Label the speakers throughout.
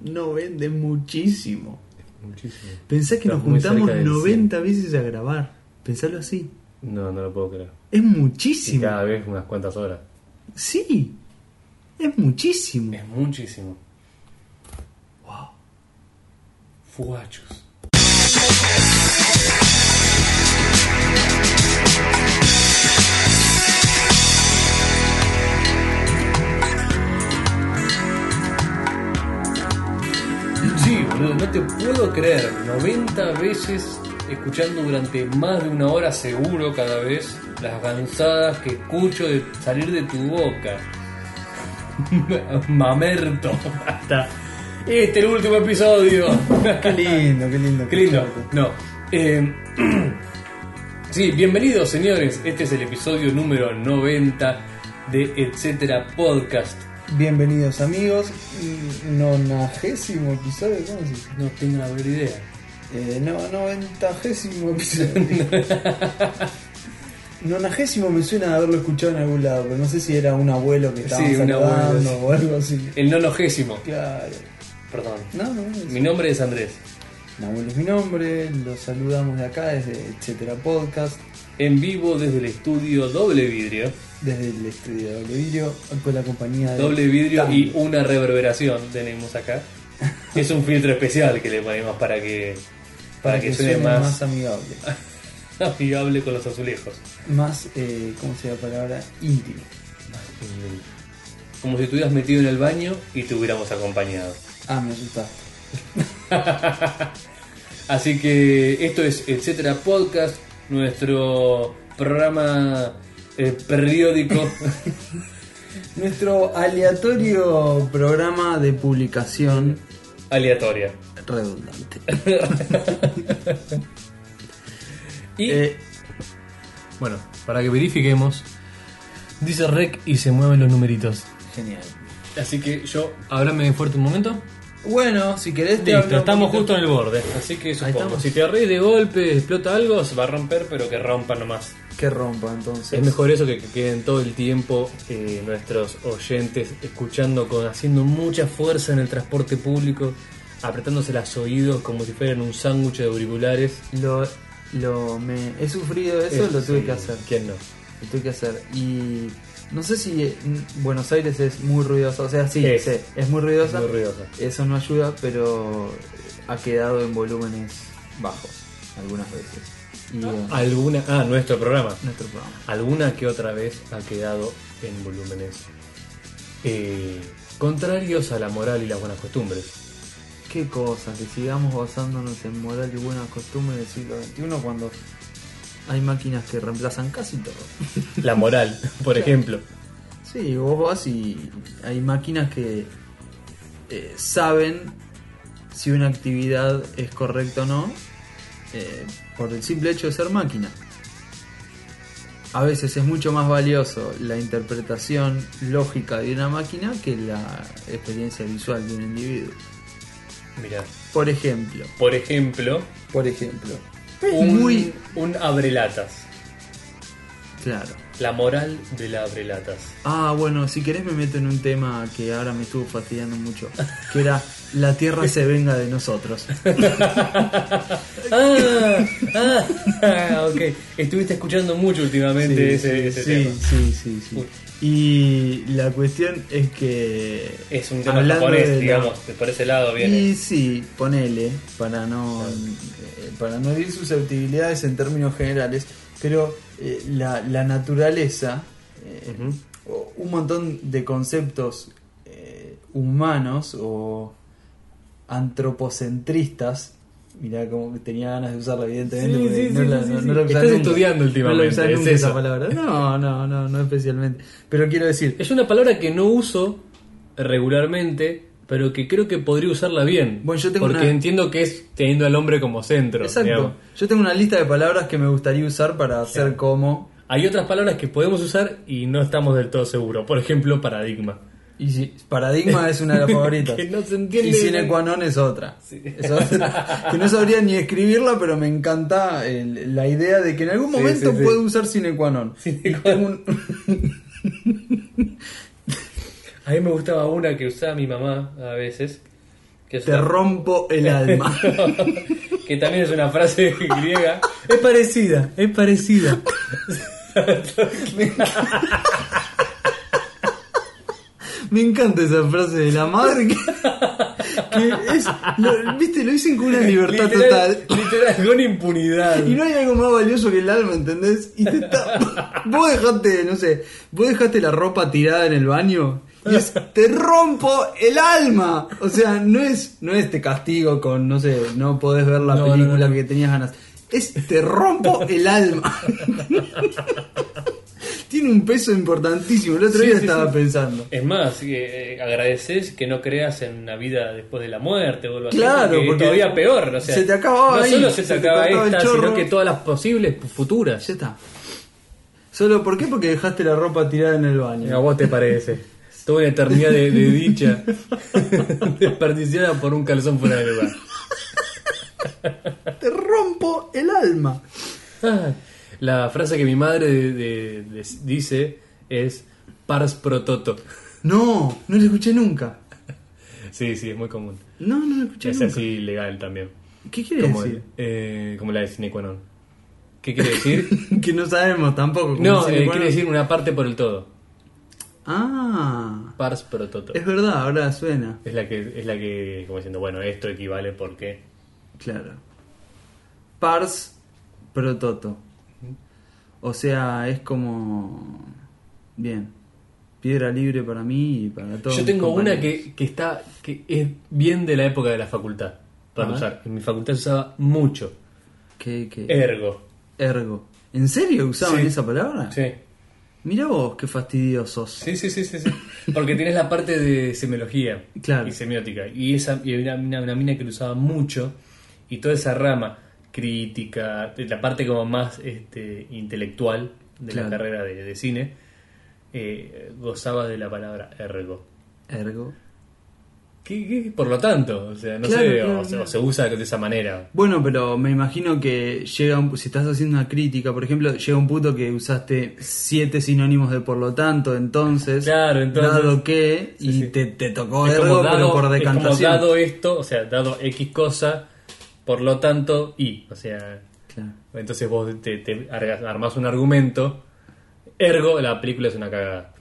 Speaker 1: no vende muchísimo.
Speaker 2: Muchísimo.
Speaker 1: Pensá que
Speaker 2: Está
Speaker 1: nos
Speaker 2: muy cerca
Speaker 1: juntamos
Speaker 2: del
Speaker 1: 90 veces a grabar. Pensalo así.
Speaker 2: No, no lo puedo creer.
Speaker 1: Es
Speaker 2: Y
Speaker 1: muchísimo.
Speaker 2: cada vez unas cuantas horas.
Speaker 1: Sí. Es muchísimo.
Speaker 2: Es muchísimo.
Speaker 1: Wow.
Speaker 2: Fuachos. Sí, boludo, no te puedo creer. 90 veces escuchando durante más de una hora seguro cada vez las gansadas que escucho de salir de tu boca. Mamerto. Hasta este el último episodio.
Speaker 1: Qué lindo, qué lindo.
Speaker 2: Qué lindo. No. Eh, sí, bienvenidos señores. Este es el episodio número 90 de Etcétera Podcast.
Speaker 1: Bienvenidos amigos. Y Nonagésimo episodio, ¿cómo se dice?
Speaker 2: No tengo la menor idea.
Speaker 1: Eh, no, noventagésimo episodio. Nonagésimo me suena a haberlo escuchado en algún lado, pero no sé si era un abuelo que estaba
Speaker 2: Sí, un
Speaker 1: saludando
Speaker 2: abuelo.
Speaker 1: o algo así.
Speaker 2: El nonogésimo.
Speaker 1: Claro.
Speaker 2: Perdón.
Speaker 1: No, no, es-
Speaker 2: Mi nombre es Andrés.
Speaker 1: Nahuel es mi nombre, los saludamos de acá desde Etcétera Podcast,
Speaker 2: En vivo desde el estudio Doble Vidrio.
Speaker 1: desde el estudio de Doble Vidrio, con la compañía de...
Speaker 2: Doble vidrio y
Speaker 1: Tango.
Speaker 2: una reverberación tenemos acá. Es un filtro especial que le ponemos para que para que suene
Speaker 1: más
Speaker 2: más
Speaker 1: amigable,
Speaker 2: amigable con los azulejos.
Speaker 1: más, eh, ¿cómo se llama la palabra? Íntimo.
Speaker 2: Como si estuvieras metido en el baño y te hubiéramos acompañado.
Speaker 1: Ah, me asustaste.
Speaker 2: Así que esto es Etcétera Podcast, nuestro programa eh, periódico.
Speaker 1: Nuestro aleatorio programa de publicación
Speaker 2: aleatoria.
Speaker 1: redundante.
Speaker 2: Y
Speaker 1: Eh,
Speaker 2: bueno, para que verifiquemos, dice rec y se mueven los numeritos.
Speaker 1: genial.
Speaker 2: Así que yo, háblame fuerte un momento.
Speaker 1: Bueno, si querés te hablo
Speaker 2: Listo,
Speaker 1: un
Speaker 2: estamos
Speaker 1: poquito-
Speaker 2: justo en el borde. Así que supongo,
Speaker 1: estamos.
Speaker 2: si te arreís de golpe, explota algo, se va a romper, pero que rompa nomás.
Speaker 1: Que rompa entonces.
Speaker 2: Es mejor eso que que queden todo el tiempo eh, nuestros oyentes escuchando, con haciendo mucha fuerza en el transporte público, apretándose los oídos como si fueran un sándwich de auriculares.
Speaker 1: Lo, lo me, he sufrido eso,
Speaker 2: Eh,
Speaker 1: lo tuve
Speaker 2: sí,
Speaker 1: que hacer.
Speaker 2: ¿Quién no?
Speaker 1: Lo tuve que hacer. Y no sé si eh, mm, Buenos Aires es muy ruidosa. O sea, sí,
Speaker 2: Es.
Speaker 1: sí, es muy ruidosa.
Speaker 2: Muy ruidosa.
Speaker 1: Eso no ayuda, pero ha quedado en volúmenes bajos algunas veces. Y eh,
Speaker 2: Alguna, ah, nuestro programa.
Speaker 1: nuestro programa.
Speaker 2: Alguna que otra vez ha quedado en volúmenes eh, contrarios a la moral y las buenas costumbres.
Speaker 1: Qué cosa, que sigamos basándonos en moral y buenas costumbres del siglo XXI cuando hay máquinas que reemplazan casi todo.
Speaker 2: La moral, por ejemplo.
Speaker 1: Sí, vos vas y hay máquinas que eh, saben si una actividad es correcta o no eh, por el simple hecho de ser máquina. A veces es mucho más valioso la interpretación lógica de una máquina que la experiencia visual de un individuo.
Speaker 2: Mirá,
Speaker 1: Por ejemplo,
Speaker 2: por ejemplo,
Speaker 1: por ejemplo,
Speaker 2: un,
Speaker 1: muy
Speaker 2: un abrelatas.
Speaker 1: claro.
Speaker 2: La moral de la abrelatas.
Speaker 1: Ah, bueno, si querés me meto en un tema que ahora me estuvo fastidiando mucho, que era la tierra se venga de nosotros.
Speaker 2: Ah, ah, ok. Estuviste escuchando mucho últimamente ese, ese
Speaker 1: sí,
Speaker 2: tema.
Speaker 1: sí, sí, sí.
Speaker 2: Uy.
Speaker 1: Y la cuestión es que
Speaker 2: Es un tema
Speaker 1: hablando
Speaker 2: japonés,
Speaker 1: de la-
Speaker 2: digamos, que por ese lado viene.
Speaker 1: Y sí, ponele, para no eh, para no herir susceptibilidades en términos generales, pero eh, la, la naturaleza, eh,
Speaker 2: Ujú.
Speaker 1: o- un montón de conceptos eh, humanos o antropocentristas, mirá como tenía ganas de usarla evidentemente,
Speaker 2: Sí,
Speaker 1: porque
Speaker 2: sí,
Speaker 1: no
Speaker 2: sí,
Speaker 1: la-
Speaker 2: sí,
Speaker 1: no-
Speaker 2: sí.
Speaker 1: no la usaba
Speaker 2: Estás
Speaker 1: nunca.
Speaker 2: estudiando
Speaker 1: No la usaba
Speaker 2: últimamente, es
Speaker 1: nunca
Speaker 2: eso.
Speaker 1: esa palabra. No, no, no, no especialmente. Pero quiero decir,
Speaker 2: Es una palabra que no uso regularmente, pero que creo que podría usarla bien.
Speaker 1: Bueno, yo tengo
Speaker 2: porque
Speaker 1: una-
Speaker 2: entiendo que es teniendo al hombre como centro.
Speaker 1: exacto,
Speaker 2: digamos.
Speaker 1: yo tengo una lista de palabras que me gustaría usar para hacer como
Speaker 2: Hay otras palabras que podemos usar y no estamos del todo seguros. Por ejemplo, paradigma.
Speaker 1: Y si- paradigma es una de las favoritas.
Speaker 2: Que no se entiende.
Speaker 1: Y sine qua non es otra. Es otra. que no sabría ni escribirla, pero me encanta el- la idea de que en algún
Speaker 2: Sí,
Speaker 1: momento
Speaker 2: sí, sí.
Speaker 1: puedo usar sine qua non.
Speaker 2: Sine qua
Speaker 1: Tengo un-
Speaker 2: A mí me gustaba una que usaba mi mamá a veces, que
Speaker 3: Que es
Speaker 1: Te
Speaker 3: una-
Speaker 1: rompo el alma.
Speaker 3: que también es una frase griega.
Speaker 2: Es parecida, es parecida.
Speaker 1: Me encanta esa frase de la madre que, que es, lo- viste, lo dicen con una libertad
Speaker 3: Literal-
Speaker 1: total.
Speaker 3: Literal, con impunidad.
Speaker 1: Y no hay algo más valioso que el alma, ¿entendés? Y te está- vos dejaste, no sé, vos dejaste la ropa tirada en el baño y es, te rompo el alma. O sea, no es, no es te castigo con, no sé, no podés ver la
Speaker 2: No, no,
Speaker 1: película
Speaker 2: no.
Speaker 1: que tenías ganas. Es te rompo el alma. Tiene un peso importantísimo. El otro
Speaker 3: Sí,
Speaker 1: día
Speaker 3: sí,
Speaker 1: estaba
Speaker 3: sí.
Speaker 1: pensando.
Speaker 3: Es más, que, eh, agradeces que no creas en una vida después de la muerte o algo así,
Speaker 1: Claro, porque
Speaker 3: todavía peor. O sea,
Speaker 1: se te acababa
Speaker 3: no
Speaker 1: ahí,
Speaker 3: solo se te
Speaker 1: se te
Speaker 3: acaba
Speaker 1: cortaba el
Speaker 3: esta,
Speaker 1: chorro.
Speaker 3: sino
Speaker 2: Creo que todas las posibles futuras.
Speaker 1: Ya está. ¿Solo por qué? Porque dejaste la ropa tirada en el
Speaker 2: A
Speaker 1: baño.
Speaker 2: vos te parece. Toda una eternidad de, de dicha desperdiciada por un calzón fuera de lugar.
Speaker 1: Te rompo el alma.
Speaker 2: Ah, La frase que mi madre de- de- de- dice es pars pro toto.
Speaker 1: No, no lo escuché nunca.
Speaker 2: Sí, sí, es muy común.
Speaker 1: No, no lo escuché
Speaker 2: Es
Speaker 1: nunca.
Speaker 2: así legal también.
Speaker 1: ¿Qué quiere
Speaker 2: Como,
Speaker 1: decir?
Speaker 2: eh, como la de sine qua non. ¿Qué quiere decir?
Speaker 1: que no sabemos tampoco. como
Speaker 2: no,
Speaker 1: decirle
Speaker 2: eh,
Speaker 1: cuál
Speaker 2: quiere
Speaker 1: es.
Speaker 2: decir una parte por el todo.
Speaker 1: Ah,
Speaker 2: Pars pro toto.
Speaker 1: es verdad, ahora suena.
Speaker 2: Es la que, es la que, como diciendo, bueno, esto equivale porque.
Speaker 1: Claro. Pars prototo. O sea, es como... Bien. Piedra libre para mí y para todos.
Speaker 2: Yo
Speaker 1: mis
Speaker 2: tengo una
Speaker 1: compañeros.
Speaker 2: que, que está que es bien de la época de la facultad para
Speaker 1: Ajá.
Speaker 2: usar. En mi facultad se usaba mucho.
Speaker 1: que... que-
Speaker 2: Ergo.
Speaker 1: Ergo. ¿En serio usaban
Speaker 3: Sí.
Speaker 1: esa palabra?
Speaker 3: Sí.
Speaker 1: Mira vos, qué fastidiosos.
Speaker 2: Sí, sí, sí, sí, sí. Porque tienes la parte de semiología
Speaker 1: Claro.
Speaker 2: y semiótica. Y esa y había una, una mina que lo usaba mucho. Y toda esa rama crítica, eh, la parte como más este, intelectual de
Speaker 1: Claro.
Speaker 2: la carrera de, de cine, eh, gozaba de la palabra ergo.
Speaker 1: Ergo.
Speaker 2: Que- que, por lo tanto, o sea, no
Speaker 1: Claro,
Speaker 2: sé, o-
Speaker 1: claro,
Speaker 2: o, se-
Speaker 1: claro.
Speaker 2: o se usa de esa manera.
Speaker 1: Bueno, pero me imagino que llega un, si estás haciendo una crítica, por ejemplo, llega un punto que usaste siete sinónimos de por lo tanto, entonces,
Speaker 2: Claro, entonces-
Speaker 1: dado que, y
Speaker 2: Sí, sí.
Speaker 1: Te, te tocó
Speaker 2: Es
Speaker 1: ergo,
Speaker 2: como dado-
Speaker 1: pero por
Speaker 2: es como
Speaker 1: decantación.
Speaker 2: dado esto, o sea, dado X cosa, por lo tanto, Y. O sea,
Speaker 1: Claro.
Speaker 2: entonces vos te, te argas- armás un argumento, ergo, la película es una cagada.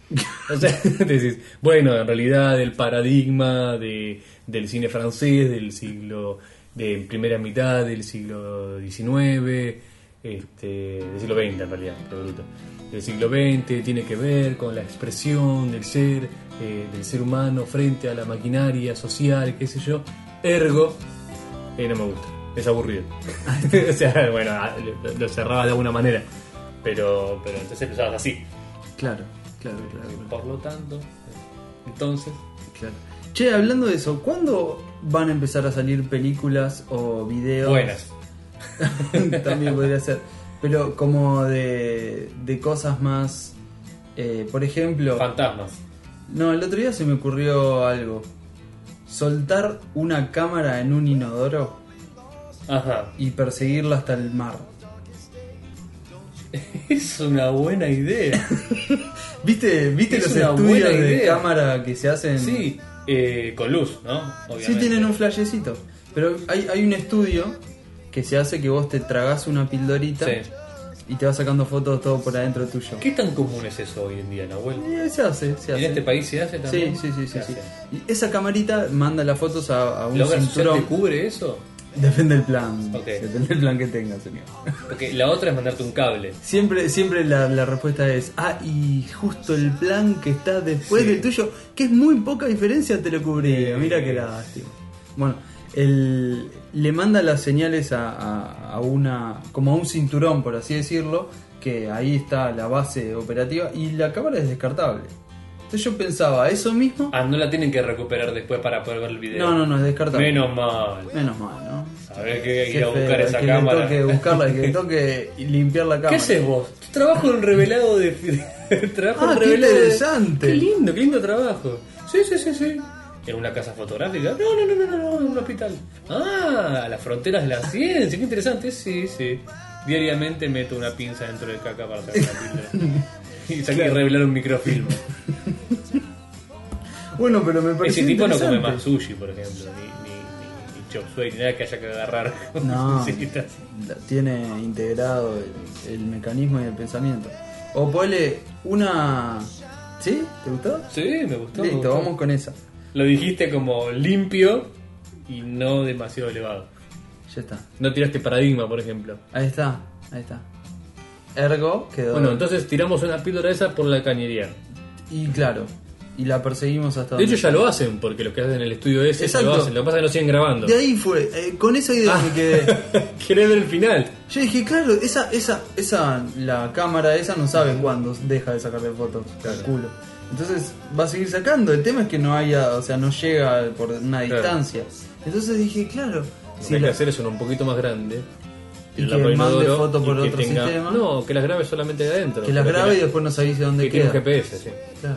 Speaker 2: O sea, te decís, bueno, en realidad el paradigma de, del cine francés del siglo, de primera mitad del siglo XIX, este, del siglo XX en realidad, lo bruto, del siglo XX tiene que ver con la expresión del ser, eh, del ser humano frente a la maquinaria social, qué sé yo, ergo, eh, no me gusta, es aburrido. o sea, bueno, ah, lo, lo cerrabas de alguna manera, pero, pero entonces empezabas así.
Speaker 1: Claro, claro, claro, claro,
Speaker 2: Por lo tanto, entonces.
Speaker 1: claro. Che, hablando de eso, ¿cuándo van a empezar a salir películas o videos?
Speaker 3: Buenas.
Speaker 1: También podría ser. Pero como de, de cosas más... eh, por ejemplo...
Speaker 3: Fantasmas.
Speaker 1: No, el otro día se me ocurrió algo. Soltar una cámara en un inodoro
Speaker 3: Ajá.
Speaker 1: y perseguirla hasta el mar.
Speaker 3: Es una buena idea.
Speaker 1: ¿Viste, viste
Speaker 3: Es
Speaker 1: los
Speaker 3: una
Speaker 1: estudios
Speaker 3: buena
Speaker 1: de
Speaker 3: idea.
Speaker 1: cámara que se hacen?
Speaker 3: Sí, eh, con luz, ¿no? Obviamente.
Speaker 1: Sí tienen un flasecito. Pero hay, hay un estudio que se hace que vos te tragás una pildorita
Speaker 3: Sí.
Speaker 1: y te vas sacando fotos todo por adentro tuyo.
Speaker 3: ¿Qué tan común es eso hoy en día, Nahuel?
Speaker 1: Eh, se hace, se
Speaker 3: ¿En
Speaker 1: hace.
Speaker 3: este país se hace
Speaker 1: sí,
Speaker 3: también?
Speaker 1: sí, sí, sí,
Speaker 3: Se
Speaker 1: sí.
Speaker 3: hace.
Speaker 1: Y esa camarita manda las fotos a, a un
Speaker 3: ¿La obra social
Speaker 1: cinturón.
Speaker 3: te cubre eso?
Speaker 1: Depende del plan.
Speaker 3: Ok.
Speaker 1: Depende del plan que tengas, señor.
Speaker 3: Porque la otra es mandarte un cable.
Speaker 1: Siempre, siempre la, la respuesta es, ah, y justo el plan que está después
Speaker 3: Sí.
Speaker 1: del tuyo, que es muy poca diferencia, te lo cubría. Mira que lástima. Bueno, el- le manda las señales a, a- a una, como a un cinturón, por así decirlo, que ahí está la base operativa y la cámara es descartable. Entonces yo pensaba, eso mismo...
Speaker 3: Ah, no la tienen que recuperar después para poder ver el video.
Speaker 1: No, no, no, es descartable.
Speaker 3: Menos mal.
Speaker 1: Menos mal, ¿no?
Speaker 3: A ver que hay que
Speaker 1: Qué
Speaker 3: ir a
Speaker 1: feo,
Speaker 3: buscar esa
Speaker 1: que le
Speaker 3: cámara.
Speaker 1: toque buscarla, que le toque limpiar la cámara.
Speaker 3: ¿Qué haces vos? Trabajo en revelado de. trabajo
Speaker 1: Ah,
Speaker 3: en
Speaker 1: qué
Speaker 3: revelado de-
Speaker 1: interesante.
Speaker 3: Qué lindo, qué lindo trabajo. Sí, sí, sí, sí. ¿En una casa fotográfica? No, no, no, no, no, no, en un hospital. Ah, a las fronteras de la ciencia, qué interesante. Sí, sí. Diariamente meto una pinza dentro de caca para sacar la pinta. Y saqué
Speaker 1: Claro.
Speaker 3: revelar un microfilm.
Speaker 1: Bueno, pero me parece
Speaker 3: Ese tipo no come
Speaker 1: interesante.
Speaker 3: más sushi, por ejemplo, ni, ni,
Speaker 2: chop suey ni nada que haya que agarrar con
Speaker 1: No.
Speaker 2: pincitas.
Speaker 1: La- tiene integrado el, el mecanismo y el pensamiento. O ponle una. ¿Sí? ¿Te gustó?
Speaker 2: Sí, me gustó. me
Speaker 1: Listo,
Speaker 2: gustó.
Speaker 1: vamos con esa.
Speaker 2: Lo dijiste como limpio y no demasiado elevado.
Speaker 1: Ya está.
Speaker 2: No tiraste paradigma, por ejemplo.
Speaker 1: Ahí está, ahí está. Ergo quedó.
Speaker 2: Bueno, entonces tiramos una píldora esa por la cañería.
Speaker 1: Y claro, y la perseguimos hasta
Speaker 2: De
Speaker 1: donde-
Speaker 2: hecho ya lo hacen, porque los que hacen en el estudio ese ya lo
Speaker 1: Exacto.
Speaker 2: hacen. Lo que pasa es que lo siguen grabando.
Speaker 1: De ahí fue, eh, con esa idea me quedé.
Speaker 2: Querés ver el final.
Speaker 1: Yo dije, claro, esa, esa, esa, la cámara esa no sabe cuándo deja de sacarle fotos, calculo. Entonces va a seguir sacando, el tema es que no haya, o sea, no llega por una
Speaker 2: Claro.
Speaker 1: distancia. Entonces dije, claro,
Speaker 2: Lo
Speaker 1: si
Speaker 2: que hay que
Speaker 1: la-
Speaker 2: hacer es uno un poquito más grande.
Speaker 1: Y
Speaker 2: en la
Speaker 1: que
Speaker 2: Polino
Speaker 1: mande
Speaker 2: Doro,
Speaker 1: foto
Speaker 2: y
Speaker 1: por
Speaker 2: que
Speaker 1: otro sistema.
Speaker 2: No, que las grabe solamente de adentro.
Speaker 1: que las
Speaker 2: Pero
Speaker 1: grabe y
Speaker 2: la-
Speaker 1: después nos avise dónde
Speaker 2: que tiene un
Speaker 1: queda.
Speaker 2: GPS, sí.
Speaker 1: Claro.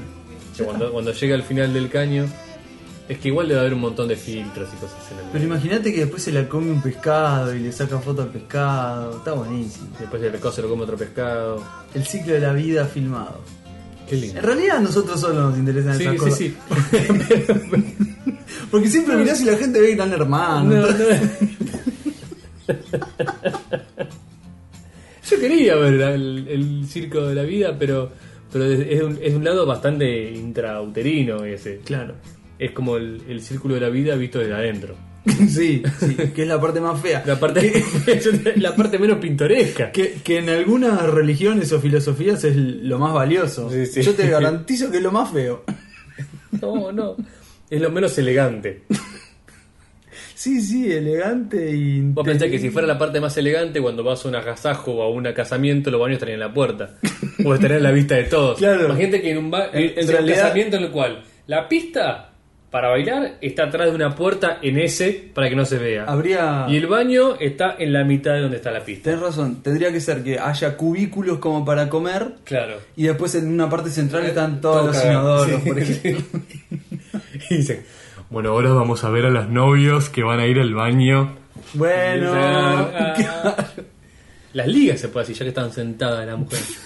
Speaker 2: Que cuando, cuando llega al final del caño, es que igual debe haber un montón de filtros y cosas en el
Speaker 1: Pero imagínate que después se la come un pescado y le saca foto al pescado, está buenísimo.
Speaker 2: Después el pescado se lo come otro pescado.
Speaker 1: El ciclo de la vida filmado.
Speaker 2: Qué lindo.
Speaker 1: En realidad a nosotros solo nos interesan
Speaker 2: Sí,
Speaker 1: esas
Speaker 2: sí,
Speaker 1: cosas.
Speaker 2: sí.
Speaker 1: Porque siempre mirás si la gente ve Gran Hermano.
Speaker 2: Ah, No,
Speaker 1: entonces-
Speaker 2: no. Yo quería ver la- el, el circo de la vida, pero, pero es, es un, es un lado bastante intrauterino ese.
Speaker 1: Claro.
Speaker 2: Es como el, el círculo de la vida visto desde adentro.
Speaker 1: sí, sí, que es la parte más fea.
Speaker 2: La parte, la parte menos pintoresca.
Speaker 1: Que, que en algunas religiones o filosofías es lo más valioso.
Speaker 2: Sí, sí.
Speaker 1: Yo te garantizo que es lo más feo.
Speaker 2: No, no. Es lo menos elegante.
Speaker 1: Sí, sí, elegante y...
Speaker 2: Vos pensás que si fuera la parte más elegante, cuando vas a un agasajo o a un casamiento, los baños estarían en la puerta. O estarían en la vista de todos.
Speaker 1: Claro.
Speaker 2: Imagínate que en un, ba-
Speaker 1: En-
Speaker 2: en-
Speaker 1: en
Speaker 2: es un
Speaker 1: realidad-
Speaker 2: casamiento en el cual la pista para bailar está atrás de una puerta en S para que no se vea.
Speaker 1: Habría...
Speaker 2: Y el baño está en la mitad de donde está la pista.
Speaker 1: Tenés razón, tendría que ser que haya cubículos como para comer
Speaker 2: Claro.
Speaker 1: y después en una parte central están
Speaker 2: Eh,
Speaker 1: todos
Speaker 2: Todo
Speaker 1: los
Speaker 2: cagado.
Speaker 1: inodoros,
Speaker 2: Sí.
Speaker 1: por ejemplo.
Speaker 2: Y dicen, bueno, ahora vamos a ver a los novios que van a ir al baño.
Speaker 1: Bueno...
Speaker 2: Ah, ah. Las ligas se puede decir, ya que están sentadas la mujer. ¿no?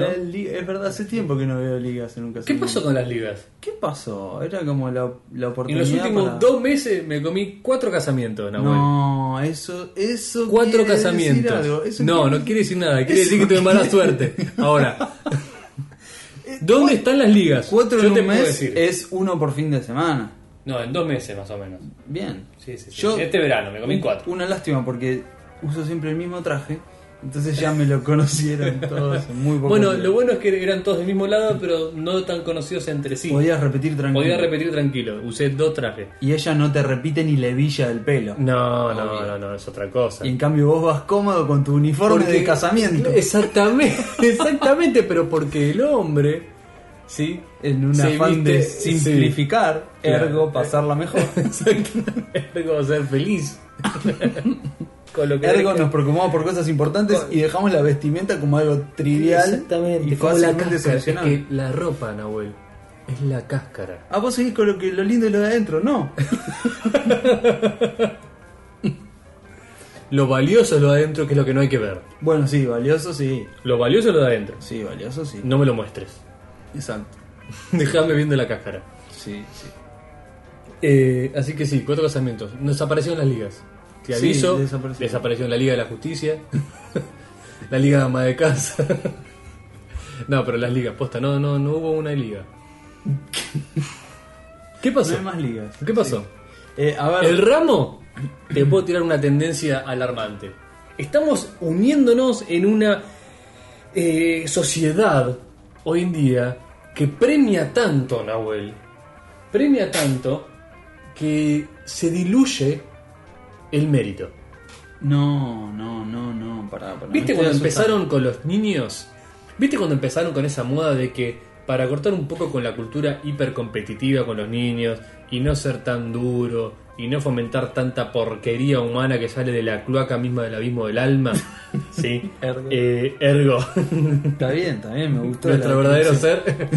Speaker 1: La li- Es verdad, hace tiempo que no veo ligas en un
Speaker 2: ¿Qué
Speaker 1: casamiento.
Speaker 2: pasó con las ligas?
Speaker 1: ¿Qué pasó? Era como la, la
Speaker 2: En
Speaker 1: oportunidad.
Speaker 2: los últimos
Speaker 1: para-
Speaker 2: dos meses me comí cuatro casamientos, Nahuel.
Speaker 1: No, eso, eso.
Speaker 2: cuatro
Speaker 1: quiere decir algo,
Speaker 2: casamientos.
Speaker 1: eso
Speaker 2: No,
Speaker 1: quiere-
Speaker 2: no quiere decir nada, quiere decir que tuve mala suerte. Ahora,
Speaker 1: Eh,
Speaker 2: ¿dónde están las ligas?
Speaker 1: Cuatro
Speaker 2: Yo
Speaker 1: en
Speaker 2: te
Speaker 1: un
Speaker 2: puedo
Speaker 1: mes
Speaker 2: decir.
Speaker 1: es uno por fin de semana.
Speaker 2: No, en dos meses más o menos.
Speaker 1: Bien.
Speaker 2: Sí, sí, sí.
Speaker 1: Yo-
Speaker 2: Este verano me comí cuatro.
Speaker 1: Una lástima porque uso siempre el mismo traje, entonces ya me lo conocieron todos en muy poco.
Speaker 2: Bueno,
Speaker 1: tiempo.
Speaker 2: lo bueno es que eran todos del mismo lado, pero no tan conocidos entre sí. Podía,
Speaker 1: Podías repetir tranquilo.
Speaker 2: repetir tranquilo, usé dos trajes.
Speaker 1: Y ella no te repite ni la hebilla del pelo.
Speaker 2: No, no, no, no, es otra cosa.
Speaker 1: Y en cambio vos vas cómodo con tu uniforme
Speaker 2: Porque-
Speaker 1: de casamiento.
Speaker 2: Exactamente, exactamente, pero porque el hombre, ¿sí?
Speaker 1: En un
Speaker 2: Se
Speaker 1: afán
Speaker 2: viste-
Speaker 1: de
Speaker 2: sí.
Speaker 1: simplificar,
Speaker 2: Claro.
Speaker 1: ergo pasarla mejor.
Speaker 2: Exactamente, como ser feliz. Con lo que
Speaker 1: Ergo nos preocupamos por cosas importantes y dejamos la vestimenta como algo trivial
Speaker 2: Exactamente,
Speaker 1: y
Speaker 2: como la
Speaker 1: fácilmente
Speaker 2: cáscara. Es
Speaker 1: solucionable.
Speaker 2: que la ropa, Nahuel, es la cáscara.
Speaker 1: Ah, vos seguís con lo que lo lindo y lo de adentro, no.
Speaker 2: Lo valioso es lo de adentro, que es lo que no hay que ver.
Speaker 1: bueno, sí, valioso sí.
Speaker 2: Lo valioso es lo de adentro.
Speaker 1: Sí, valioso sí.
Speaker 2: No me lo muestres.
Speaker 1: Exacto.
Speaker 2: Dejadme viendo la cáscara.
Speaker 1: Sí, sí.
Speaker 2: Eh, así que sí, cuatro casamientos. Nos aparecieron las ligas. Te
Speaker 1: Sí,
Speaker 2: aviso,
Speaker 1: desaparecieron.
Speaker 2: desapareció la Liga de la Justicia, la Liga de Ama de Casa. no, pero las ligas, posta, no, no, no hubo una liga. ¿Qué
Speaker 1: No
Speaker 2: pasó?
Speaker 1: hay más ligas.
Speaker 2: ¿Qué pasó?
Speaker 1: Eh, a ver,
Speaker 2: El ramo, te puedo tirar una tendencia alarmante. Estamos uniéndonos en una eh, sociedad hoy en día que premia tanto, Nahuel, premia tanto que se diluye el mérito.
Speaker 1: no, no, no, no, pará, pará.
Speaker 2: ¿Viste
Speaker 1: me
Speaker 2: cuando
Speaker 1: estoy asustando.
Speaker 2: empezaron con los niños? ¿Viste cuando empezaron con esa moda de que para cortar un poco con la cultura hipercompetitiva con los niños y no ser tan duro y no fomentar tanta porquería humana que sale de la cloaca misma del abismo del alma? sí.
Speaker 1: Ergo.
Speaker 2: Eh, ergo.
Speaker 1: Está bien, está bien, me gustó.
Speaker 2: Nuestro
Speaker 1: la-
Speaker 2: verdadero ser.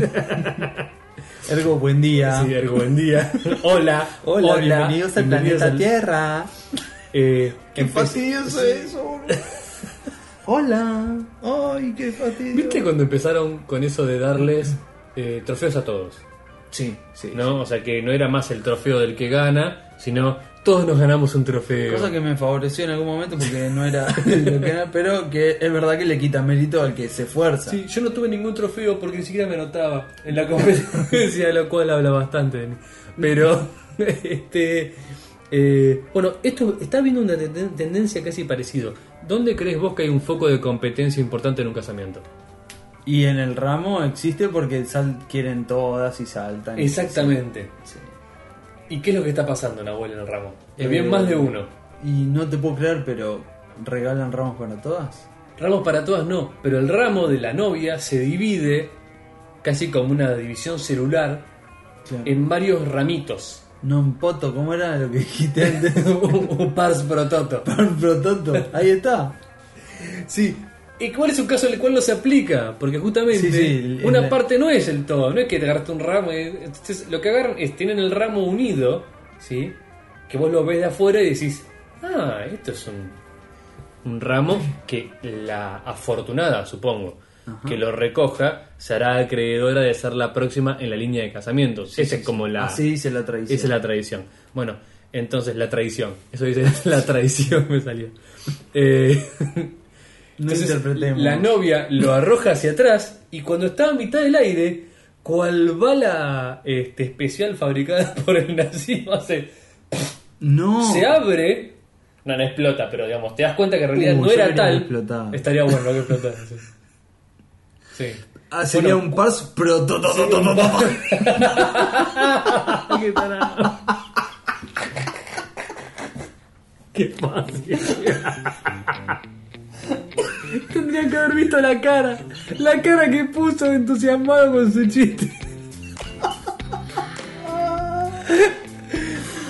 Speaker 1: Ergo, buen día.
Speaker 2: Sí, ergo, buen día. hola.
Speaker 1: Ah. Hola, bienvenidos al
Speaker 2: bienvenidos
Speaker 1: planeta
Speaker 2: al-
Speaker 1: Tierra.
Speaker 2: Eh,
Speaker 1: Qué
Speaker 2: empe-
Speaker 1: fastidioso eso. Hola. Ay, qué fastidioso.
Speaker 2: ¿Viste cuando empezaron con eso de darles eh, trofeos a todos?
Speaker 1: Sí, sí.
Speaker 2: ¿no? O sea que no era más el trofeo del que gana,
Speaker 4: sino todos nos ganamos un trofeo.
Speaker 1: Cosa que me favoreció en algún momento porque no era lo que era, pero que es verdad que le quita mérito al que se esfuerza.
Speaker 4: Sí, yo no tuve ningún trofeo porque ni siquiera me anotaba en la competencia, de la cual habla bastante de mí. Pero, este. eh, bueno, esto está viendo una tenden- tendencia casi parecido. ¿Dónde crees vos que hay un foco de competencia importante en un casamiento?
Speaker 1: Y en el ramo existe porque sal- quieren todas y saltan. y-
Speaker 2: Exactamente.
Speaker 1: Sí.
Speaker 2: ¿Y qué es lo que está pasando, Nahuel, en el ramo? Que
Speaker 1: Eh,
Speaker 2: bien más de uno.
Speaker 1: Y no te puedo creer, pero regalan ramos para todas.
Speaker 2: Ramos para todas no, pero el ramo de la novia se divide casi como una división celular
Speaker 1: Claro.
Speaker 2: en varios ramitos.
Speaker 1: No en poto, ¿cómo era lo que dijiste antes?
Speaker 2: Un pars pro toto.
Speaker 1: Pan prototo, ahí está.
Speaker 2: Sí. ¿Y cuál es un caso en el cual no se aplica? Porque justamente
Speaker 1: Sí, sí,
Speaker 2: una
Speaker 1: en la-
Speaker 2: parte no es el todo, no es que te agarraste un ramo. y- Entonces, lo que agarran es, tienen el ramo unido, ¿sí? Que vos lo ves de afuera y decís, ah, esto es un, un ramo que la afortunada, supongo, que lo recoja, será acreedora de ser la próxima en la línea de casamiento. Esa es como la...
Speaker 1: Así dice la tradición.
Speaker 4: Esa es la tradición. Bueno, entonces la tradición. Eso dice la tradición, me salió. Eh,
Speaker 1: No
Speaker 2: entonces,
Speaker 1: interpretemos.
Speaker 2: La novia lo arroja hacia atrás y cuando está a mitad del aire, cual bala este, especial fabricada por el nazismo hace-
Speaker 1: no.
Speaker 2: se abre. No, no explota, pero digamos, te das cuenta que en realidad
Speaker 1: Uh,
Speaker 2: no
Speaker 1: yo
Speaker 2: era
Speaker 1: quería
Speaker 2: tal.
Speaker 1: que explotara.
Speaker 2: Estaría bueno que explotara. sí. Sí.
Speaker 1: Ah, sería
Speaker 2: Bueno,
Speaker 1: un pars prototo.
Speaker 4: qué tarado. Qué fácil. Tendría que haber visto la cara. La cara que puso entusiasmado con su chiste.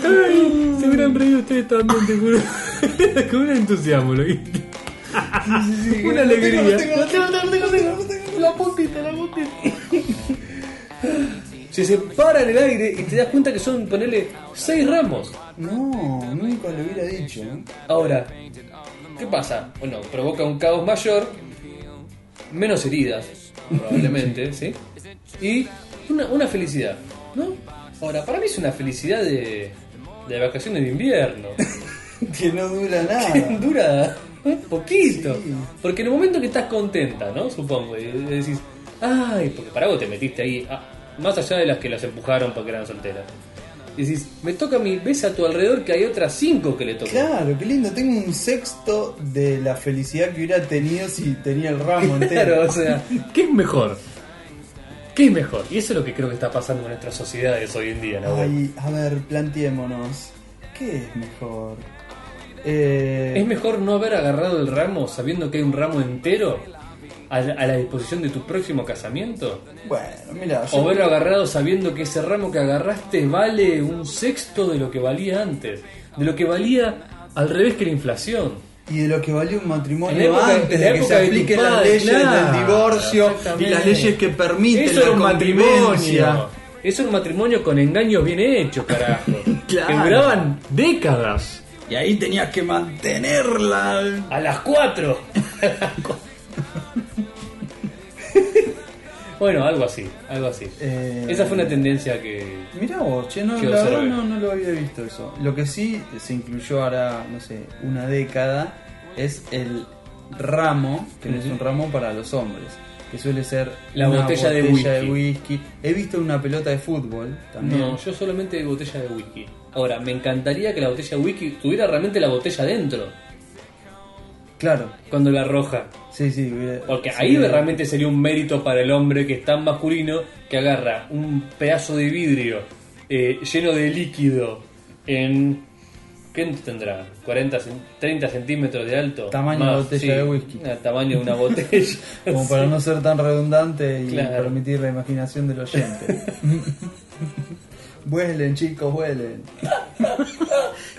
Speaker 4: Ay, se hubieran reído ustedes también, te juro. Con un entusiasmo, lo viste. Una alegría.
Speaker 2: La puntita, la puntita. Se separa en el aire y te das cuenta que son, ponerle, seis ramos.
Speaker 1: No, nunca lo hubiera dicho. ¿eh?
Speaker 2: Ahora, ¿qué pasa? Bueno, provoca un caos mayor, menos heridas, probablemente, ¿sí? Y una, una felicidad, ¿no? Ahora, para mí es una felicidad de, de vacaciones de invierno.
Speaker 1: Que no dura
Speaker 2: Que
Speaker 1: nada.
Speaker 2: Dura un poquito.
Speaker 1: Sí.
Speaker 2: Porque en el momento que estás contenta, ¿no? Supongo, y decís, ay, porque para vos te metiste ahí, ah, más allá de las que las empujaron porque eran solteras. Decís, me toca mi ves a tu alrededor que hay otras cinco que le tocan.
Speaker 1: Claro, qué lindo. Tengo un sexto de la felicidad que hubiera tenido si tenía el ramo
Speaker 2: Claro,
Speaker 1: entero.
Speaker 2: o sea,
Speaker 4: ¿Qué es mejor?
Speaker 2: ¿qué es mejor? Y eso es lo que creo que está pasando en nuestras sociedades hoy en día, ¿no?
Speaker 1: Ay, a ver, planteémonos. ¿Qué es mejor? Eh,
Speaker 2: ¿Es mejor no haber agarrado el ramo sabiendo que hay un ramo entero a la, a la disposición de tu próximo casamiento?
Speaker 1: Bueno, mira,
Speaker 2: ¿O haberlo agarrado sabiendo que ese ramo que agarraste vale un sexto de lo que valía antes? De lo que valía al revés que la inflación.
Speaker 1: Y de lo que valió un matrimonio
Speaker 2: En la época-
Speaker 1: antes
Speaker 2: en la
Speaker 1: de que se
Speaker 2: época de
Speaker 1: apliquen
Speaker 2: tu
Speaker 1: las
Speaker 2: padre,
Speaker 1: leyes
Speaker 2: claro,
Speaker 1: del divorcio y las
Speaker 2: exactamente.
Speaker 1: leyes que permiten
Speaker 2: Eso
Speaker 1: la
Speaker 2: era un matrimonio.
Speaker 1: convivencia.
Speaker 2: Eso era un matrimonio con engaños bien hechos, carajo.
Speaker 1: Claro.
Speaker 2: Que duraban
Speaker 4: Décadas.
Speaker 1: Y ahí tenías que mantenerla.
Speaker 2: A las 4. bueno, algo así, algo así.
Speaker 1: Eh,
Speaker 2: Esa fue una tendencia que...
Speaker 1: Mirá vos, che, no,
Speaker 2: Que
Speaker 1: la
Speaker 2: observe.
Speaker 1: verdad no, no lo había visto eso. Lo que sí se incluyó ahora, no sé, una década, es el ramo, que no es un ramo para los hombres, que suele ser
Speaker 2: La
Speaker 1: una
Speaker 2: botella de
Speaker 1: whisky. He visto una pelota de fútbol también.
Speaker 2: No, yo solamente de botella de whisky. Ahora, me encantaría que la botella de whisky tuviera realmente la botella dentro,
Speaker 1: Claro,
Speaker 2: cuando la arroja.
Speaker 1: sí, sí. hubiera-
Speaker 2: Porque
Speaker 1: sí,
Speaker 2: ahí
Speaker 1: hubiera-
Speaker 2: realmente sería un mérito para el hombre que es tan masculino que agarra un pedazo de vidrio eh, lleno de líquido en... ¿Qué tendrá? 40, cen- 30 centímetros de alto.
Speaker 1: Tamaño de botella de whisky.
Speaker 2: ah, Tamaño de una botella.
Speaker 1: Como para no ser tan redundante y
Speaker 2: Claro.
Speaker 1: permitir la imaginación del oyente. vuelen, chicos, vuelen.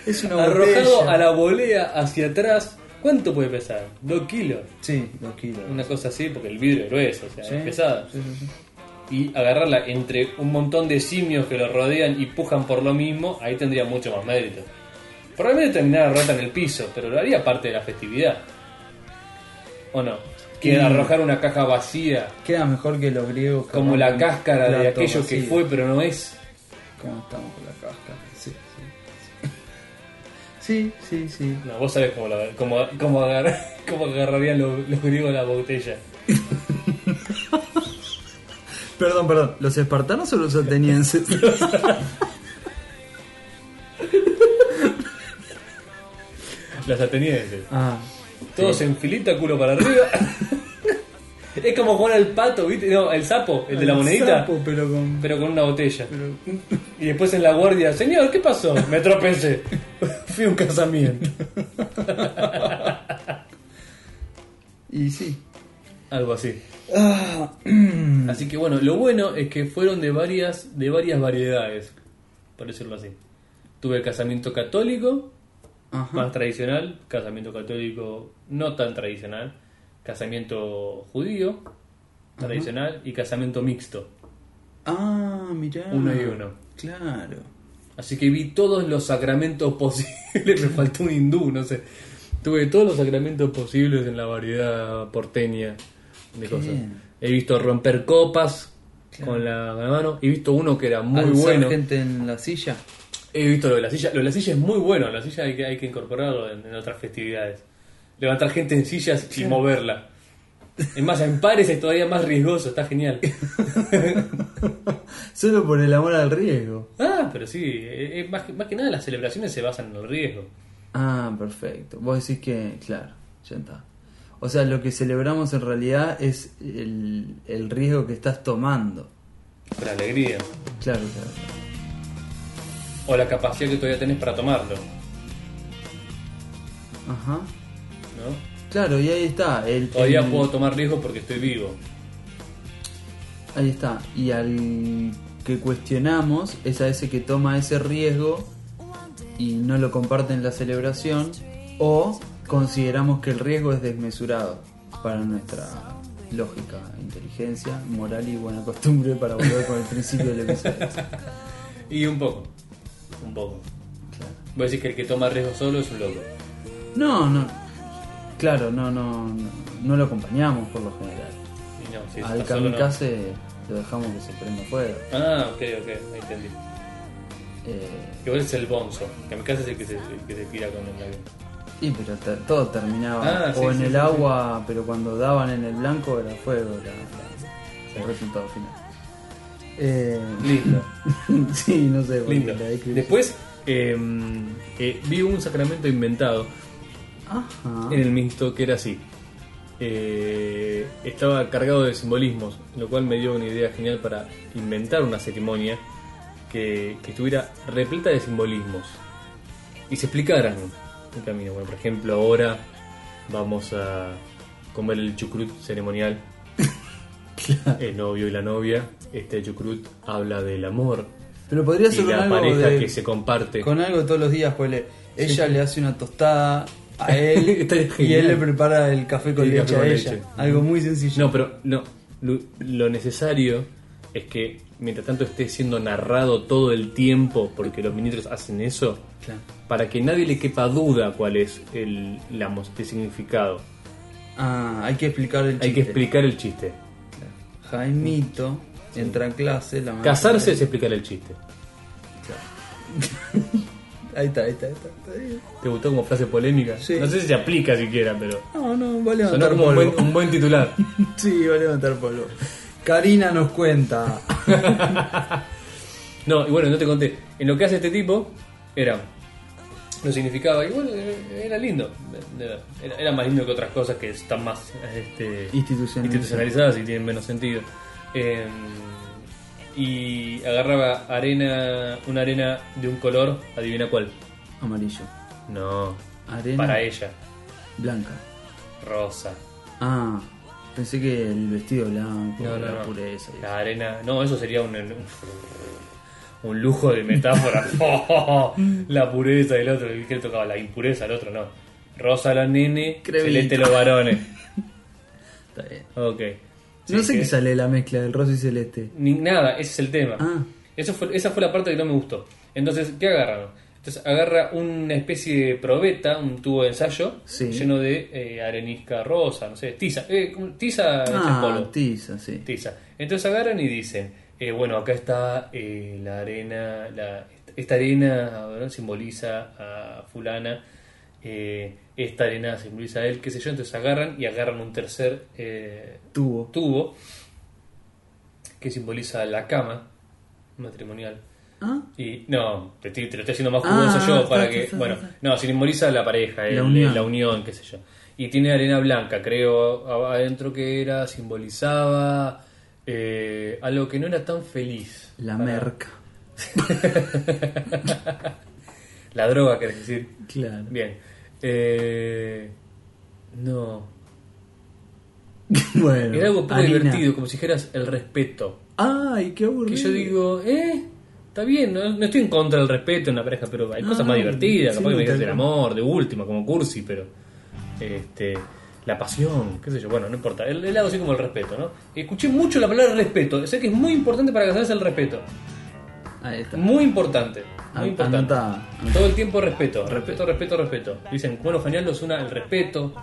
Speaker 1: es una
Speaker 2: Arrojado
Speaker 1: botella.
Speaker 2: a la volea hacia atrás. ¿Cuánto puede pesar? ¿Dos kilos?
Speaker 1: Sí, dos kilos.
Speaker 2: Una cosa así, porque el vidrio es grueso, o sea,
Speaker 1: Sí,
Speaker 2: es pesado.
Speaker 1: sí, sí, sí.
Speaker 2: Y agarrarla entre un montón de simios que lo rodean y pujan por lo mismo, ahí tendría mucho más mérito. Probablemente terminara rota en el piso, pero lo haría parte de la festividad. ¿O no? Que
Speaker 1: Y-
Speaker 2: arrojar una caja vacía,
Speaker 1: Queda mejor que los griegos. que
Speaker 2: como la
Speaker 1: arrancan
Speaker 2: cáscara de
Speaker 1: plato
Speaker 2: aquello que
Speaker 1: vacío.
Speaker 2: fue pero no es.
Speaker 1: ¿Cómo estamos con la cáscara? Sí, sí. Sí, sí, sí.
Speaker 2: No, vos sabés cómo, la- cómo- cómo agarrar- cómo agarrarían los, los griegos la botella.
Speaker 1: Perdón, perdón. ¿Los espartanos o los atenienses?
Speaker 2: Los atenienses.
Speaker 1: ah,
Speaker 2: Todos en filita, culo para arriba. es como jugar al pato, ¿viste? No, el sapo, el de la monedita.
Speaker 1: sapo, pero con...
Speaker 2: Pero con una botella.
Speaker 1: pero-
Speaker 2: Y después en la guardia, señor, ¿qué pasó? Me tropecé. Fui a un casamiento.
Speaker 1: Y sí. Ah,
Speaker 2: Algo así. Así que bueno, lo bueno es que fueron de varias, de varias variedades, por decirlo así. Tuve casamiento católico,
Speaker 1: Ajá.
Speaker 2: más tradicional, casamiento católico no tan tradicional, casamiento judío, tradicional, y casamiento mixto,
Speaker 1: Ah, mirá.
Speaker 2: uno y uno.
Speaker 1: Claro.
Speaker 2: Así que vi todos los sacramentos posibles, me faltó un hindú, no sé. Tuve todos los sacramentos posibles en la variedad porteña de cosas.
Speaker 1: bien.
Speaker 2: He visto romper copas con la con la mano, he visto uno que era muy
Speaker 1: Alzar
Speaker 2: bueno.
Speaker 1: gente en la silla.
Speaker 2: He visto lo de la silla. Lo de la silla es muy bueno. La silla hay que, hay que incorporarlo en, en otras festividades. Levantar gente en sillas y moverla. Es más, en pares es todavía más riesgoso. Está genial.
Speaker 1: Solo por el amor al riesgo.
Speaker 2: Ah, pero sí. eh, eh, más, que, más que nada las celebraciones se basan en el riesgo.
Speaker 1: Ah, perfecto. Vos decís que, claro, ya está. O sea, lo que celebramos en realidad es el, el riesgo que estás tomando.
Speaker 2: Por la alegría.
Speaker 1: Claro, claro.
Speaker 2: O la capacidad que todavía tenés para tomarlo.
Speaker 1: Ajá.
Speaker 2: ¿no?
Speaker 1: Claro, y ahí está. El,
Speaker 2: Todavía
Speaker 1: el-
Speaker 2: puedo tomar riesgo porque estoy vivo.
Speaker 1: Ahí está. Y al que cuestionamos es a ese que toma ese riesgo y no lo comparte en la celebración o consideramos que el riesgo es desmesurado para nuestra lógica, inteligencia, moral y buena costumbre para volver con el principio del episodio.
Speaker 2: Y un poco. Un poco.
Speaker 1: Claro.
Speaker 2: Voy a decir que el que toma riesgo solo es un loco.
Speaker 1: No, no. Claro, no, no, no, no lo acompañamos por lo general.
Speaker 2: Y no, si
Speaker 1: Al
Speaker 2: está solo, no.
Speaker 1: kamikaze lo dejamos que se prenda fuego.
Speaker 2: Ah, ok, ok. Entendí.
Speaker 1: Eh,
Speaker 2: Que vos es el bonzo. Que me casa es el que se, el que se tira con el avión.
Speaker 1: Y pero te- todo terminaba
Speaker 2: Ah, sí,
Speaker 1: o en
Speaker 2: sí,
Speaker 1: el
Speaker 2: sí,
Speaker 1: agua, pero cuando daban en el blanco era fuego la- la- el resultado final. Eh,
Speaker 2: Lindo,
Speaker 1: sí, no sé. porque
Speaker 2: lindo.
Speaker 1: la descripción-
Speaker 2: Después eh, eh, vi un sacramento inventado
Speaker 1: Ajá.
Speaker 2: en el mixto que era así. Eh, estaba cargado de simbolismos, lo cual me dio una idea genial para inventar una ceremonia que, que estuviera repleta de simbolismos y se explicaran el camino. Bueno, por ejemplo, ahora vamos a comer el chucrut ceremonial. El novio y la novia. Este chucrut habla del amor
Speaker 1: Pero podría
Speaker 2: y
Speaker 1: ser con
Speaker 2: la
Speaker 1: algo,
Speaker 2: pareja
Speaker 1: de-
Speaker 2: que se comparte.
Speaker 1: con algo todos los días, pues le- ella le hace una tostada a él
Speaker 2: Estaría
Speaker 1: y él
Speaker 2: genial.
Speaker 1: le prepara el café con
Speaker 2: El
Speaker 1: leche
Speaker 2: café con
Speaker 1: a ella.
Speaker 2: leche.
Speaker 1: Algo muy sencillo.
Speaker 2: No, pero no. Lo, lo necesario es que mientras tanto esté siendo narrado todo el tiempo, porque los ministros hacen eso,
Speaker 1: Claro.
Speaker 2: para que nadie le quepa duda cuál es el, la, mos- el significado.
Speaker 1: Ah, hay que explicar el
Speaker 2: Hay que
Speaker 1: chiste.
Speaker 2: explicar el chiste.
Speaker 1: Jaimito entra a clase, la maestra-
Speaker 2: Casarse es explicar el chiste.
Speaker 1: Ahí está, ahí está, ahí está, está bien.
Speaker 2: ¿Te gustó como frase polémica?
Speaker 1: Sí.
Speaker 2: No sé si se aplica siquiera, pero.
Speaker 1: No, no, va a
Speaker 2: Sonó
Speaker 1: levantar
Speaker 2: como un
Speaker 1: polvo.
Speaker 2: buen, un buen titular.
Speaker 1: Sí, va a levantar polvo. Karina nos cuenta.
Speaker 2: No, y bueno, no te conté. En lo que hace este tipo, era. Lo significaba, y bueno, era lindo. de- de ver. Era, era más lindo que otras cosas que están más este,
Speaker 1: Institucionalizadas.
Speaker 2: institucionalizadas y tienen menos sentido. Eh, y agarraba arena, una arena de un color, adivina cuál.
Speaker 1: Amarillo.
Speaker 2: No,
Speaker 1: Arena
Speaker 2: para ella,
Speaker 1: blanca.
Speaker 2: rosa.
Speaker 1: Ah, pensé que el vestido blanco,
Speaker 2: No, no,
Speaker 1: la
Speaker 2: no.
Speaker 1: pureza. y
Speaker 2: La arena. No, eso sería un, un, un lujo de metáfora. Oh, la pureza del otro. ¿Qué le tocaba? La impureza al otro, no. Rosa la nene,
Speaker 1: Crevito.
Speaker 2: celeste los varones.
Speaker 1: eso. Está bien.
Speaker 2: Ok.
Speaker 1: no
Speaker 2: Sí,
Speaker 1: sé
Speaker 2: que-
Speaker 1: qué sale de la mezcla del rosa y celeste.
Speaker 2: Ni, nada, ese es el tema.
Speaker 1: Ah.
Speaker 2: Eso fue, esa fue la parte que no me gustó. Entonces, ¿qué agarraron? Entonces agarra una especie de probeta, un tubo de ensayo,
Speaker 1: Sí.
Speaker 2: lleno de eh, arenisca rosa, no sé, tiza, eh, como- tiza hecha en
Speaker 1: Ah,
Speaker 2: polvo.
Speaker 1: tiza, sí.
Speaker 2: Tiza. Entonces agarran y dicen, eh, bueno, acá está eh, la arena, la, esta arena ¿verdad? simboliza a fulana, eh, esta arena simboliza a él, qué sé yo, entonces agarran y agarran un tercer eh,
Speaker 1: Tuvo.
Speaker 2: tubo que simboliza la cama matrimonial.
Speaker 1: ¿Ah?
Speaker 2: Y no, te, estoy- te lo estoy haciendo más
Speaker 1: Ah,
Speaker 2: jugoso yo
Speaker 1: está,
Speaker 2: para
Speaker 1: está,
Speaker 2: que.
Speaker 1: está,
Speaker 2: bueno,
Speaker 1: está.
Speaker 2: no, simboliza la pareja, el- el- la unión.
Speaker 1: unión.
Speaker 2: qué sé yo. Y tiene arena blanca, creo, a- adentro que era, simbolizaba eh, algo que no era tan feliz.
Speaker 1: La
Speaker 2: Para-
Speaker 1: merca.
Speaker 2: La droga, querés decir.
Speaker 1: Claro.
Speaker 2: Bien. Eh, no.
Speaker 1: Bueno.
Speaker 2: Era algo poco
Speaker 1: harina.
Speaker 2: divertido, como si dijeras el respeto.
Speaker 1: Ay, qué aburrido.
Speaker 2: Que yo digo, eh, está bien, no, no estoy en contra del respeto en la pareja, pero hay cosas
Speaker 1: No,
Speaker 2: más divertidas,
Speaker 1: Ah, sí,
Speaker 2: capaz que me
Speaker 1: tal
Speaker 2: digas el
Speaker 1: cual.
Speaker 2: amor, de última, como cursi, pero este la pasión, qué sé yo, bueno, no importa, el, el lado así como el respeto, ¿no? Escuché mucho la palabra respeto, sé que es muy importante para casarse el respeto,
Speaker 1: Ahí está.
Speaker 2: muy importante,
Speaker 1: An-
Speaker 2: muy importante.
Speaker 1: anota.
Speaker 2: Todo el tiempo respeto, respeto, respeto, respeto. Dicen, bueno, genial, los una el respeto.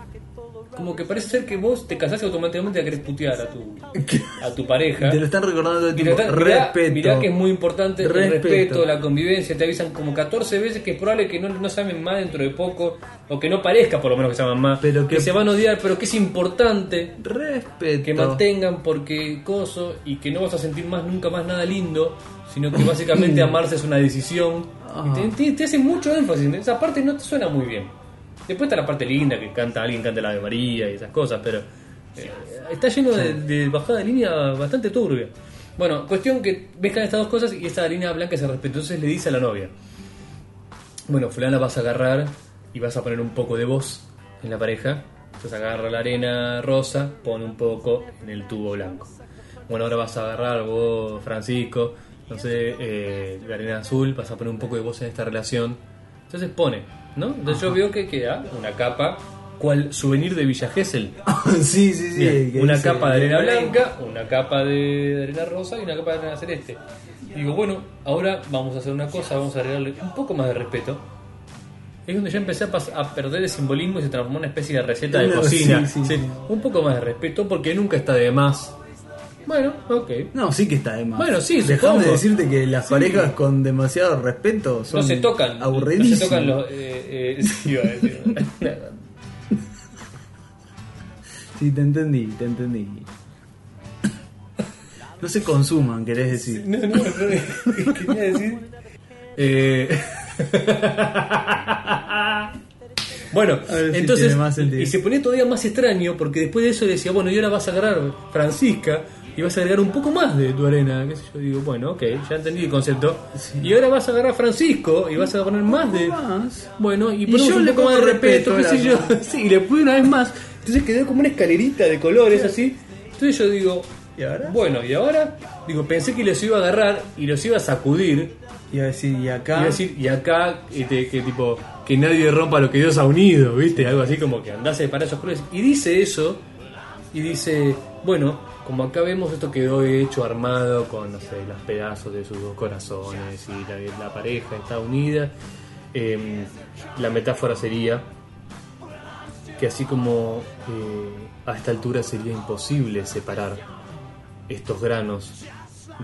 Speaker 2: Como que parece ser que vos te casás y automáticamente la querés putear a tu, a tu pareja.
Speaker 1: Te lo están recordando todo el
Speaker 2: Mirá,
Speaker 1: tiempo.
Speaker 2: mirá-
Speaker 1: Respeto.
Speaker 2: mirá que es muy importante el
Speaker 1: Respeto.
Speaker 2: respeto, la convivencia. Te avisan como 14 veces que es probable que no, no se amen más dentro de poco, o que no parezca por lo menos que se aman más,
Speaker 1: Pero
Speaker 2: que,
Speaker 1: que-
Speaker 2: se van a odiar, pero que es importante
Speaker 1: Respeto.
Speaker 2: que mantengan porque coso y que no vas a sentir más nunca más nada lindo, sino que básicamente amarse es una decisión. Y te, te- te hace mucho énfasis, esa parte no te suena muy bien. Después está la parte linda que canta alguien canta la de María y esas cosas, pero eh, está lleno de, de bajada de línea bastante turbia. Bueno, cuestión que mezclan estas dos cosas y esta línea blanca se respeta. Entonces le dice a la novia: Bueno, Fulana vas a agarrar y vas a poner un poco de voz en la pareja. Entonces agarra la arena rosa, pone un poco en el tubo blanco. Bueno, ahora vas a agarrar vos, Francisco, no sé, eh, la arena azul, vas a poner un poco de voz en esta relación. Entonces pone, ¿no? Entonces yo veo que queda una capa, cual souvenir de Villa Gesell.
Speaker 1: sí, sí, sí.
Speaker 2: Bien,
Speaker 1: que
Speaker 2: una
Speaker 1: dice-
Speaker 2: capa de arena blanca, una capa de arena rosa y una capa de arena celeste. Digo, bueno, ahora vamos a hacer una cosa, vamos a agregarle un poco más de respeto. Es donde yo empecé a, pas- a perder el simbolismo y se transformó en una especie de receta de
Speaker 1: Una-
Speaker 2: cocina.
Speaker 1: sí, sí.
Speaker 2: Sí, un poco más de respeto porque nunca está de más. Bueno, ok.
Speaker 1: No, sí que está de más.
Speaker 2: Bueno, sí,
Speaker 1: Dejame
Speaker 2: supongo.
Speaker 1: de decirte que las
Speaker 2: Sí.
Speaker 1: parejas con demasiado respeto son
Speaker 2: No se tocan. No se
Speaker 1: aburridísimas.
Speaker 2: tocan los. eh, eh, sí, iba a decir.
Speaker 1: Sí, te entendí, te entendí. No se consuman, querés decir.
Speaker 2: No, no, no, quería decir. Eh, bueno,
Speaker 1: ver si
Speaker 2: entonces.
Speaker 1: tiene más sentido.
Speaker 2: y se ponía todavía más extraño porque después de eso decía, bueno, y ahora vas a agarrar Francisca y vas a agregar un poco más de tu arena. qué sé yo digo, bueno, ok, ya entendí el concepto. Y ahora vas a agarrar Francisco y vas a poner más de.
Speaker 1: Más.
Speaker 2: Bueno, y,
Speaker 1: Y
Speaker 2: ponemos
Speaker 1: yo
Speaker 2: un
Speaker 1: le
Speaker 2: poco más de
Speaker 1: pongo
Speaker 2: respeto, qué
Speaker 1: respeto,
Speaker 2: sé yo.
Speaker 1: claro.
Speaker 2: Sí, y le puse una vez más. Entonces quedó como una escalerita de colores así. Entonces yo digo,
Speaker 1: ¿Y ahora?
Speaker 2: bueno, y ahora, digo, pensé que los iba a agarrar y los iba a sacudir.
Speaker 1: Y a decir, y
Speaker 2: Y
Speaker 1: acá.
Speaker 2: iba a decir, y acá, este, que tipo, que nadie rompa lo que Dios ha unido, ¿viste? Algo así como que andase para esos colores. Y dice eso, y dice, bueno, como acá vemos, esto quedó hecho armado con, no sé, los pedazos de sus dos corazones y la, la pareja está unida. Em, la metáfora sería que así como eh, a esta altura sería imposible separar estos granos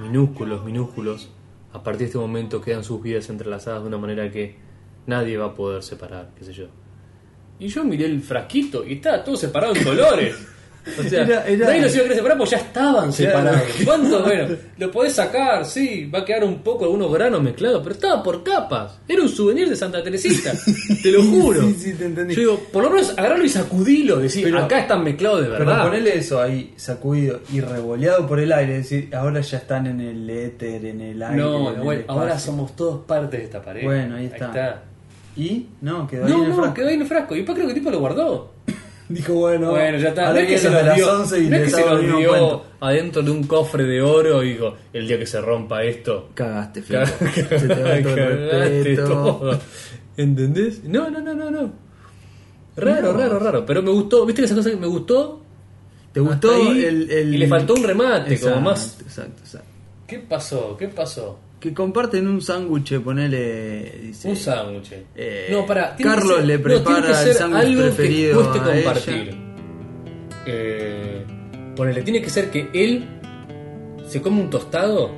Speaker 2: minúsculos, minúsculos, a partir de este momento quedan sus vidas entrelazadas de una manera que nadie va a poder separar, qué sé yo. Y yo miré el frasquito y estaba todo separado en colores. O sea,
Speaker 1: Era- era-
Speaker 2: nadie los iba a querer separar porque ya estaban separados.
Speaker 1: Claro.
Speaker 2: ¿Cuántos? Bueno, lo podés sacar, sí, va a quedar un poco algunos granos mezclados, pero estaba por capas. Era un souvenir de Santa Teresita, te lo juro.
Speaker 1: Sí, sí, te entendí.
Speaker 2: Yo digo, por lo menos agarralo y sacudilo, decir,
Speaker 1: Pero-
Speaker 2: acá están mezclados de
Speaker 1: Pero
Speaker 2: verdad.
Speaker 1: ponerle eso ahí, sacudido y revoleado por el aire, es decir, ahora ya están en el éter, en el aire.
Speaker 2: No,
Speaker 1: en el
Speaker 2: Nahuel, ahora
Speaker 1: espacio.
Speaker 2: somos todos parte de esta pared.
Speaker 1: Bueno, ahí está. ¿Y? No, quedó ahí
Speaker 2: No,
Speaker 1: en el
Speaker 2: no,
Speaker 1: frasco.
Speaker 2: quedó ahí en el frasco. Y después creo que el tipo lo guardó.
Speaker 1: Dijo, bueno,
Speaker 2: bueno, ya está.
Speaker 1: ahora
Speaker 2: No es que se
Speaker 1: vienen
Speaker 2: los
Speaker 1: a
Speaker 2: dio,
Speaker 1: las 11 y
Speaker 2: no es que
Speaker 1: les
Speaker 2: se
Speaker 1: hago
Speaker 2: los
Speaker 1: el mismo
Speaker 2: dio
Speaker 1: cuento.
Speaker 2: adentro de un cofre de oro y dijo, el día que se rompa esto,
Speaker 1: Cagaste, Fito. Se te va todo el
Speaker 2: Cagaste
Speaker 1: respeto.
Speaker 2: todo. ¿Entendés? No, no, no, no, no. Raro,
Speaker 1: No.
Speaker 2: raro, raro. Pero me gustó, ¿viste esa cosa que me gustó?
Speaker 1: ¿Te gustó
Speaker 2: Hasta ahí,
Speaker 1: el, el-
Speaker 2: Y le faltó un remate,
Speaker 1: Exacto,
Speaker 2: como más.
Speaker 1: Exacto, exacto.
Speaker 2: ¿Qué pasó? ¿Qué pasó?
Speaker 1: Que comparten un sándwich, ponele. Dice,
Speaker 2: Un sándwich.
Speaker 1: Eh,
Speaker 2: no, para.
Speaker 1: Carlos le prepara el sándwich preferido
Speaker 2: Que cueste
Speaker 1: a ella.
Speaker 2: compartir. Eh, ponele, tiene que ser que él se come un tostado,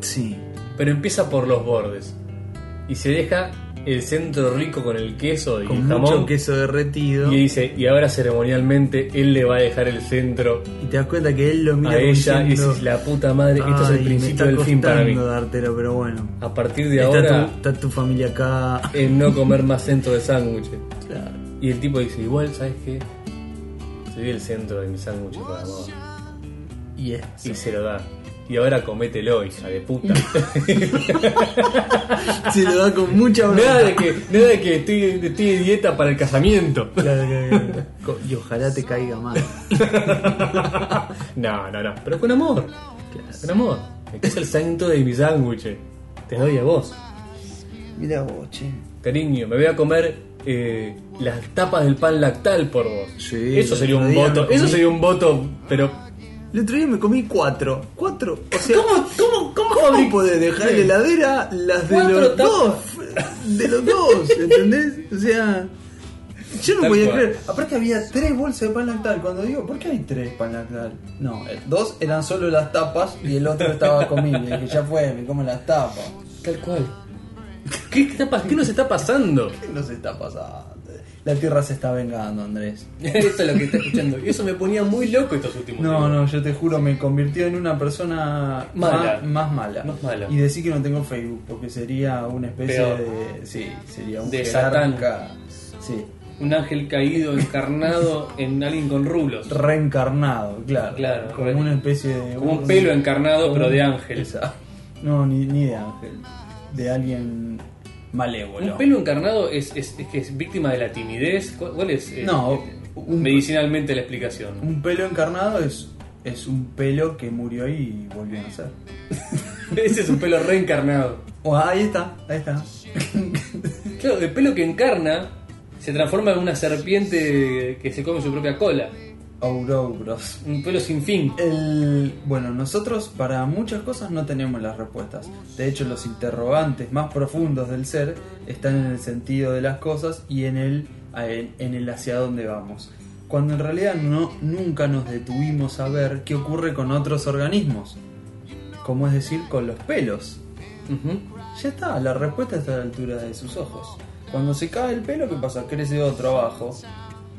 Speaker 1: Sí.
Speaker 2: pero empieza por los bordes. y se deja el centro rico con el queso y
Speaker 1: Con
Speaker 2: el jamón.
Speaker 1: mucho queso derretido.
Speaker 2: Y
Speaker 1: Y,
Speaker 2: dice, y ahora ceremonialmente él le va a dejar el centro
Speaker 1: te das cuenta que él lo mira
Speaker 2: a
Speaker 1: como
Speaker 2: ella y
Speaker 1: diciendo,
Speaker 2: dices, la puta madre, esto es
Speaker 1: "Ay,
Speaker 2: el principio del
Speaker 1: me está
Speaker 2: fin para mí.
Speaker 1: costando dártelo, pero bueno.
Speaker 2: A partir de
Speaker 1: Está,
Speaker 2: ahora
Speaker 1: tu, está tu familia acá.
Speaker 2: es no comer más centro de sándwiches.
Speaker 1: Claro.
Speaker 2: Y el tipo dice, igual, ¿sabes qué? Se dio el centro de mi sándwich para vos.
Speaker 1: Y es-
Speaker 2: Y se lo da. Y ahora comételo, hija de puta.
Speaker 1: Se lo da con mucha
Speaker 2: nada de
Speaker 1: bronca.
Speaker 2: que, nada de que estoy, estoy de dieta para el casamiento.
Speaker 1: Claro, claro, claro. Co- Y ojalá te caiga mal.
Speaker 2: No, no, no. Pero con amor. Con amor. Este es el santo de mi sándwich. Te doy a vos.
Speaker 1: Mira vos, che.
Speaker 2: Cariño, me voy a comer eh, las tapas del pan lactal por vos.
Speaker 1: Sí,
Speaker 2: eso sería
Speaker 1: el
Speaker 2: un
Speaker 1: otro día
Speaker 2: voto.
Speaker 1: me
Speaker 2: Eso
Speaker 1: comí-
Speaker 2: sería un voto, pero.
Speaker 1: El otro día me comí cuatro. Cuatro. O sea,
Speaker 2: ¿Cómo, cómo, cómo,
Speaker 1: ¿Cómo
Speaker 2: fabric-
Speaker 1: podés dejar en la heladera las de
Speaker 2: Cuatro
Speaker 1: los
Speaker 2: tapas.
Speaker 1: dos? De los dos, ¿entendés? O sea, yo no
Speaker 2: Tal
Speaker 1: podía
Speaker 2: cual.
Speaker 1: creer. Aparte había tres bolsas de pan lactal. Cuando digo, ¿por qué hay tres pan lactal? No, eh, dos eran solo las tapas y el otro estaba comible. que ya fue, me como las tapas.
Speaker 2: Tal cual. ¿Qué, está pas- qué nos está pasando?
Speaker 1: ¿Qué nos está pasando? La tierra se está vengando, Andrés.
Speaker 2: Eso es lo que está escuchando. Y eso me ponía muy loco estos últimos
Speaker 1: No, no, yo te juro, me convirtió en una persona
Speaker 2: Mala.
Speaker 1: Más, más mala.
Speaker 2: Más mala.
Speaker 1: Y decir que no tengo Facebook, porque sería una especie
Speaker 2: Peor.
Speaker 1: de. Sí, sería un
Speaker 3: De
Speaker 1: jerarca. Sí,
Speaker 3: Un ángel caído, encarnado en alguien con rulos.
Speaker 1: reencarnado, claro.
Speaker 3: Claro,
Speaker 1: como
Speaker 3: re-
Speaker 1: una especie de.
Speaker 3: Como un pelo encarnado,
Speaker 1: como
Speaker 3: pero
Speaker 1: un-
Speaker 3: de ángel.
Speaker 1: Exacto. No, ni, ni de ángel. De alguien malévolo.
Speaker 3: Un pelo encarnado es, es- es que es víctima de la timidez. ¿Cuál cuál es? eh,
Speaker 1: No,
Speaker 3: eh,
Speaker 1: un-
Speaker 3: medicinalmente la explicación.
Speaker 1: Un pelo encarnado es, es un pelo que murió y volvió a nacer.
Speaker 3: Ese es un pelo reencarnado.
Speaker 1: Oh, ahí está, ahí está.
Speaker 3: Claro, el pelo que encarna se transforma en una serpiente que se come su propia cola.
Speaker 1: Ouroboros.
Speaker 3: Un pelo sin fin.
Speaker 1: El, bueno, nosotros para muchas cosas no tenemos las respuestas. De hecho, los interrogantes más profundos del ser están en el sentido de las cosas y en el, en, en el hacia dónde vamos. Cuando en realidad no, nunca nos detuvimos a ver qué ocurre con otros organismos. Como es decir, con los pelos. Eh,
Speaker 3: Ujú.
Speaker 1: Ya está, la respuesta está a la altura de sus ojos. Cuando se cae el pelo, ¿qué pasa? Crece otro abajo.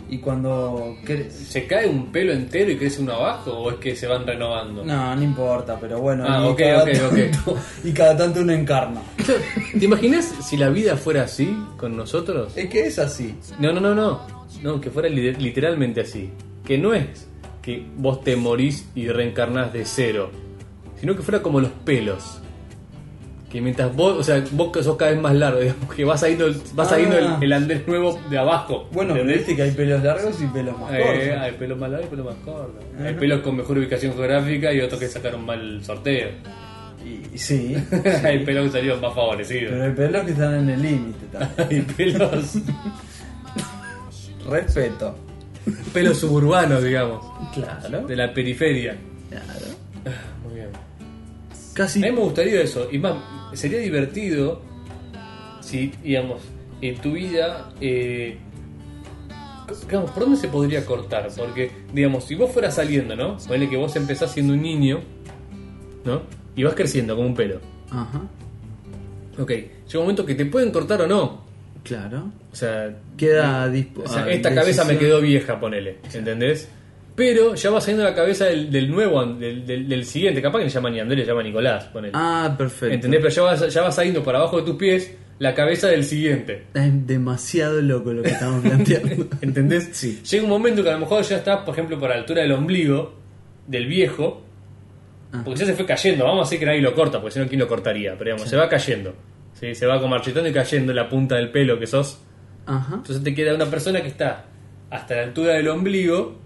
Speaker 1: Y cuando... cre-
Speaker 3: ¿Se cae un pelo entero y crece uno abajo o es que se van renovando?
Speaker 1: No, no importa, pero bueno.
Speaker 3: Ah,
Speaker 1: y
Speaker 3: ok,
Speaker 1: cada
Speaker 3: ok,
Speaker 1: tanto-
Speaker 3: ok.
Speaker 1: Y cada tanto uno encarna.
Speaker 2: ¿Te imaginas si la vida fuera así con nosotros?
Speaker 1: Es que es así.
Speaker 2: No, no, no, no. No, que fuera li- literalmente así. Que no es que vos te morís y reencarnás de cero. Sino que fuera como los pelos. Que mientras vos, o sea, vos que sos cada vez más largo, digamos, que vas saliendo, el- vas
Speaker 1: Ah.
Speaker 2: saliendo el, el andén nuevo de abajo.
Speaker 1: Bueno, pero
Speaker 2: ¿entendés?
Speaker 1: viste que hay pelos largos y pelos más cortos.
Speaker 3: Eh, hay pelo más largo y pelo más corto. Hay pelos con mejor ubicación geográfica y otros que sacaron mal el sorteo.
Speaker 1: Y, y sí,
Speaker 3: hay pelos que salieron más favorecidos.
Speaker 1: pero hay pelos que están en el límite también.
Speaker 3: Hay pelos.
Speaker 1: Respeto.
Speaker 2: Pelos suburbanos, digamos.
Speaker 1: Claro.
Speaker 2: De la periferia.
Speaker 1: Claro.
Speaker 2: Muy bien.
Speaker 1: Casi.
Speaker 3: A mí me gustaría eso. Y más, sería divertido si, digamos, en tu vida. eh, digamos, ¿Por dónde se podría cortar? Porque, digamos, si vos fueras saliendo, ¿no? Ponele que vos empezás siendo un niño, ¿no? Y vas creciendo como un pelo.
Speaker 1: Ajá.
Speaker 2: Ok, llega un momento que te pueden cortar o no.
Speaker 1: Claro.
Speaker 2: O sea,
Speaker 1: Queda dispuesto.
Speaker 2: O sea, esta cabeza me quedó vieja, ponele, ¿entendés? Pero ya va saliendo la cabeza del, del nuevo, an- del, del- del siguiente, capaz que le llama ni Andrés, le llama Nicolás, ponele.
Speaker 1: Ah, perfecto.
Speaker 2: ¿Entendés? Pero ya va, ya va saliendo por abajo de tus pies la cabeza del siguiente.
Speaker 1: Es demasiado loco lo que estamos planteando.
Speaker 2: ¿Entendés?
Speaker 1: Sí.
Speaker 2: Llega un momento que a lo mejor ya estás, por ejemplo, por la altura del ombligo del viejo,
Speaker 1: Ah.
Speaker 2: porque ya se fue cayendo. Vamos a decir que nadie lo corta, porque si no, ¿quién lo cortaría? Pero digamos, se va cayendo. ¿sí? Se va como marchitando y cayendo la punta del pelo que sos.
Speaker 1: Ajá.
Speaker 2: Entonces te queda una persona que está hasta la altura del ombligo,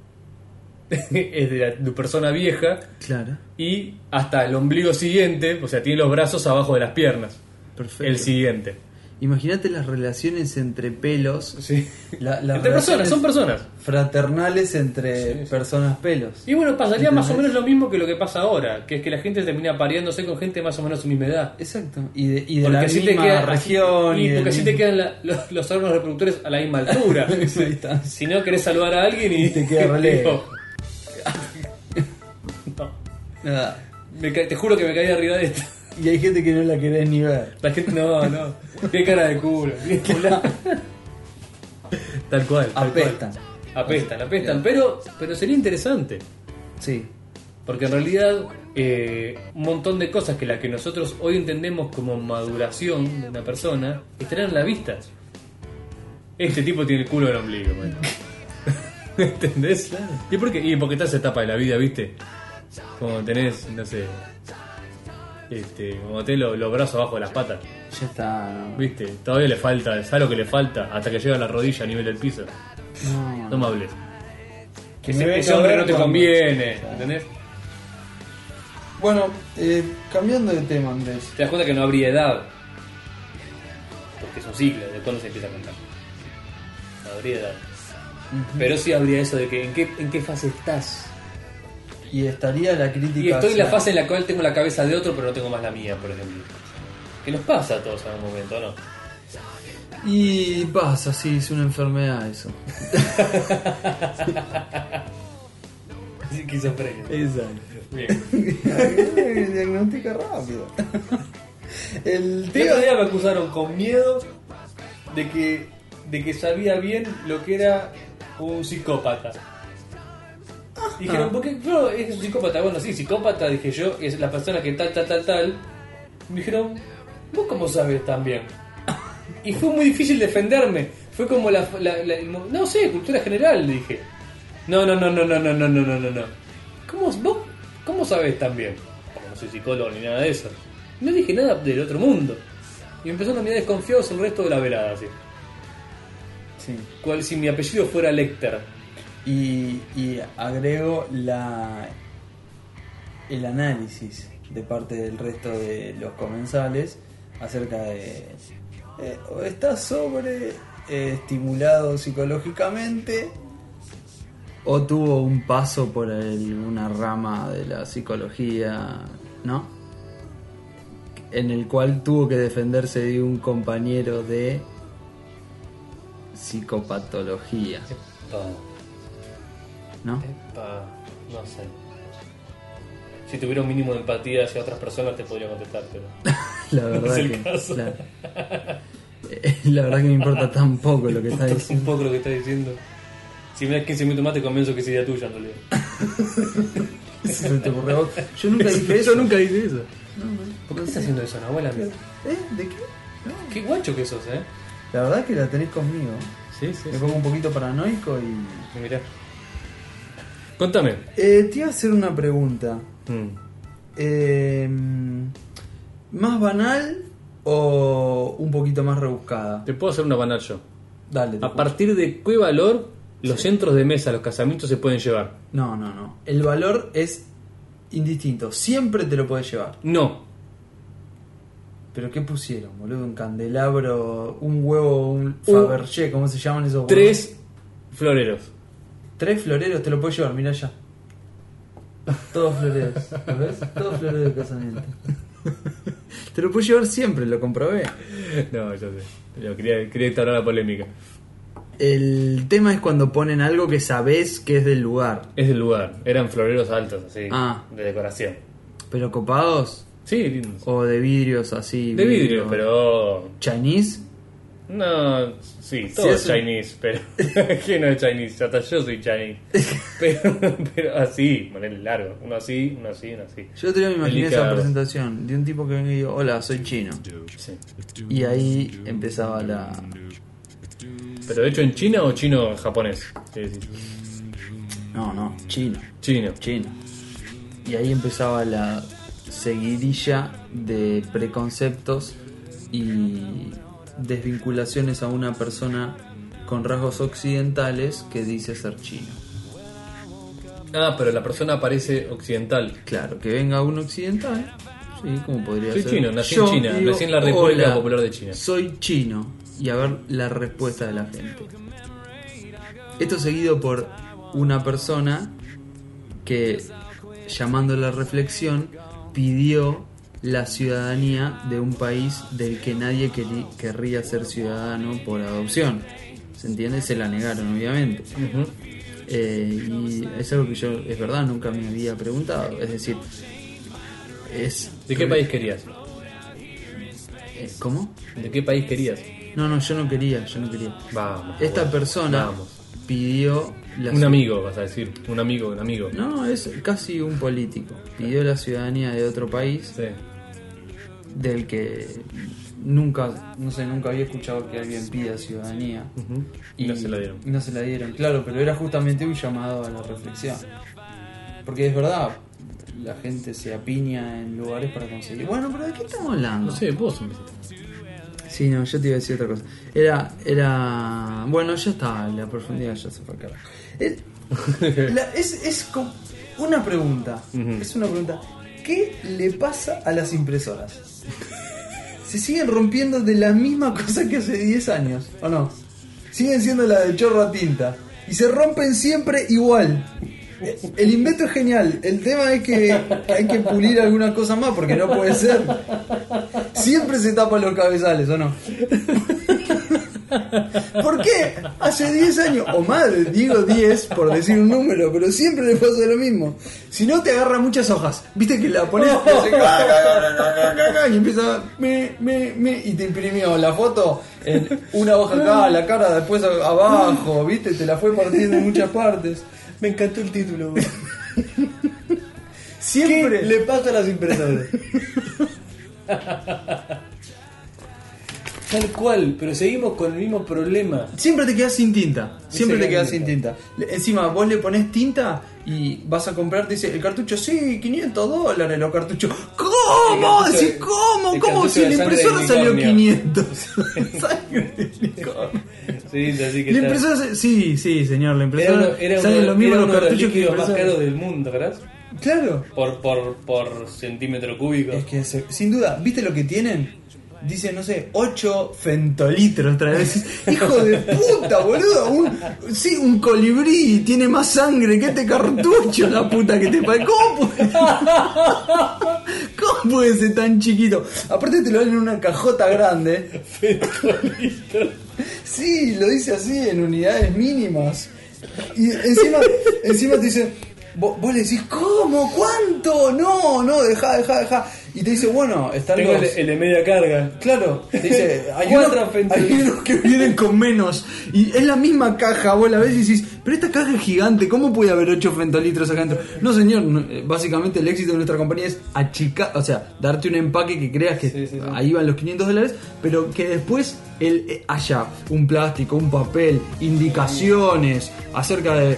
Speaker 2: es de la tu persona vieja,
Speaker 1: Claro.
Speaker 2: y hasta el ombligo siguiente, o sea, tiene los brazos abajo de las piernas.
Speaker 1: Perfecto.
Speaker 2: El siguiente.
Speaker 1: Imagínate las relaciones entre pelos.
Speaker 2: Sí.
Speaker 1: La- las
Speaker 2: Entre personas,
Speaker 1: relaciones
Speaker 2: son personas.
Speaker 1: Fraternales entre personas pelos.
Speaker 2: Y bueno, pasaría más o menos lo mismo que lo que pasa ahora, que es que la gente termina pareándose con gente más o menos de su misma edad.
Speaker 1: Exacto. Y de, y de
Speaker 2: Porque
Speaker 1: la
Speaker 2: así te
Speaker 1: misma
Speaker 2: quedan,
Speaker 1: región.
Speaker 2: y
Speaker 1: del
Speaker 2: porque así te
Speaker 1: mismo-
Speaker 2: quedan la- los, los órganos reproductores a la misma altura.
Speaker 1: Esa distancia.
Speaker 2: si no querés saludar a alguien y
Speaker 1: Te queda re lejos.
Speaker 2: No.
Speaker 1: Nada.
Speaker 2: Me ca- te juro que me caí arriba de esto.
Speaker 1: Y hay gente que no la querés ni ver.
Speaker 3: La gente, no, no. Qué cara de culo. qué culo.
Speaker 2: Tal cual. tal cual.
Speaker 1: Apesta.
Speaker 3: Apestan, apestan. Pero, pero sería interesante.
Speaker 1: Sí.
Speaker 3: Porque en realidad, eh, un montón de cosas que la que nosotros hoy entendemos como maduración de una persona estarán en la vista. Este tipo tiene el culo en el ombligo, man. ¿Entendés? ¿Y por qué? Y porque estás en esa etapa de la vida, ¿viste?
Speaker 2: Como tenés, no sé. Este, como tenés lo- los brazos abajo de las patas.
Speaker 1: Ya está. No.
Speaker 2: ¿Viste? Todavía le falta, ¿sabes lo que le falta? Hasta que llega a la rodilla a nivel del piso.
Speaker 1: No,
Speaker 2: No me hables.
Speaker 1: Que me
Speaker 3: Ese,
Speaker 1: venga
Speaker 3: ese
Speaker 1: a
Speaker 3: hombre
Speaker 1: ver
Speaker 3: no te
Speaker 1: cuando-
Speaker 3: conviene, ¿entendés?
Speaker 1: Bueno, eh, cambiando de tema, Andrés.
Speaker 3: Te das cuenta que no habría edad. Porque son siglos, de cuando se empieza a contar. No habría edad. Pero sí habría eso de que en qué, en qué fase estás.
Speaker 1: Y estaría la crítica.
Speaker 3: Y estoy en la
Speaker 1: hacia-
Speaker 3: fase en la cual tengo la cabeza de otro, pero no tengo más la mía, por ejemplo. Que nos pasa a todos en algún momento, ¿no?
Speaker 1: Y pasa, sí, es una enfermedad eso.
Speaker 3: Esquizofrenia.
Speaker 1: Exacto.
Speaker 3: Bien.
Speaker 1: Diagnostica rápido. El
Speaker 3: El
Speaker 1: tío.
Speaker 3: otro día me acusaron con miedo de que, de que sabía bien lo que era un psicópata. Dijeron, ¿por qué? Claro, es un psicópata. Bueno, sí, psicópata, dije yo, es la persona que tal, tal, tal, tal. Me dijeron, ¿vos cómo sabes tan bien? Y fue muy difícil defenderme. Fue como la, la- la- No sé, cultura general, dije. No, no, no, no, no, no, no, no, no, no, no. ¿Cómo, vos, ¿Cómo sabes tan bien? Porque no soy psicólogo ni nada de eso. No dije nada del otro mundo. Y empezaron a mirar desconfiados el resto de la velada, así.
Speaker 1: Sí.
Speaker 3: Cual si mi apellido fuera Lecter.
Speaker 1: Y, y agrego la el análisis de parte del resto de los comensales acerca de eh, o estás sobre eh, estimulado psicológicamente o tuvo un paso por el- una rama de la psicología, ¿no? En el cual tuvo que defenderse de un compañero de psicopatología,
Speaker 3: Epa,
Speaker 1: ¿no?
Speaker 3: epa, no sé. Si tuviera un mínimo de empatía hacia otras personas te podría contestar, pero.
Speaker 1: La verdad
Speaker 3: es el
Speaker 1: que,
Speaker 3: caso.
Speaker 1: claro. Eh, la verdad que me importa tan poco lo que está
Speaker 3: Es un
Speaker 1: diciendo.
Speaker 3: poco lo que estás diciendo. Si me das 15 minutos más te convenzo que sería tuya en realidad.
Speaker 1: Se te ocurre a vos. Yo nunca dije eso.
Speaker 2: nunca hice eso.
Speaker 3: ¿Por qué estás haciendo eso, abuela?
Speaker 1: ¿Eh? ¿De qué? No.
Speaker 3: Qué guacho que sos, eh.
Speaker 1: La verdad que la tenés conmigo.
Speaker 2: Sí, sí.
Speaker 1: Me
Speaker 2: sí.
Speaker 1: pongo un poquito paranoico y.
Speaker 3: Y Mirá.
Speaker 2: Contame.
Speaker 1: Eh, te iba a hacer una pregunta.
Speaker 2: Mm.
Speaker 1: Eh, ¿Más banal o un poquito más rebuscada?
Speaker 2: Te puedo hacer una banal yo.
Speaker 1: Dale. te
Speaker 2: ¿A partir de qué valor los centros de mesa, los casamientos se pueden llevar?
Speaker 1: escucho. No, no, no. El valor es indistinto. Siempre te lo puedes llevar.
Speaker 2: No.
Speaker 1: ¿Pero qué pusieron, boludo? Un candelabro, un huevo, un Fabergé, ¿cómo se llaman esos huevos?
Speaker 2: Tres floreros.
Speaker 1: Tres floreros, te lo puedo llevar, mirá allá. Todos floreros, ¿lo ves? Todos floreros de casamiento. Te lo puedo llevar siempre, lo comprobé.
Speaker 2: No, yo sé. Yo quería, quería instaurar la polémica.
Speaker 1: El tema es cuando ponen algo que sabés que es del lugar.
Speaker 2: Es del lugar. Eran floreros altos, así.
Speaker 1: Ah.
Speaker 2: De decoración.
Speaker 1: ¿Pero copados?
Speaker 2: Sí, lindos.
Speaker 1: ¿O de vidrios así?
Speaker 2: De vidrio, pero.
Speaker 1: ¿Chinese?
Speaker 2: No, sí,
Speaker 1: Sí,
Speaker 2: todo
Speaker 1: es
Speaker 2: es
Speaker 1: un-
Speaker 2: Chinese, pero. ¿Quién no es Chinese? Hasta yo soy Chinese. Pero, pero así, ponerle largo. Uno así, uno así, uno así.
Speaker 1: Yo te me imaginé esa
Speaker 2: Delicado.
Speaker 1: presentación de un tipo que venga y digo, hola, soy chino.
Speaker 2: Sí.
Speaker 1: Y ahí empezaba la...
Speaker 2: ¿Pero hecho en China o chino japonés? Es decir,
Speaker 1: No, no, chino.
Speaker 2: Chino.
Speaker 1: China. Y ahí empezaba la seguidilla de preconceptos y desvinculaciones a una persona con rasgos occidentales que dice ser chino.
Speaker 2: Ah, pero la persona parece occidental.
Speaker 1: Claro, que venga un occidental, sí, como podría
Speaker 2: Soy
Speaker 1: ser.
Speaker 2: chino, nací en China, nací en la República Popular de China.
Speaker 1: Soy chino y a ver la respuesta de la gente. Esto seguido por una persona que, llamando la reflexión, pidió la ciudadanía de un país del que nadie queri- querría ser ciudadano por adopción. ¿Se entiende? Se la negaron, obviamente.
Speaker 2: Ujú.
Speaker 1: Eh, y es algo que yo, es verdad, nunca me había preguntado. Es decir, es.
Speaker 2: ¿De qué país querías?
Speaker 1: Eh, ¿Cómo?
Speaker 2: ¿De qué país querías?
Speaker 1: No, no, yo no quería, yo no quería.
Speaker 2: Vamos.
Speaker 1: Esta
Speaker 2: bueno,
Speaker 1: persona
Speaker 2: Vamos.
Speaker 1: pidió la
Speaker 2: Un amigo, vas a decir. Un amigo, un amigo.
Speaker 1: No, es casi un político. Pidió la ciudadanía de otro país
Speaker 2: Sí.
Speaker 1: del que nunca, no sé, nunca había escuchado que alguien pida ciudadanía.
Speaker 2: Ujú. Y no se la dieron.
Speaker 1: y no se la dieron, claro, pero era justamente un llamado a la reflexión. Porque es verdad, la gente se apiña en lugares para conseguir. Bueno, pero ¿de qué estamos hablando?
Speaker 2: No sé, vos empezaste.
Speaker 1: Sí, no, yo te iba a decir otra cosa. Era, era. Bueno, ya está, la profundidad ya se fue al carajo. Es, la- es, es como una pregunta.
Speaker 2: Ujú.
Speaker 1: Es una pregunta. ¿Qué le pasa a las impresoras? Se siguen rompiendo de la misma cosa que hace 10 años, ¿o no? Siguen siendo la del chorro a tinta. Y se rompen siempre igual. El invento es genial. El tema es que hay que pulir alguna cosa más porque no puede ser. Siempre se tapan los cabezales, ¿o no? ¿Por qué? Hace 10 años, o más, digo 10 por decir un número, pero siempre le pasa lo mismo. Si no, te agarra muchas hojas. Viste que la pones y, hace ca, ca, ca, ca, ca, ca, ca, y empieza me, me, me, y te imprimió la foto en una hoja acá, la cara después a- abajo, viste, te la fue partiendo en muchas partes.
Speaker 5: Me encantó el título. güey.
Speaker 1: Siempre.
Speaker 5: ¿Qué le pasa a las impresoras?
Speaker 3: Tal cual, pero seguimos con el mismo problema.
Speaker 1: Siempre te quedas sin tinta. Siempre
Speaker 3: Ese
Speaker 1: te quedas
Speaker 3: gran
Speaker 1: sin tinta. Le- Encima, vos le pones tinta y vas a comprarte dice, el cartucho, sí, 500 dólares los cartuchos. ¿Cómo?
Speaker 3: El cartucho
Speaker 1: Decís,
Speaker 3: de-
Speaker 1: ¿cómo?
Speaker 3: el
Speaker 1: ¿Cómo?
Speaker 3: cartucho
Speaker 1: Si
Speaker 3: de
Speaker 1: la
Speaker 3: sangre
Speaker 1: impresora
Speaker 3: de
Speaker 1: salió
Speaker 3: unicornio.
Speaker 1: 500. Sangre de unicornio.
Speaker 3: Sí, así que
Speaker 1: La
Speaker 3: está-
Speaker 1: impresora, se- sí, sí, señor, la
Speaker 3: era
Speaker 1: impresora.
Speaker 3: uno, era
Speaker 1: salen
Speaker 3: uno-
Speaker 1: lo mismo
Speaker 3: era
Speaker 1: los
Speaker 3: uno de los
Speaker 1: cartuchos que la
Speaker 3: líquidos más
Speaker 1: impresora.
Speaker 3: caros del mundo, ¿verdad?
Speaker 1: Claro.
Speaker 3: Por, por, por centímetro cúbico.
Speaker 1: Es que se- sin duda, ¿viste lo que tienen? Dice, no sé, 8 fentolitros otra vez. Hijo de puta, boludo. Un, sí, un colibrí tiene más sangre que este cartucho, la puta que te parió. ¿Cómo puede, ¿Cómo puede ser tan chiquito? Aparte te lo dan en una cajota grande. Sí, lo dice así, en unidades mínimas. Y encima, encima te dice, vos, vos le decís, ¿cómo? ¿Cuánto? No, no, deja, deja, deja. Y te dice, bueno, están
Speaker 3: Tengo el,
Speaker 1: los...
Speaker 3: el de media carga.
Speaker 1: Claro, te dice, hay,
Speaker 3: Cuatro
Speaker 1: unos,
Speaker 3: fentanyl.
Speaker 1: hay unos que vienen con menos. Y es la misma caja, vos la ves y decís, pero esta caja es gigante, ¿cómo puede haber 8 fentolitros acá adentro? No, señor, no, eh, básicamente el éxito de nuestra compañía es achicar, o sea, darte un empaque que creas que
Speaker 3: Sí, sí, sí.
Speaker 1: ahí van los 500 dólares, pero que después el, eh, haya un plástico, un papel, indicaciones acerca de.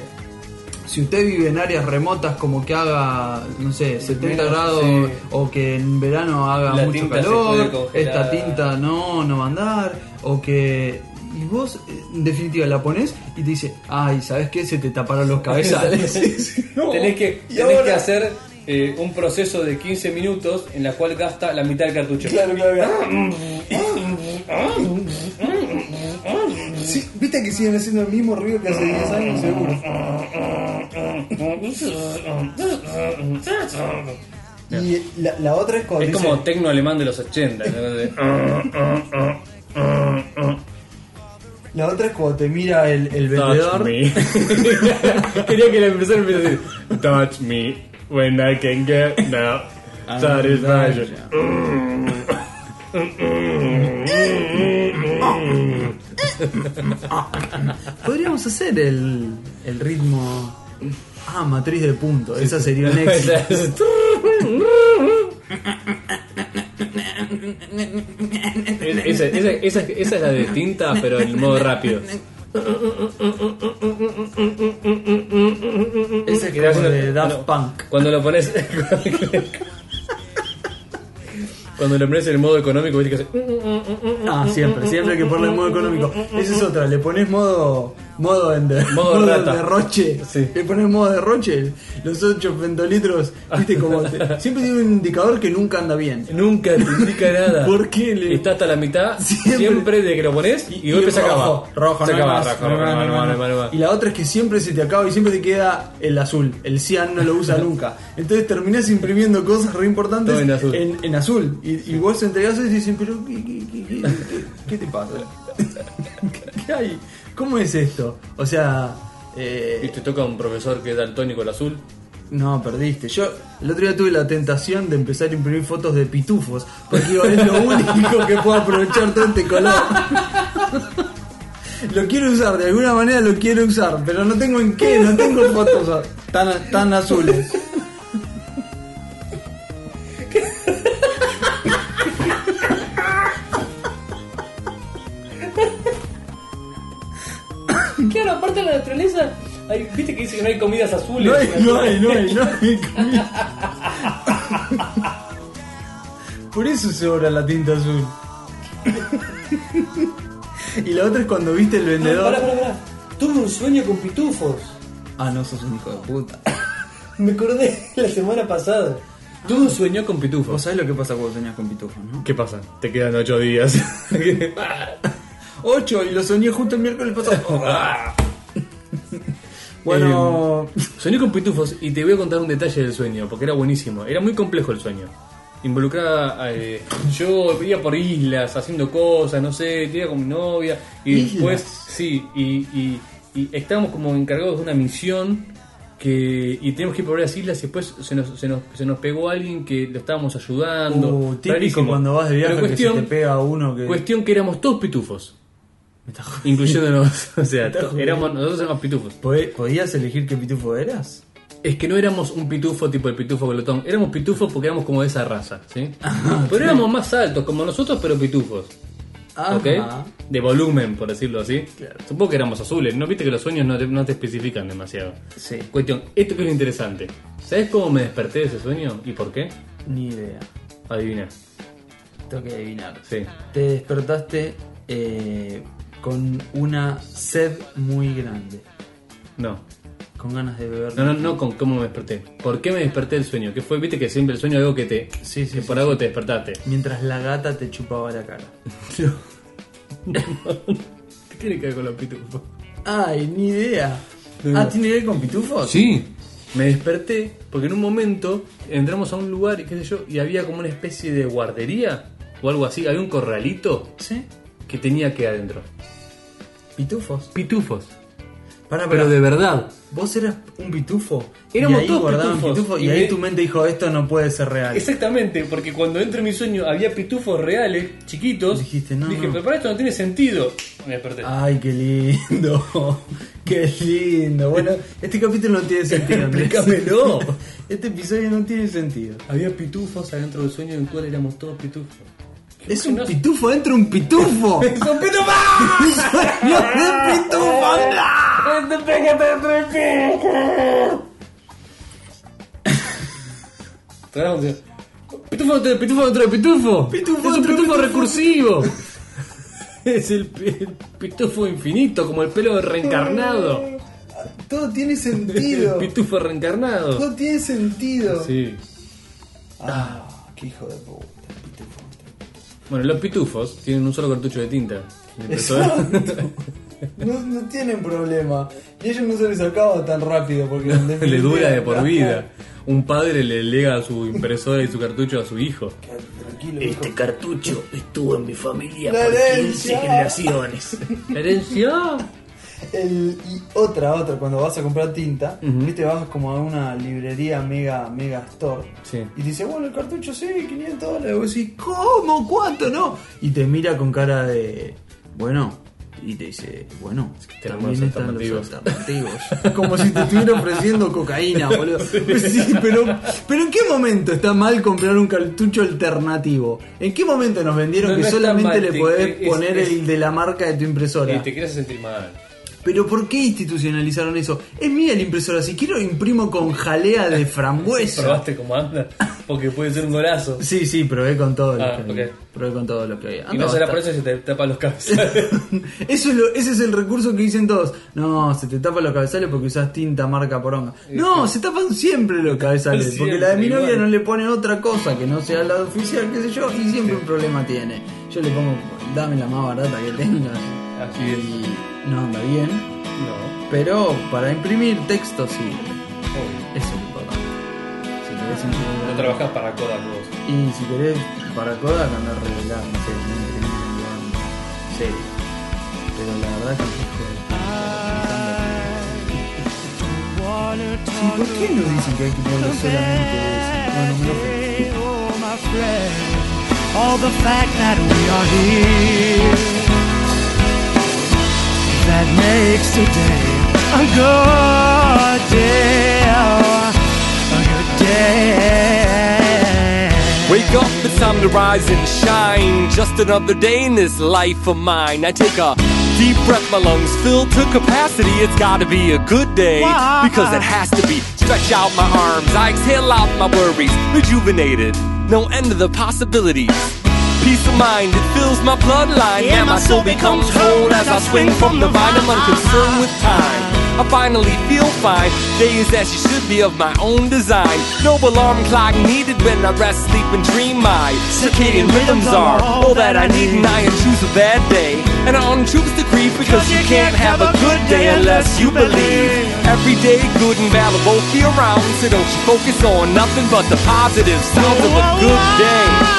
Speaker 1: Si usted vive en áreas remotas como que haga, no sé, 70
Speaker 3: Menos,
Speaker 1: grados
Speaker 3: sí.
Speaker 1: o que en verano haga
Speaker 3: La
Speaker 1: mucho
Speaker 3: tinta se puede
Speaker 1: calor,
Speaker 3: congelar.
Speaker 1: esta tinta no, no va a andar, o que... Y vos, eh, en definitiva, la pones y te dice, ay, ¿sabes qué? Se te taparon los cabezales. No.
Speaker 3: Tenés que,
Speaker 1: Y
Speaker 3: tenés
Speaker 1: ahora-
Speaker 3: que hacer eh, un proceso de 15 minutos en la cual gasta la mitad del cartucho.
Speaker 1: Claro, claro, claro. Ah, Sí, Viste que siguen haciendo el mismo ruido que hace 10 años, seguro.
Speaker 2: Ah.
Speaker 3: Ah.
Speaker 1: Y la, la otra es cuando
Speaker 3: Es
Speaker 1: dice-
Speaker 3: como tecno alemán de los 80. ¿no?
Speaker 1: La otra es cuando te mira el, el
Speaker 2: Touch
Speaker 1: vendedor.
Speaker 2: me. Quería que la empresa empiece a decir: Touch me when I can get no satisfaction.
Speaker 1: Podríamos hacer el, el ritmo. Ah, matriz de punto. Esa sería un éxito.
Speaker 2: Es- Esa, esa- esa- esa es la de tinta, pero en modo rápido.
Speaker 1: Esa es
Speaker 2: Que le
Speaker 1: como
Speaker 2: hacen-
Speaker 1: de Daft
Speaker 2: no.
Speaker 1: Punk.
Speaker 2: Cuando lo pones. Cuando lo pones en el modo económico, viste que hace.
Speaker 1: Ah,
Speaker 2: Mm,
Speaker 1: siempre, siempre hay que ponerle modo económico. Esa es otra, le pones modo. modo en de-
Speaker 2: Modo rata.
Speaker 1: derroche.
Speaker 2: Sí.
Speaker 1: Le pones modo derroche. Los 8 pentolitros.
Speaker 2: Ah.
Speaker 1: Viste como. te- siempre tiene un indicador que nunca anda bien.
Speaker 2: Nunca te indica nada.
Speaker 1: ¿Por qué le-
Speaker 2: Está hasta la mitad,
Speaker 1: Siempre.
Speaker 2: siempre, de que lo pones y, golpe se acaba.
Speaker 1: rojo, Rojo,
Speaker 2: se
Speaker 1: no
Speaker 2: acaba,
Speaker 1: hay
Speaker 2: rojo,
Speaker 1: más, no hay
Speaker 2: rojo,
Speaker 1: más, no hay
Speaker 2: rojo,
Speaker 1: más.
Speaker 2: rojo, rojo.
Speaker 1: Y la otra es que siempre se te acaba y siempre te queda el azul. El cian no lo usa nunca. Entonces terminás imprimiendo cosas re importantes
Speaker 2: Todo en azul.
Speaker 1: En, en azul. Y, y vos entregás eso y dicen, pero ¿qué, qué, qué, qué, qué- qué te pasa? ¿Qué, qué hay? ¿Cómo es esto? O sea...
Speaker 2: Y
Speaker 1: eh,
Speaker 2: te toca un profesor que es daltónico el azul.
Speaker 1: No, perdiste. Yo el otro día tuve la tentación de empezar a imprimir fotos de pitufos, porque digo, es lo único que puedo aprovechar todo este color. Lo quiero usar, de alguna manera lo quiero usar, pero no tengo en qué, no tengo fotos a- tan, tan azules.
Speaker 3: Claro, aparte de la naturaleza, hay, viste que dice que no hay comidas azules.
Speaker 1: No hay, no hay, no hay, no hay comida. Por eso se obra la tinta azul. Y la otra es cuando viste el vendedor.
Speaker 5: Pará, pará, pará. Tuve un sueño con pitufos.
Speaker 1: Ah, no, sos un hijo de puta.
Speaker 5: Me acordé la semana pasada.
Speaker 2: Tú sueñó con pitufos.
Speaker 1: Vos sabés lo que pasa cuando soñás con pitufos, ¿no?
Speaker 2: ¿Qué pasa? Te quedan ocho días.
Speaker 1: Ocho, y lo soñé justo el miércoles pasado. bueno,
Speaker 2: Soñé con pitufos y te voy a contar un detalle del sueño, porque era buenísimo. Era muy complejo el sueño. Involucraba. eh, yo iba por islas haciendo cosas, no sé, iba con mi novia. Y
Speaker 1: ¿Islas?
Speaker 2: después, sí, y, y- y estábamos como encargados de una misión. Que, y teníamos que ir por varias islas y después se nos, se nos, se nos pegó alguien que lo estábamos ayudando.
Speaker 1: uh, típico
Speaker 2: Rarísimo.
Speaker 1: cuando vas de viaje
Speaker 2: Pero
Speaker 1: que se
Speaker 2: cuestión-
Speaker 1: te pega uno que.
Speaker 2: Cuestión que éramos todos pitufos,
Speaker 1: Me estás jodiendo.
Speaker 2: incluyéndonos. o sea,
Speaker 1: Está
Speaker 2: to-
Speaker 1: jodido.
Speaker 2: éramos, nosotros éramos pitufos.
Speaker 1: ¿Pod- ¿Podías elegir qué pitufo eras?
Speaker 2: Es que no éramos un pitufo tipo el pitufo pelotón, éramos pitufos porque éramos como de esa raza, ¿sí? Pero éramos más altos, como nosotros, pero pitufos,
Speaker 1: Ah,
Speaker 2: ¿ok? De volumen, por decirlo así. Supongo que éramos azules, ¿no? Viste que los sueños no te, no te especifican demasiado.
Speaker 1: Sí,
Speaker 2: Cuestión, esto que es lo interesante. ¿Sabes cómo me desperté de ese sueño y por qué?
Speaker 1: ni idea.
Speaker 2: Adivina,
Speaker 1: Tengo que adivinar.
Speaker 2: sí.
Speaker 1: Te despertaste eh, con una sed muy grande,
Speaker 2: No,
Speaker 1: con ganas de beber.
Speaker 2: No, no, no con cómo me desperté. ¿Por qué me desperté del sueño? Que fue, viste que siempre el sueño es algo que te.
Speaker 1: Sí, sí,
Speaker 2: que
Speaker 1: sí,
Speaker 2: por algo te despertaste.
Speaker 1: Mientras la gata te chupaba la cara.
Speaker 2: ¿Qué tiene que ver con los pitufos?
Speaker 1: Ay, ni idea.
Speaker 2: No.
Speaker 1: Ah, ¿tiene que ver con pitufos?
Speaker 2: Sí. Me desperté porque en un momento entramos a un lugar y qué sé yo, y había como una especie de guardería o algo así. Había un corralito
Speaker 1: ¿Sí?
Speaker 2: que tenía que adentro.
Speaker 1: Pitufos.
Speaker 2: Pitufos.
Speaker 1: Para,
Speaker 2: Pero de verdad.
Speaker 1: Vos eras un pitufo.
Speaker 2: Éramos
Speaker 1: y ahí
Speaker 2: todos
Speaker 1: guardaban
Speaker 2: pitufos.
Speaker 1: pitufos, Y,
Speaker 2: Y
Speaker 1: ahí
Speaker 2: de-
Speaker 1: tu mente dijo, esto no puede ser real.
Speaker 3: Exactamente, porque cuando entro en mi sueño había pitufos reales, chiquitos.
Speaker 1: Dijiste, no,
Speaker 3: Dije,
Speaker 1: no.
Speaker 3: pero para esto no tiene sentido. Me desperté.
Speaker 2: Ah.
Speaker 1: Ay, qué lindo. Qué lindo. Bueno, este capítulo no tiene sentido. Andrés.
Speaker 2: Explícamelo.
Speaker 1: Este episodio no tiene sentido.
Speaker 3: Había pitufos adentro del sueño en el cual éramos todos pitufos.
Speaker 1: Es un pitufo, entra un pitufo.
Speaker 3: ¡Son pitufos!
Speaker 1: ¡No, es un pitufo! ¡Anda!
Speaker 3: Claro, o sea,
Speaker 2: Pitufo dentro de pitufo dentro de pitufo.
Speaker 1: Pitufo
Speaker 2: es un
Speaker 1: dentro de
Speaker 2: pitufo, recursivo. es el, pi- el pitufo infinito, como el pelo reencarnado.
Speaker 5: Todo tiene
Speaker 2: El
Speaker 5: sentido.
Speaker 2: pitufo reencarnado.
Speaker 5: Todo tiene sentido.
Speaker 2: Sí.
Speaker 5: Ah, qué hijo de puta. pitufo.
Speaker 2: Bueno, los pitufos tienen un solo cartucho de tinta.
Speaker 5: No, no tienen problema. Y ellos no se les acaba tan rápido porque en
Speaker 2: Le dura de por
Speaker 5: definitiva-
Speaker 2: vida. Un padre le lega a su impresora y su cartucho a su hijo.
Speaker 5: Tranquilo, hijo.
Speaker 6: Este cartucho estuvo en mi familia
Speaker 5: La
Speaker 6: por 15
Speaker 5: herencia.
Speaker 6: generaciones.
Speaker 2: ¡Herencia!
Speaker 5: El- y otra, otra, cuando vas a comprar tinta, viste, vas como a una librería mega, mega store.
Speaker 2: Sí.
Speaker 5: Y te dice, bueno, el cartucho sí, 500 dólares.
Speaker 1: Y vos decís, ¿cómo? ¿Cuánto? No. Y te mira con cara de. Bueno. Y te dice, bueno,
Speaker 2: Tenemos
Speaker 1: también
Speaker 2: los
Speaker 1: están los
Speaker 2: alternativos.
Speaker 1: alternativos. Como si te estuviera ofreciendo cocaína, boludo. Pues Sí, pero, pero ¿en qué momento está mal comprar un cartucho alternativo? ¿En qué momento nos vendieron
Speaker 3: No,
Speaker 1: que
Speaker 3: no está
Speaker 1: solamente
Speaker 3: mal,
Speaker 1: le
Speaker 3: te-
Speaker 1: podés
Speaker 3: es-
Speaker 1: poner
Speaker 3: es-
Speaker 1: el de la marca de tu impresora?
Speaker 3: y te quieres sentir mal.
Speaker 1: Pero ¿por qué institucionalizaron eso? Es mía la impresora, si quiero imprimo con jalea de frambuesa.
Speaker 3: ¿Probaste cómo anda? Porque puede ser un golazo.
Speaker 1: Sí, sí, probé con todo lo
Speaker 3: Ah,
Speaker 1: que
Speaker 3: ok.
Speaker 1: había. Probé con todo lo que había.
Speaker 3: Y
Speaker 1: Anda,
Speaker 3: no será
Speaker 1: basta.
Speaker 3: por eso se te tapa los cabezales.
Speaker 1: Eso es lo- ese es el recurso que dicen todos. No, se te tapan los cabezales porque usás tinta marca poronga. No, se tapan siempre los cabezales.
Speaker 3: Siempre,
Speaker 1: porque la de mi novia
Speaker 3: igual.
Speaker 1: no le ponen otra cosa que no sea la oficial, qué sé yo, y siempre un problema tiene. Yo le pongo, dame la más barata que tengas.
Speaker 3: Así es.
Speaker 1: Y no anda bien.
Speaker 3: No.
Speaker 1: Pero para imprimir texto sí.
Speaker 3: obvio.
Speaker 1: Eso es lo importante. Si querés imprimir-
Speaker 3: No trabajás para Kodak vos.
Speaker 1: Y si querés, para Kodak andar a revelar, no sé, un imprimir en lugar serio. Pero la verdad que es que- ¿Y por qué no dicen que hay que ponerle solamente eso? Bueno, me lo fui.
Speaker 7: All the fact that we are here that makes today a good day, a good day.
Speaker 8: Wake up, it's time to rise and shine. Just another day in this life of mine. I take a deep breath, my lungs fill to capacity. It's gotta be a good day
Speaker 7: Why?
Speaker 8: because it has to be. Stretch out my arms, I exhale out my worries. Rejuvenated, no end to the possibilities. Peace of mind, it fills my bloodline.
Speaker 7: Yeah,
Speaker 8: and my soul becomes whole as I swing from the vine. I'm unconcerned with time. I finally feel fine. Days as you should be of my own design. No alarm clock needed when I rest, sleep, and dream. My circadian rhythms are all that I need, and I am choose a bad day. And I on troops to creep because you can't have a good day unless you believe. Every day good and valid won't be around, so don't you focus on nothing but the positive sounds of a good day.
Speaker 7: Oh,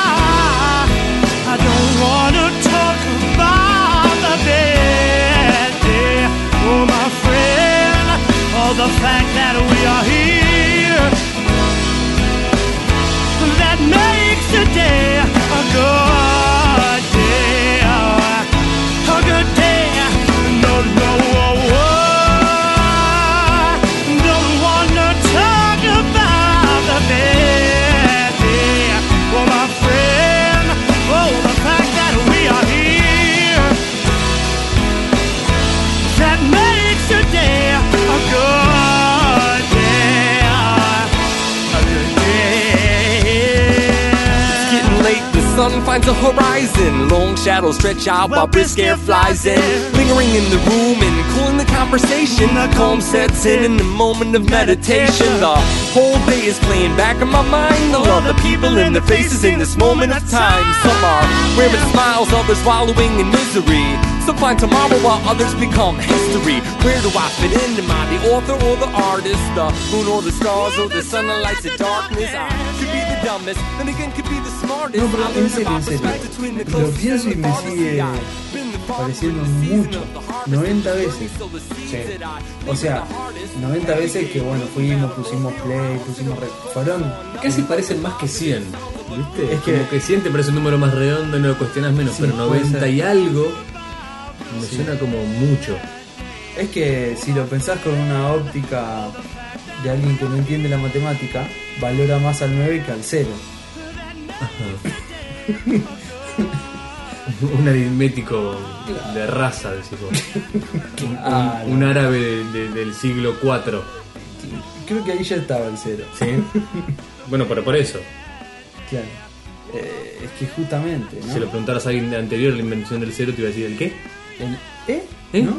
Speaker 7: I don't wanna talk about the bad day, oh my friend, or the fact that we are here. That makes today a good day, a good day. No, no, oh, oh. don't wanna talk about the bad day, oh my friend. Oh, the fact that we are here that makes today a good day. A good day.
Speaker 8: Getting late, the sun finds a horizon. Long shadows stretch out while brisk air flies in. Lingering in the room and cooling the conversation. The calm sets in in the moment of meditation. The whole day is playing back in my mind. All of the people and their faces in this moment of time. Some are wearing smiles, others wallowing in misery. Some find tomorrow while others become history. Where do I fit in? Am I the author or the artist? The moon or the stars or the sun that lights the darkness? I could be the dumbest, then again could be the smartest.
Speaker 1: No, pero en serio, en serio. Lo pienso y me sigue pareciendo mucho. 90 veces. O sea, 90 veces que bueno, fuimos, pusimos play, pusimos rec... Fueron.
Speaker 2: Casi parecen más que 100. ¿Viste?
Speaker 1: Es
Speaker 2: Es
Speaker 1: que-
Speaker 2: Como que 100 te parece un número más redondo y no lo cuestionas menos,
Speaker 1: Sí,
Speaker 2: pero
Speaker 1: puede
Speaker 2: 90
Speaker 1: ser.
Speaker 2: y algo me suena como mucho.
Speaker 1: Es que si lo pensás con una óptica de alguien que no entiende la matemática, valora más al 9 que al 0.
Speaker 2: Un aritmético de raza, decís vos. Un-
Speaker 1: Claro.
Speaker 2: un, un árabe de- de- del siglo IV.
Speaker 1: Creo que ahí ya estaba el 0.
Speaker 2: ¿sí? bueno, pero por eso.
Speaker 1: Claro. Eh, es que justamente, ¿no?
Speaker 2: Si lo preguntaras a alguien anterior a la invención del cero, te iba a decir el qué?
Speaker 1: El- ¿Eh?
Speaker 2: ¿Eh?
Speaker 1: ¿No?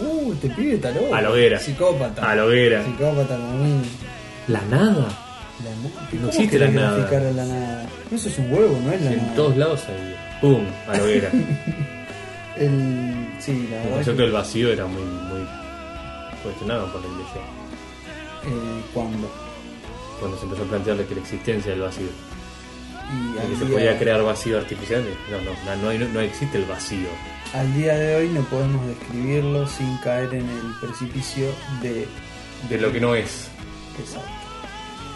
Speaker 1: Uh, te pibe está loco.
Speaker 2: A la hoguera.
Speaker 1: Psicópata.
Speaker 2: A la hoguera.
Speaker 1: Psicópata como mí.
Speaker 2: La nada.
Speaker 1: La nada.
Speaker 2: No
Speaker 1: ¿Cómo
Speaker 2: existe la
Speaker 1: querés
Speaker 2: nada.
Speaker 1: graficar a la nada? No, eso es un huevo, no es la
Speaker 2: En
Speaker 1: nada.
Speaker 2: todos lados hay. ¡Pum! A la hoguera.
Speaker 1: El... Sí, la
Speaker 2: El
Speaker 1: verdad.
Speaker 2: concepto
Speaker 1: que-
Speaker 2: del vacío era muy, muy cuestionado por la iglesia.
Speaker 1: eh, cuando.
Speaker 2: Cuando se empezó a plantearle que la existencia del vacío.
Speaker 1: Y
Speaker 2: de que
Speaker 1: al
Speaker 2: se
Speaker 1: día,
Speaker 2: podía crear vacío artificial. No, no, no, no, hay- no existe el vacío.
Speaker 1: al día de hoy no podemos describirlo sin caer en el precipicio de.
Speaker 2: De lo que no es.
Speaker 1: Exacto.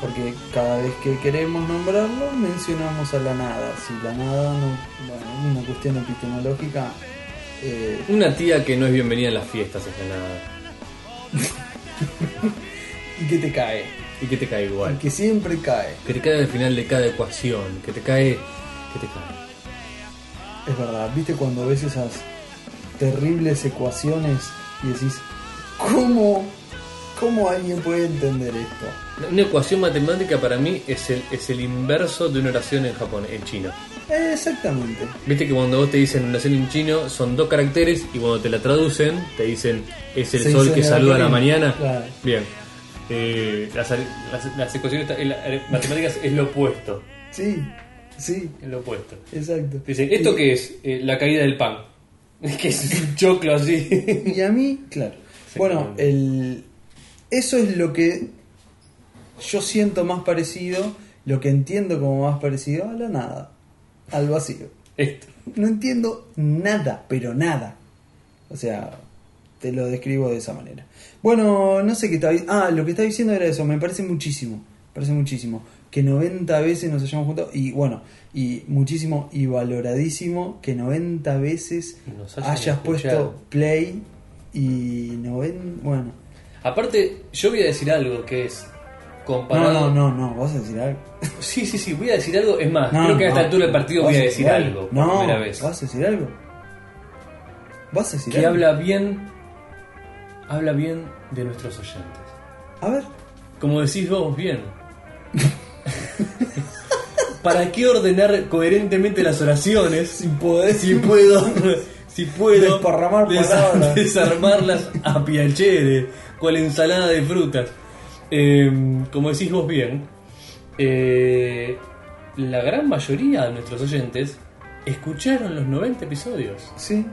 Speaker 1: Porque cada vez que queremos nombrarlo, mencionamos a la nada. Si la nada no. Bueno, es una cuestión epistemológica. eh,
Speaker 2: Una tía que no es bienvenida en las fiestas es la nada.
Speaker 1: y que te cae.
Speaker 2: Y que te cae
Speaker 1: Y
Speaker 2: igual.
Speaker 1: que siempre cae.
Speaker 2: Que te cae al final de cada ecuación. Que te cae. Que te cae.
Speaker 1: Es verdad, ¿viste cuando ves esas terribles ecuaciones y decís, ¿cómo, cómo alguien puede entender esto?
Speaker 2: Una ecuación matemática para mí es el, es el inverso de una oración en Japón, en chino.
Speaker 1: Eh, exactamente.
Speaker 2: Viste que cuando vos te dicen oración en chino son dos caracteres y cuando te la traducen te dicen es el
Speaker 1: Se
Speaker 2: sol
Speaker 1: dice
Speaker 2: que
Speaker 1: la
Speaker 2: saluda a la
Speaker 1: mañana.
Speaker 2: mañana.
Speaker 1: Claro.
Speaker 2: Bien. Eh, las, las- las ecuaciones ta- la- la- matemáticas es lo opuesto.
Speaker 1: Sí, sí,
Speaker 2: Es lo opuesto.
Speaker 1: exacto.
Speaker 2: Dicen, ¿esto qué es? Eh, la caída del pan. que es un choclo así.
Speaker 1: Y a mí, claro. Bueno,
Speaker 2: Exactamente.
Speaker 1: el, eso es lo que yo siento más parecido, lo que entiendo como más parecido a la nada, al vacío.
Speaker 2: Esto.
Speaker 1: No entiendo nada, pero nada. O sea, Te lo describo de esa manera. Bueno, no sé qué estaba diciendo. Ah, lo que estaba diciendo era eso. Me parece muchísimo. Me parece muchísimo. Que 90 veces nos hayamos juntado. Y bueno, y muchísimo y valoradísimo que 90 veces
Speaker 9: Y nos hayan
Speaker 1: hayas
Speaker 9: escuchado.
Speaker 1: puesto play y 90. Bueno.
Speaker 9: Aparte, yo voy a decir algo que es
Speaker 1: No,
Speaker 9: comparado.
Speaker 1: no, no, no. Vas a decir algo.
Speaker 9: Sí, sí, sí, voy a decir algo. Es más,
Speaker 1: No,
Speaker 9: Ah, creo que a esta
Speaker 1: no.
Speaker 9: altura del partido
Speaker 1: ¿Vas
Speaker 9: voy a decir algo por
Speaker 1: No,
Speaker 9: primera vez.
Speaker 1: ¿Vas a decir algo? ¿Vas a decir
Speaker 9: Que
Speaker 1: algo?
Speaker 9: habla bien. Habla bien de nuestros oyentes.
Speaker 1: A ver.
Speaker 9: Como decís vos bien. ¿Para qué ordenar coherentemente las oraciones? Si podés. Si puedo. Si puedo.
Speaker 1: Desparramar
Speaker 9: desa-
Speaker 1: palabras.
Speaker 9: Desarmarlas a piachere. Cual ensalada de frutas. Eh, como decís vos bien. eh, la gran mayoría de nuestros oyentes escucharon los 90 episodios.
Speaker 1: Sí.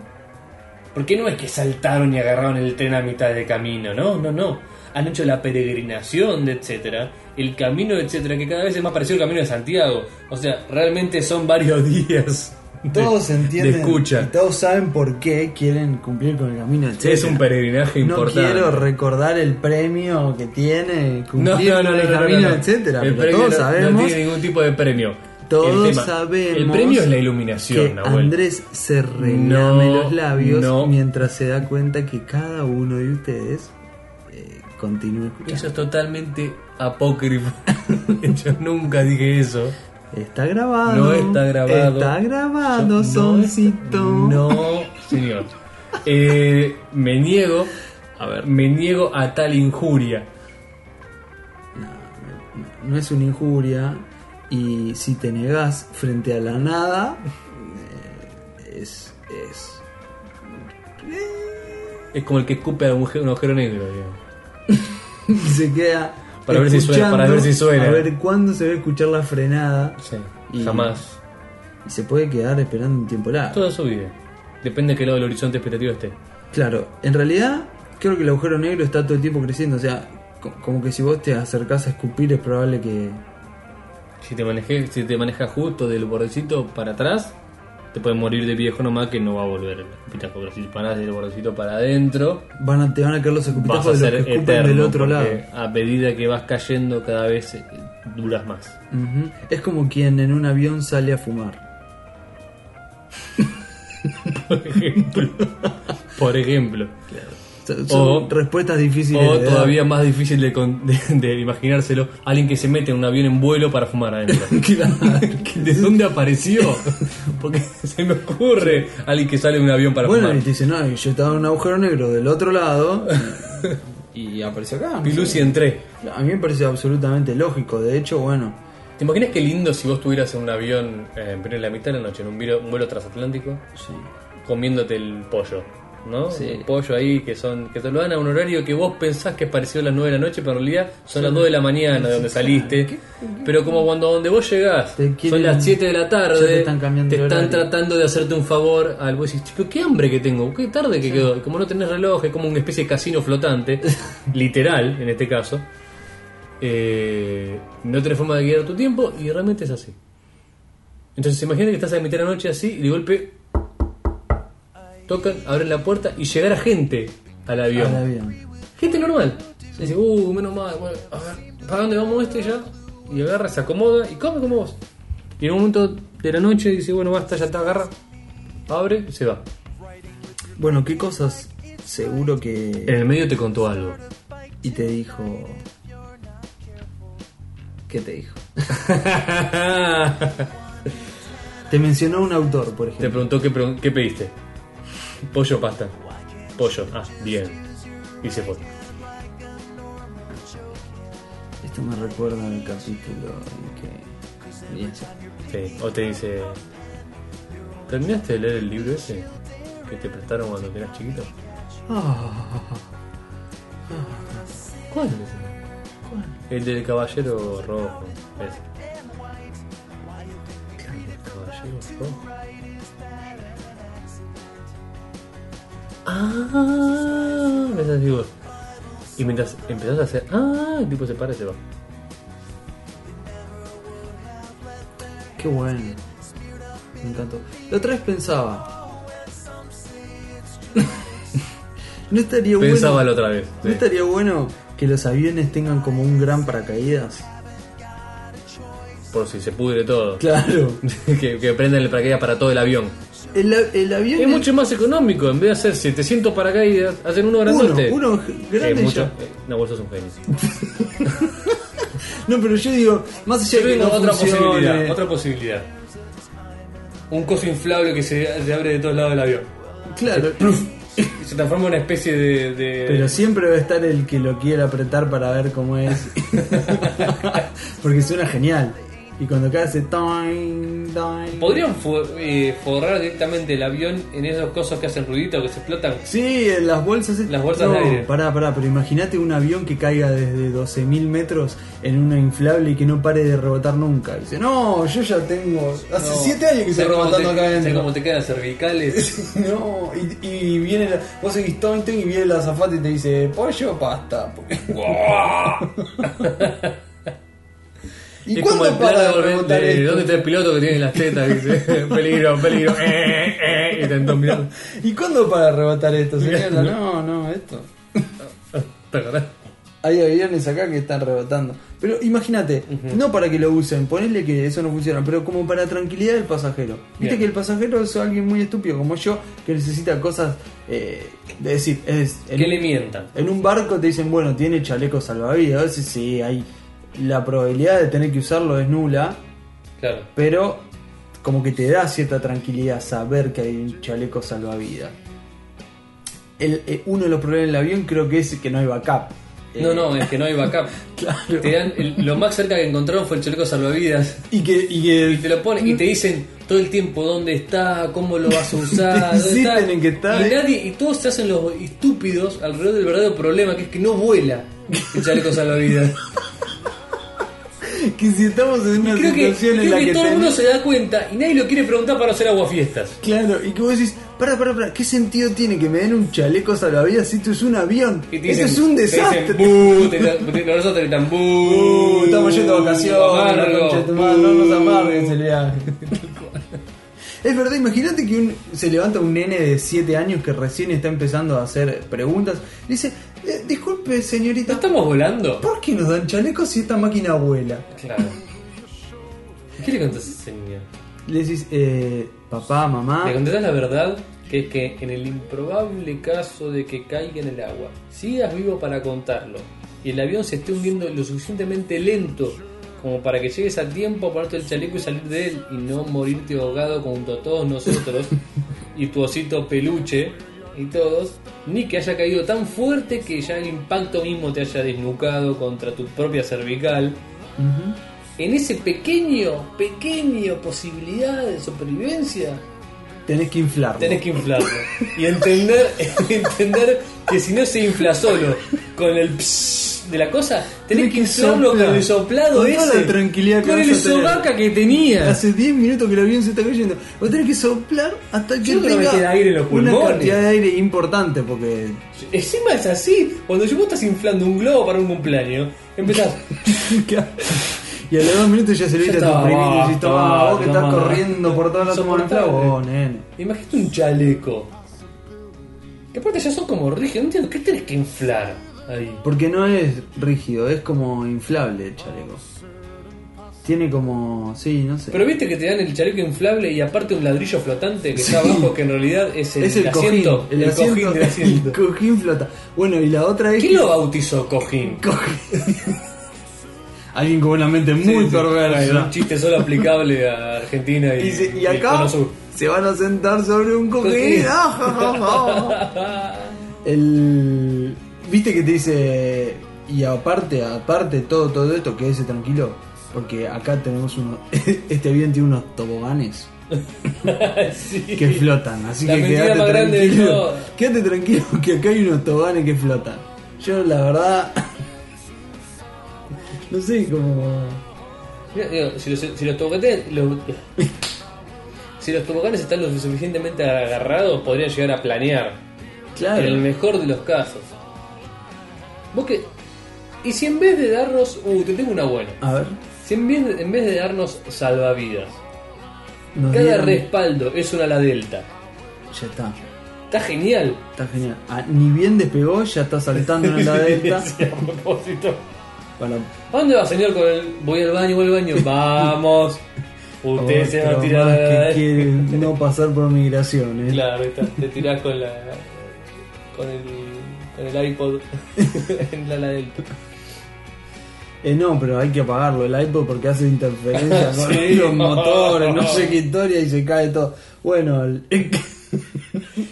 Speaker 9: Porque no es que saltaron y agarraron el tren a mitad de camino, no, no, no. Han hecho la peregrinación de etcétera, el camino de etcétera, que cada vez es más parecido al camino de Santiago. O sea, realmente son varios días. de-
Speaker 1: Todos entienden.
Speaker 9: De escucha.
Speaker 1: Y todos saben por qué quieren cumplir con el camino.
Speaker 2: Sí, es un peregrinaje
Speaker 1: No
Speaker 2: importante.
Speaker 1: quiero recordar el premio que tiene
Speaker 2: No,
Speaker 1: cumplir
Speaker 2: no, no,
Speaker 1: con
Speaker 2: no,
Speaker 1: el
Speaker 2: no,
Speaker 1: camino,
Speaker 2: no, no.
Speaker 1: etcétera.
Speaker 2: El
Speaker 1: pero
Speaker 2: premio
Speaker 1: todos
Speaker 2: no-
Speaker 1: sabemos
Speaker 2: No tiene ningún tipo de premio.
Speaker 1: Todos
Speaker 2: el tema-
Speaker 1: sabemos
Speaker 2: El premio es la iluminación,
Speaker 1: que
Speaker 2: Nahuel.
Speaker 1: Andrés se relame
Speaker 2: No,
Speaker 1: los labios
Speaker 2: no.
Speaker 1: mientras se da cuenta que cada uno de ustedes eh, continúa escuchando.
Speaker 2: Eso es totalmente apócrifo. Yo nunca dije eso.
Speaker 1: Está grabado.
Speaker 2: No está grabado.
Speaker 1: Está
Speaker 2: Yo-
Speaker 1: grabado,
Speaker 2: no
Speaker 1: soncito.
Speaker 2: No, señor. Eh, me niego. A ver, me niego a tal injuria.
Speaker 1: No es una injuria. Y si te negás frente a la nada, eh, es. es.
Speaker 2: Es como el que escupe a un agujero, un agujero negro. digamos.
Speaker 1: se queda.
Speaker 2: Para ver si suena, para ver si
Speaker 1: escuchando,
Speaker 2: suena.
Speaker 1: A ver cuándo se va a escuchar la frenada. Y-
Speaker 2: Jamás.
Speaker 1: Y se puede quedar esperando un tiempo largo.
Speaker 2: Toda su vida. Depende de qué lado del horizonte expectativo esté.
Speaker 1: Claro, en realidad creo que el agujero negro está todo el tiempo creciendo. O sea, co- como que si vos te acercás a escupir es probable que...
Speaker 2: Si te manejas si te manejas justo del bordecito para atrás, te puedes morir de viejo nomás que no va a volver el escupitajo. Pero si parás del bordecito para adentro,
Speaker 1: Van a, te van a caer los
Speaker 2: vas a
Speaker 1: escupitajos de
Speaker 2: ser
Speaker 1: los que escupen
Speaker 2: eterno.
Speaker 1: del otro lado.
Speaker 2: porque A medida que vas cayendo, cada vez eh, duras más.
Speaker 1: Ujú. Es como quien en un avión sale a fumar.
Speaker 2: Por ejemplo. Por ejemplo.
Speaker 1: Son,
Speaker 2: O-
Speaker 1: son respuestas difíciles.
Speaker 2: O
Speaker 1: de dar.
Speaker 2: todavía más difícil de, con- de- de imaginárselo, alguien que se mete en un avión en vuelo para fumar adentro. ¿De dónde apareció? Porque se me ocurre alguien que sale de un avión para
Speaker 1: Bueno, y
Speaker 2: fumar.
Speaker 1: te dicen, no, yo estaba en un agujero negro del otro lado y apareció acá. no
Speaker 2: Y
Speaker 1: sé.
Speaker 2: Lucy entré.
Speaker 1: A mí me parece absolutamente lógico. De hecho, bueno,
Speaker 2: ¿Te imaginas qué lindo si vos estuvieras en un avión eh, pero en la mitad de la noche, en un vuelo, un vuelo transatlántico, comiéndote el pollo? ¿No? El pollo ahí que son que te lo dan a un horario que vos pensás que es parecido a las 9 de la noche, pero en realidad son las 2 de la mañana de donde saliste. Pero como cuando donde vos llegás,
Speaker 1: Te quieren-
Speaker 2: son las 7 de la tarde,
Speaker 1: Ya te están cambiando
Speaker 2: te
Speaker 1: el
Speaker 2: están
Speaker 1: horario.
Speaker 2: tratando de hacerte un favor al vos decís, chico, qué hambre que tengo, qué tarde que quedó. Y como no tenés reloj, es como una especie de casino flotante, literal en este caso. Eh, no tenés forma de guiar tu tiempo y realmente es así. Entonces imagínate que estás a la mitad de la noche así y de golpe tocan, abren la puerta y llegará gente al avión.
Speaker 1: al avión.
Speaker 2: Gente normal. Dice, uh, menos mal, bueno, a ver, ¿para dónde vamos este ya? Y agarra, se acomoda y come como vos. Y en un momento de la noche dice, bueno, basta, ya está, agarra, abre, se va.
Speaker 1: Bueno, ¿qué cosas seguro que...
Speaker 2: En el medio te contó algo.
Speaker 1: Y te dijo... ¿Qué te dijo? Te mencionó un autor, por
Speaker 2: Te
Speaker 1: ejemplo.
Speaker 2: preguntó qué, pregun- qué pediste. Pollo o pasta. Pollo. Ah, bien. Y se fue.
Speaker 1: Esto me recuerda al capítulo en que... y eso.
Speaker 2: Sí. O te dice. ¿Terminaste de leer el libro ese? Que te prestaron cuando eras chiquito. ¿Cuál? El del caballero rojo. Ese. ¿El caballero rojo? Ah, empezás así vos. Y mientras empezás a hacer. Ah, el tipo se para y se va.
Speaker 1: Qué bueno. Me encantó. La otra vez pensaba. No estaría
Speaker 2: Pensábalo
Speaker 1: bueno.
Speaker 2: otra vez.
Speaker 1: ¿No
Speaker 2: sí.
Speaker 1: estaría bueno que los aviones tengan como un gran paracaídas?
Speaker 2: Por si se pudre todo.
Speaker 1: Claro.
Speaker 2: que, que prendan el paracaídas para todo el avión.
Speaker 1: El, a- el avión
Speaker 2: Es mucho más económico, en vez de hacer 700 paracaídas, hacen uno grandote.
Speaker 1: Uno, uno grande
Speaker 2: Eh,
Speaker 1: y
Speaker 2: mucho.
Speaker 1: ya.
Speaker 2: eh, No, vos sos un genio.
Speaker 1: No, pero yo digo, más allá
Speaker 2: Yo
Speaker 1: de que
Speaker 2: tengo
Speaker 1: no
Speaker 2: otra
Speaker 1: funcione-
Speaker 2: posibilidad, otra posibilidad. Un coso inflable que se, se abre de todos lados del avión.
Speaker 1: Claro.
Speaker 2: Y se transforma en una especie de. de-
Speaker 1: Pero siempre va a estar el que lo quiera apretar para ver cómo es. Porque suena genial. Y cuando acá hace toing, toing.
Speaker 2: ¿Podrían for- eh, forrar directamente el avión en esos cosos que hacen ruidito, que se explotan?
Speaker 1: Sí, en las bolsas. eh.
Speaker 2: Las bolsas
Speaker 1: no,
Speaker 2: de aire.
Speaker 1: Pará, pará, pero imagínate un avión que caiga desde 12.000 metros en una inflable y que no pare de rebotar nunca. Dice, no, yo ya tengo. Hace
Speaker 2: No.
Speaker 1: 7 años que estoy
Speaker 2: ¿Sabés cómo
Speaker 1: rebotando
Speaker 2: te-
Speaker 1: acá
Speaker 2: sabés
Speaker 1: adentro.
Speaker 2: cómo te quedan las cervicales?
Speaker 1: No, y, y viene la, vos seguís toing, toing, y viene la azafata y te dice, pollo o pasta. ¿Y
Speaker 2: es como el
Speaker 1: cuándo
Speaker 2: plan
Speaker 1: para de
Speaker 2: de-
Speaker 1: rebotar
Speaker 2: de-
Speaker 1: esto?
Speaker 2: ¿Dónde está el piloto que tiene las tetas? Dice, peligro, peligro. eh, eh, y tanto mirando.
Speaker 1: ¿Y cuándo para de rebotar esto, señora? No, no, esto.
Speaker 2: ¿Te acordás?
Speaker 1: Hay aviones acá que están rebotando. Pero imagínate, no para que lo usen, ponele que eso no funciona, pero como para tranquilidad del pasajero. Viste
Speaker 2: Bien.
Speaker 1: que el pasajero es alguien muy estúpido como yo, que necesita cosas, eh, de decir, es, en
Speaker 2: Que
Speaker 1: un-
Speaker 2: le mientan.
Speaker 1: En un barco te dicen, bueno, tiene chaleco salvavidas. A veces sí, hay. La probabilidad de tener que usarlo es nula,
Speaker 2: Claro.
Speaker 1: pero como que te da cierta tranquilidad saber que hay un chaleco salvavidas. El, eh, uno de los problemas del avión creo que es que no hay backup. Eh,
Speaker 2: No, no, es que no hay backup.
Speaker 1: Claro.
Speaker 2: Te dan el- lo más cerca que encontraron fue el chaleco salvavidas.
Speaker 1: Y que, y que
Speaker 2: Y te lo ponen y te dicen todo el tiempo dónde está, cómo lo vas a usar, dónde
Speaker 1: Insisten
Speaker 2: está.
Speaker 1: en que está,
Speaker 2: y
Speaker 1: eh.
Speaker 2: nadie, y todos se hacen los estúpidos alrededor del verdadero problema, que es que no vuela el chaleco salvavidas.
Speaker 1: que si estamos en una
Speaker 2: Creo que,
Speaker 1: situación en
Speaker 2: creo
Speaker 1: la
Speaker 2: que
Speaker 1: que,
Speaker 2: todo el mundo
Speaker 1: tenés-
Speaker 2: se da cuenta y nadie lo quiere preguntar para hacer aguafiestas.
Speaker 1: Claro, y que vos decís, pará, pará, pará, ¿qué sentido tiene que me den un chaleco salvavidas si esto es un avión?
Speaker 2: Y te dicen-
Speaker 1: esto es un
Speaker 2: te dicen,
Speaker 1: desastre.
Speaker 2: "Bú", te- te- te- Nosotros te gritan "Bú",
Speaker 1: Uh, estamos yendo de vacaciones, la
Speaker 2: amargo,
Speaker 1: concha de tu madre, no
Speaker 2: "Bú".
Speaker 1: nos amargues el viaje. Es verdad, imagínate que un- se levanta un nene de 7 años que recién está empezando a hacer preguntas. Le dice, "Eh, disculpe
Speaker 2: ¿No
Speaker 1: señorita,
Speaker 2: estamos volando?
Speaker 1: ¿por qué nos dan chalecos si esta máquina vuela?
Speaker 2: Claro. ¿Qué le contás a ese niño?
Speaker 1: Le decís, eh, papá, mamá,
Speaker 2: Le contestás la verdad, que es que en el improbable caso de que caiga en el agua, sigas vivo para contarlo, y el avión se esté hundiendo lo suficientemente lento como para que llegues a tiempo a ponerte el chaleco y salir de él, y no morirte ahogado junto a todos nosotros, y tu osito peluche, y todos, ni que haya caído tan fuerte que ya el impacto mismo te haya desnucado contra tu propia cervical, en ese pequeño, pequeño posibilidad de supervivencia,
Speaker 1: tenés que inflarlo.
Speaker 2: tenés que inflarlo. Y entender, entender que si no se infla solo con el pss de la cosa, tenés
Speaker 1: Tenés
Speaker 2: que
Speaker 1: que
Speaker 2: inflarlo con
Speaker 1: soplar.
Speaker 2: el soplado
Speaker 1: Con toda
Speaker 2: ese.
Speaker 1: la tranquilidad que
Speaker 2: Con
Speaker 1: vas
Speaker 2: el
Speaker 1: a tener.
Speaker 2: sobaca que tenía.
Speaker 1: Hace 10 minutos que el avión se está cayendo. Vos tenés que soplar hasta que
Speaker 2: Yo creo que
Speaker 1: tenga
Speaker 2: queda aire en los
Speaker 1: una
Speaker 2: pulmones.
Speaker 1: cantidad de aire importante porque
Speaker 2: Encima es así. Cuando yo vos estás inflando un globo para un cumpleaños, empezás.
Speaker 1: y a los dos minutos ya se lo
Speaker 2: Ya
Speaker 1: viste a
Speaker 2: está,
Speaker 1: tu primito y decís,
Speaker 2: basta,
Speaker 1: "Tomá, vos que estás
Speaker 2: tomá".
Speaker 1: corriendo por todas las tomas de
Speaker 2: Insoportable.
Speaker 1: nene.
Speaker 2: Imagínate un chaleco. Que aparte ya son como rígidos. No entiendo, ¿qué tenés que inflar ahí?
Speaker 1: Porque no es rígido, es como inflable el chaleco. Tiene como. sí, no sé.
Speaker 2: Pero viste que te dan el chaleco inflable y aparte un ladrillo flotante que está
Speaker 1: Sí.
Speaker 2: abajo, que en realidad es el,
Speaker 1: es el cojín.
Speaker 2: asiento,
Speaker 1: el, asiento,
Speaker 2: cojín del asiento.
Speaker 1: el cojín flota. Bueno, y la otra es.
Speaker 2: ¿Quién
Speaker 1: que-
Speaker 2: lo bautizó cojín?
Speaker 1: cojín. Alguien con una mente muy
Speaker 2: Sí, sí. Bueno,
Speaker 1: perversa.
Speaker 2: Un chiste solo aplicable a Argentina y,
Speaker 1: Y, se- y
Speaker 2: el
Speaker 1: acá
Speaker 2: Cono Sur. Pues
Speaker 1: se van a sentar sobre un cojín.
Speaker 2: Cojín.
Speaker 1: Ah, ja, ja, ja. El. Viste que te dice. Y aparte, aparte todo, todo esto, quédese tranquilo. Porque acá tenemos unos. Este avión tiene unos toboganes
Speaker 2: Sí.
Speaker 1: que flotan. Así
Speaker 2: La
Speaker 1: que
Speaker 2: mentira
Speaker 1: quédate
Speaker 2: más grande de
Speaker 1: tranquilo.
Speaker 2: todas.
Speaker 1: Quédate tranquilo que acá hay unos toboganes que flotan. Yo la verdad. No sé cómo.
Speaker 2: Mira, digo, si los, si los toboganes los- si los toboganes están lo suficientemente agarrados, podrían llegar a planear.
Speaker 1: Claro.
Speaker 2: En el mejor de los casos. Vos que. Y si en vez de darnos. Uh, te tengo una buena.
Speaker 1: A ver.
Speaker 2: Si en vez, de- en vez de darnos salvavidas,
Speaker 1: nos
Speaker 2: cada
Speaker 1: dieron-
Speaker 2: respaldo es una ala delta.
Speaker 1: Ya está.
Speaker 3: Está genial.
Speaker 1: Está genial. Ah, ni bien despegó, ya está saltando en la delta.
Speaker 3: Sí, a propósito.
Speaker 1: Para
Speaker 3: ¿A dónde va, señor? Con el voy al baño, voy al baño. Vamos. Usted se va a
Speaker 1: otro
Speaker 3: tirar.
Speaker 1: más que quiere no pasar por migraciones.
Speaker 3: Claro, ahí está. te tirás con la. con el. con el iPod en la, la delta.
Speaker 1: Eh, no, pero hay que apagarlo el iPod porque hace interferencia con
Speaker 3: Sí.
Speaker 1: los motores, no sé qué historia y se cae todo. Bueno, el-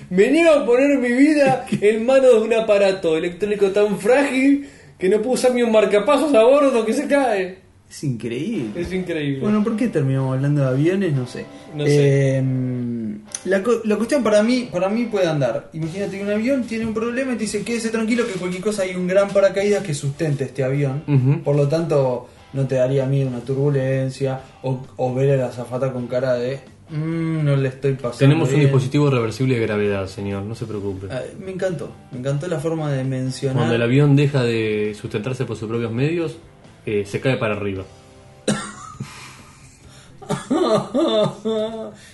Speaker 3: Venieron a poner mi vida en manos de un aparato electrónico tan frágil que no puedo usar ni un marcapasos a bordo que se cae.
Speaker 1: es increíble.
Speaker 3: Es increíble.
Speaker 1: Bueno, ¿por qué terminamos hablando de aviones? No sé.
Speaker 3: No sé.
Speaker 1: Eh, la, cu- la cuestión para mí, para mí puede andar. Imagínate que un avión tiene un problema y te dice, quédese tranquilo que cualquier cosa hay un gran paracaídas que sustente este avión. Por lo tanto, no te daría miedo una turbulencia o, o ver a la azafata con cara de, "Mm, no le estoy pasando
Speaker 2: Tenemos un
Speaker 1: bien".
Speaker 2: dispositivo reversible de gravedad, señor, no se preocupe.
Speaker 1: Ah, me encantó, me encantó la forma de mencionar.
Speaker 2: Cuando el avión deja de sustentarse por sus propios medios, eh, se cae para arriba.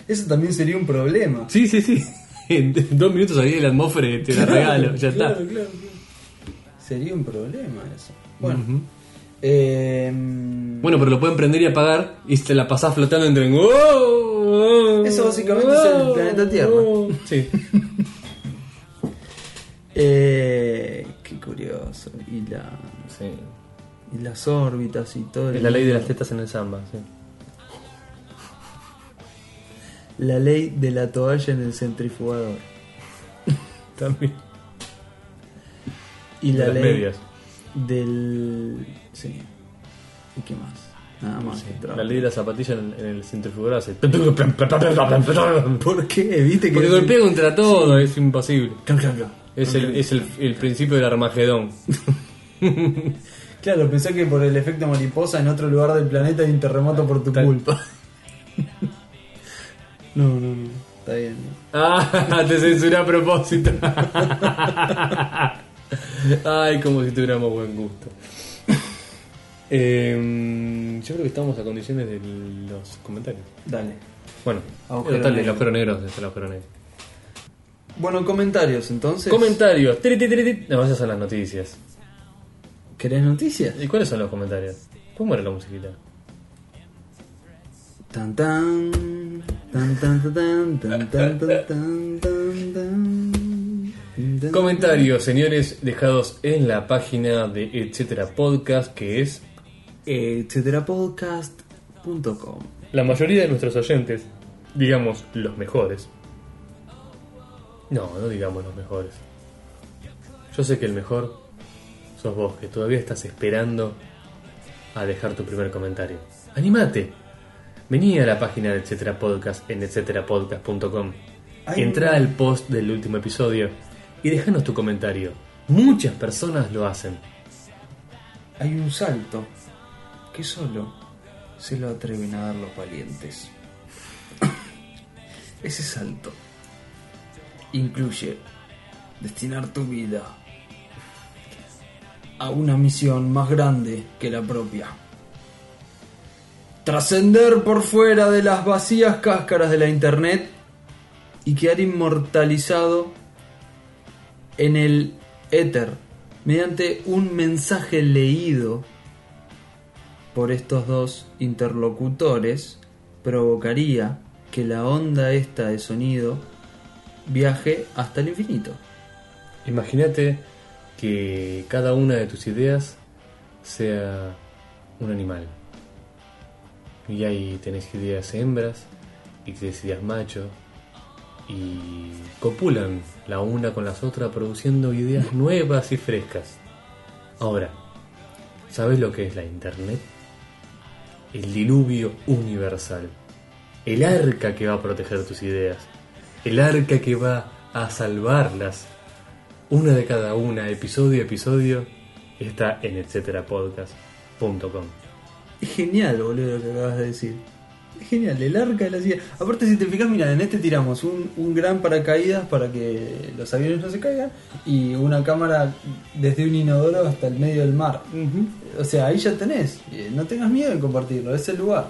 Speaker 1: Eso también sería un problema.
Speaker 2: Sí, sí, sí. En dos minutos salí de la atmósfera y te la regalo, ya está.
Speaker 1: Claro, claro, claro. Sería un problema eso. Bueno. eh,
Speaker 2: Bueno, pero lo pueden prender y apagar y te la pasás flotando entre... ¡Oh!
Speaker 1: Eso básicamente es el planeta Tierra.
Speaker 2: Sí.
Speaker 1: eh, qué curioso. Y, la,
Speaker 2: sí.
Speaker 1: y las órbitas y todo.
Speaker 2: Es
Speaker 1: el-
Speaker 2: la ley de las tetas en el samba, sí.
Speaker 1: La ley de la toalla en el centrifugador.
Speaker 2: También.
Speaker 1: Y la
Speaker 2: las
Speaker 1: ley
Speaker 2: medias.
Speaker 1: del... Sí. ¿Y qué más? Nada más. que trabajo.
Speaker 2: La ley de la zapatilla en, en el centrifugador hace... Porque
Speaker 1: ¿Por qué? ¿Viste que...
Speaker 2: golpea contra todo, es imposible.
Speaker 1: Claro, claro, claro.
Speaker 2: Es, el, es el, el principio del Armagedón.
Speaker 1: Claro, pensé que por el efecto mariposa en otro lugar del planeta hay un terremoto por tu culpa. no, no, no. Está bien.
Speaker 2: Ah, te censuré a propósito. Ay, como si tuviéramos buen gusto. Em, yo creo que estamos a condiciones de los comentarios.
Speaker 1: Dale.
Speaker 2: Bueno,
Speaker 1: Agujero
Speaker 2: total, el
Speaker 1: negro.
Speaker 2: agujero negro es el agujero negro.
Speaker 1: Bueno, comentarios entonces.
Speaker 2: Comentarios. Tiri, tiri, tiri. No, esas son las noticias.
Speaker 1: ¿Querés noticias?
Speaker 2: ¿Y cuáles son los comentarios? ¿Cómo era la musiquita?
Speaker 1: Tan tan. Tan tan tan tan tan tan tan tan tan tan.
Speaker 2: Comentarios, señores, dejados en la página de etcétera podcast, que es
Speaker 1: Etcéterapodcast.com
Speaker 2: La mayoría de nuestros oyentes, digamos los mejores. No, no digamos los mejores. Yo sé que el mejor sos vos, que todavía estás esperando a dejar tu primer comentario. ¡Anímate! Vení a la página de Etcétera Podcast en etcéterapodcast.com.
Speaker 1: Hay
Speaker 2: Entrá
Speaker 1: un-
Speaker 2: al post del último episodio y déjanos tu comentario. Muchas personas lo hacen.
Speaker 1: Hay un salto que solo se lo atreven a dar los valientes. Ese salto incluye destinar tu vida a una misión más grande que la propia. Trascender por fuera de las vacías cáscaras de la internet y quedar inmortalizado en el éter mediante un mensaje leído por estos dos interlocutores provocaría que la onda esta de sonido viaje hasta el infinito.
Speaker 2: Imagínate que cada una de tus ideas sea un animal. Y ahí tenés ideas hembras y tenés ideas macho. Y copulan la una con las otras produciendo ideas nuevas y frescas. Ahora, ¿sabes lo que es la internet? El diluvio universal. El arca que va a proteger tus ideas. El arca que va a salvarlas una de cada una, episodio a episodio, está en etcéterapodcast.com.
Speaker 1: Es genial, boludo, lo que acabas de decir. Es genial, el arca de la ciudad. Aparte, si te fijas, mira, en este tiramos un, un gran paracaídas para que los aviones no se caigan y una cámara desde un inodoro hasta el medio del mar. O sea, ahí ya tenés. Eh, No tengas miedo en compartirlo, es el lugar.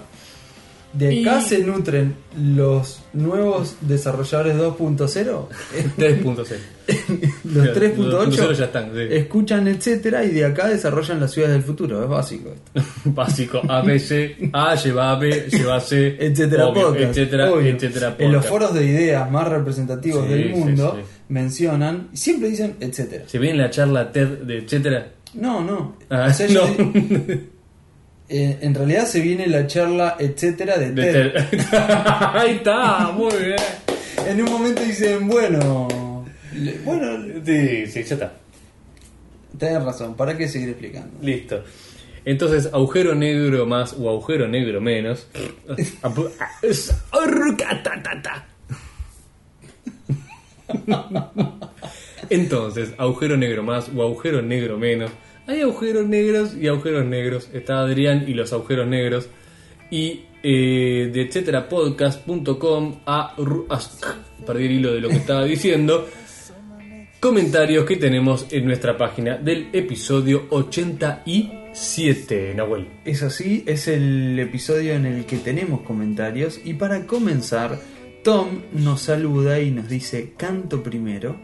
Speaker 1: ¿De acá
Speaker 2: Y-
Speaker 1: se nutren los nuevos desarrolladores 2.0?
Speaker 2: 3.6.
Speaker 1: eh, Los
Speaker 2: Claro, los 2.0 ya
Speaker 1: 3.8
Speaker 2: están, sí.
Speaker 1: escuchan, etcétera, y de acá desarrollan las ciudades del futuro, es básico esto.
Speaker 2: Básico, A, B, C, A lleva a B, lleva a C,
Speaker 1: Etcétera,
Speaker 2: obvio,
Speaker 1: podcast,
Speaker 2: etcétera,
Speaker 1: obvio.
Speaker 2: etcétera,
Speaker 1: En los
Speaker 2: podcast.
Speaker 1: foros de ideas más representativos
Speaker 2: Sí,
Speaker 1: del
Speaker 2: sí,
Speaker 1: mundo
Speaker 2: sí.
Speaker 1: mencionan, y siempre dicen, etcétera.
Speaker 2: ¿Se viene la charla TED de etcétera?
Speaker 1: No, no.
Speaker 2: Ah,
Speaker 1: O sea, yo
Speaker 2: no.
Speaker 1: di- eh, en realidad se viene la charla, etcétera, de,
Speaker 2: De
Speaker 1: TED.
Speaker 2: TED. Ahí está, muy bien.
Speaker 1: En un momento dicen, bueno, le- bueno,
Speaker 2: Sí, sí, ya está.
Speaker 1: tenés razón, ¿para qué seguir explicando?
Speaker 2: Listo. Entonces, agujero negro más o agujero negro menos. Es- arrucatatata. Entonces, agujero negro más o agujero negro menos. Hay agujeros negros y agujeros negros. Está Adrián y los agujeros negros. Y eh, de etcéterapodcast.com a... ru- a- Perdí el hilo de lo que estaba diciendo comentarios que tenemos en nuestra página del episodio 87, Nahuel.
Speaker 1: Es así, es el episodio en el que tenemos comentarios y para comenzar, Tom nos saluda y nos dice canto primero.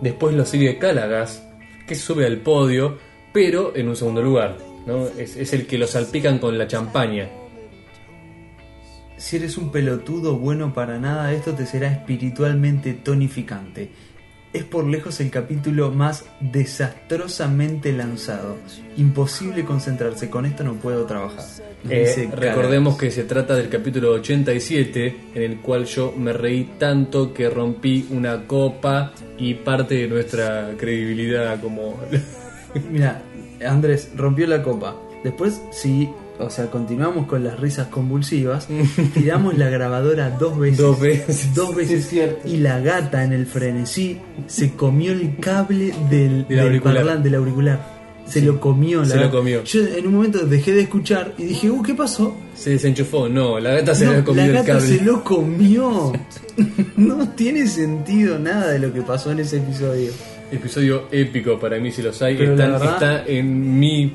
Speaker 2: Después lo sigue Cálagas, que sube al podio, pero en un segundo lugar. ¿no? Es, es el que lo salpican con la champaña.
Speaker 1: Si eres un pelotudo bueno para nada, esto te será espiritualmente tonificante. Es por lejos el capítulo más desastrosamente lanzado. Imposible concentrarse, con esto no puedo trabajar. Nos
Speaker 2: Eh,
Speaker 1: dice Caras.
Speaker 2: recordemos que se trata del capítulo 87, en el cual yo me reí tanto que rompí una copa y parte de nuestra credibilidad como...
Speaker 1: Mira, Andrés rompió la copa. Después, sí, o sea, continuamos con las risas convulsivas. Tiramos la grabadora dos veces.
Speaker 2: Dos veces.
Speaker 1: Dos veces.
Speaker 3: Es cierto.
Speaker 1: Y la gata en el frenesí se comió el cable del, del
Speaker 2: auricular.
Speaker 1: parlante, del auricular. Se lo comió. La
Speaker 2: se lo
Speaker 1: gata.
Speaker 2: comió.
Speaker 1: Yo en un momento dejé de escuchar y dije, uh, ¿qué pasó?
Speaker 2: Se desenchufó, no, la gata se
Speaker 1: No,
Speaker 2: le había comido
Speaker 1: la
Speaker 2: el
Speaker 1: gata
Speaker 2: cable.
Speaker 1: se lo comió. no tiene sentido nada de lo que pasó en ese episodio.
Speaker 2: Episodio épico para mí, si los hay.
Speaker 1: Pero
Speaker 2: Están-
Speaker 1: la verdad-
Speaker 2: está en mi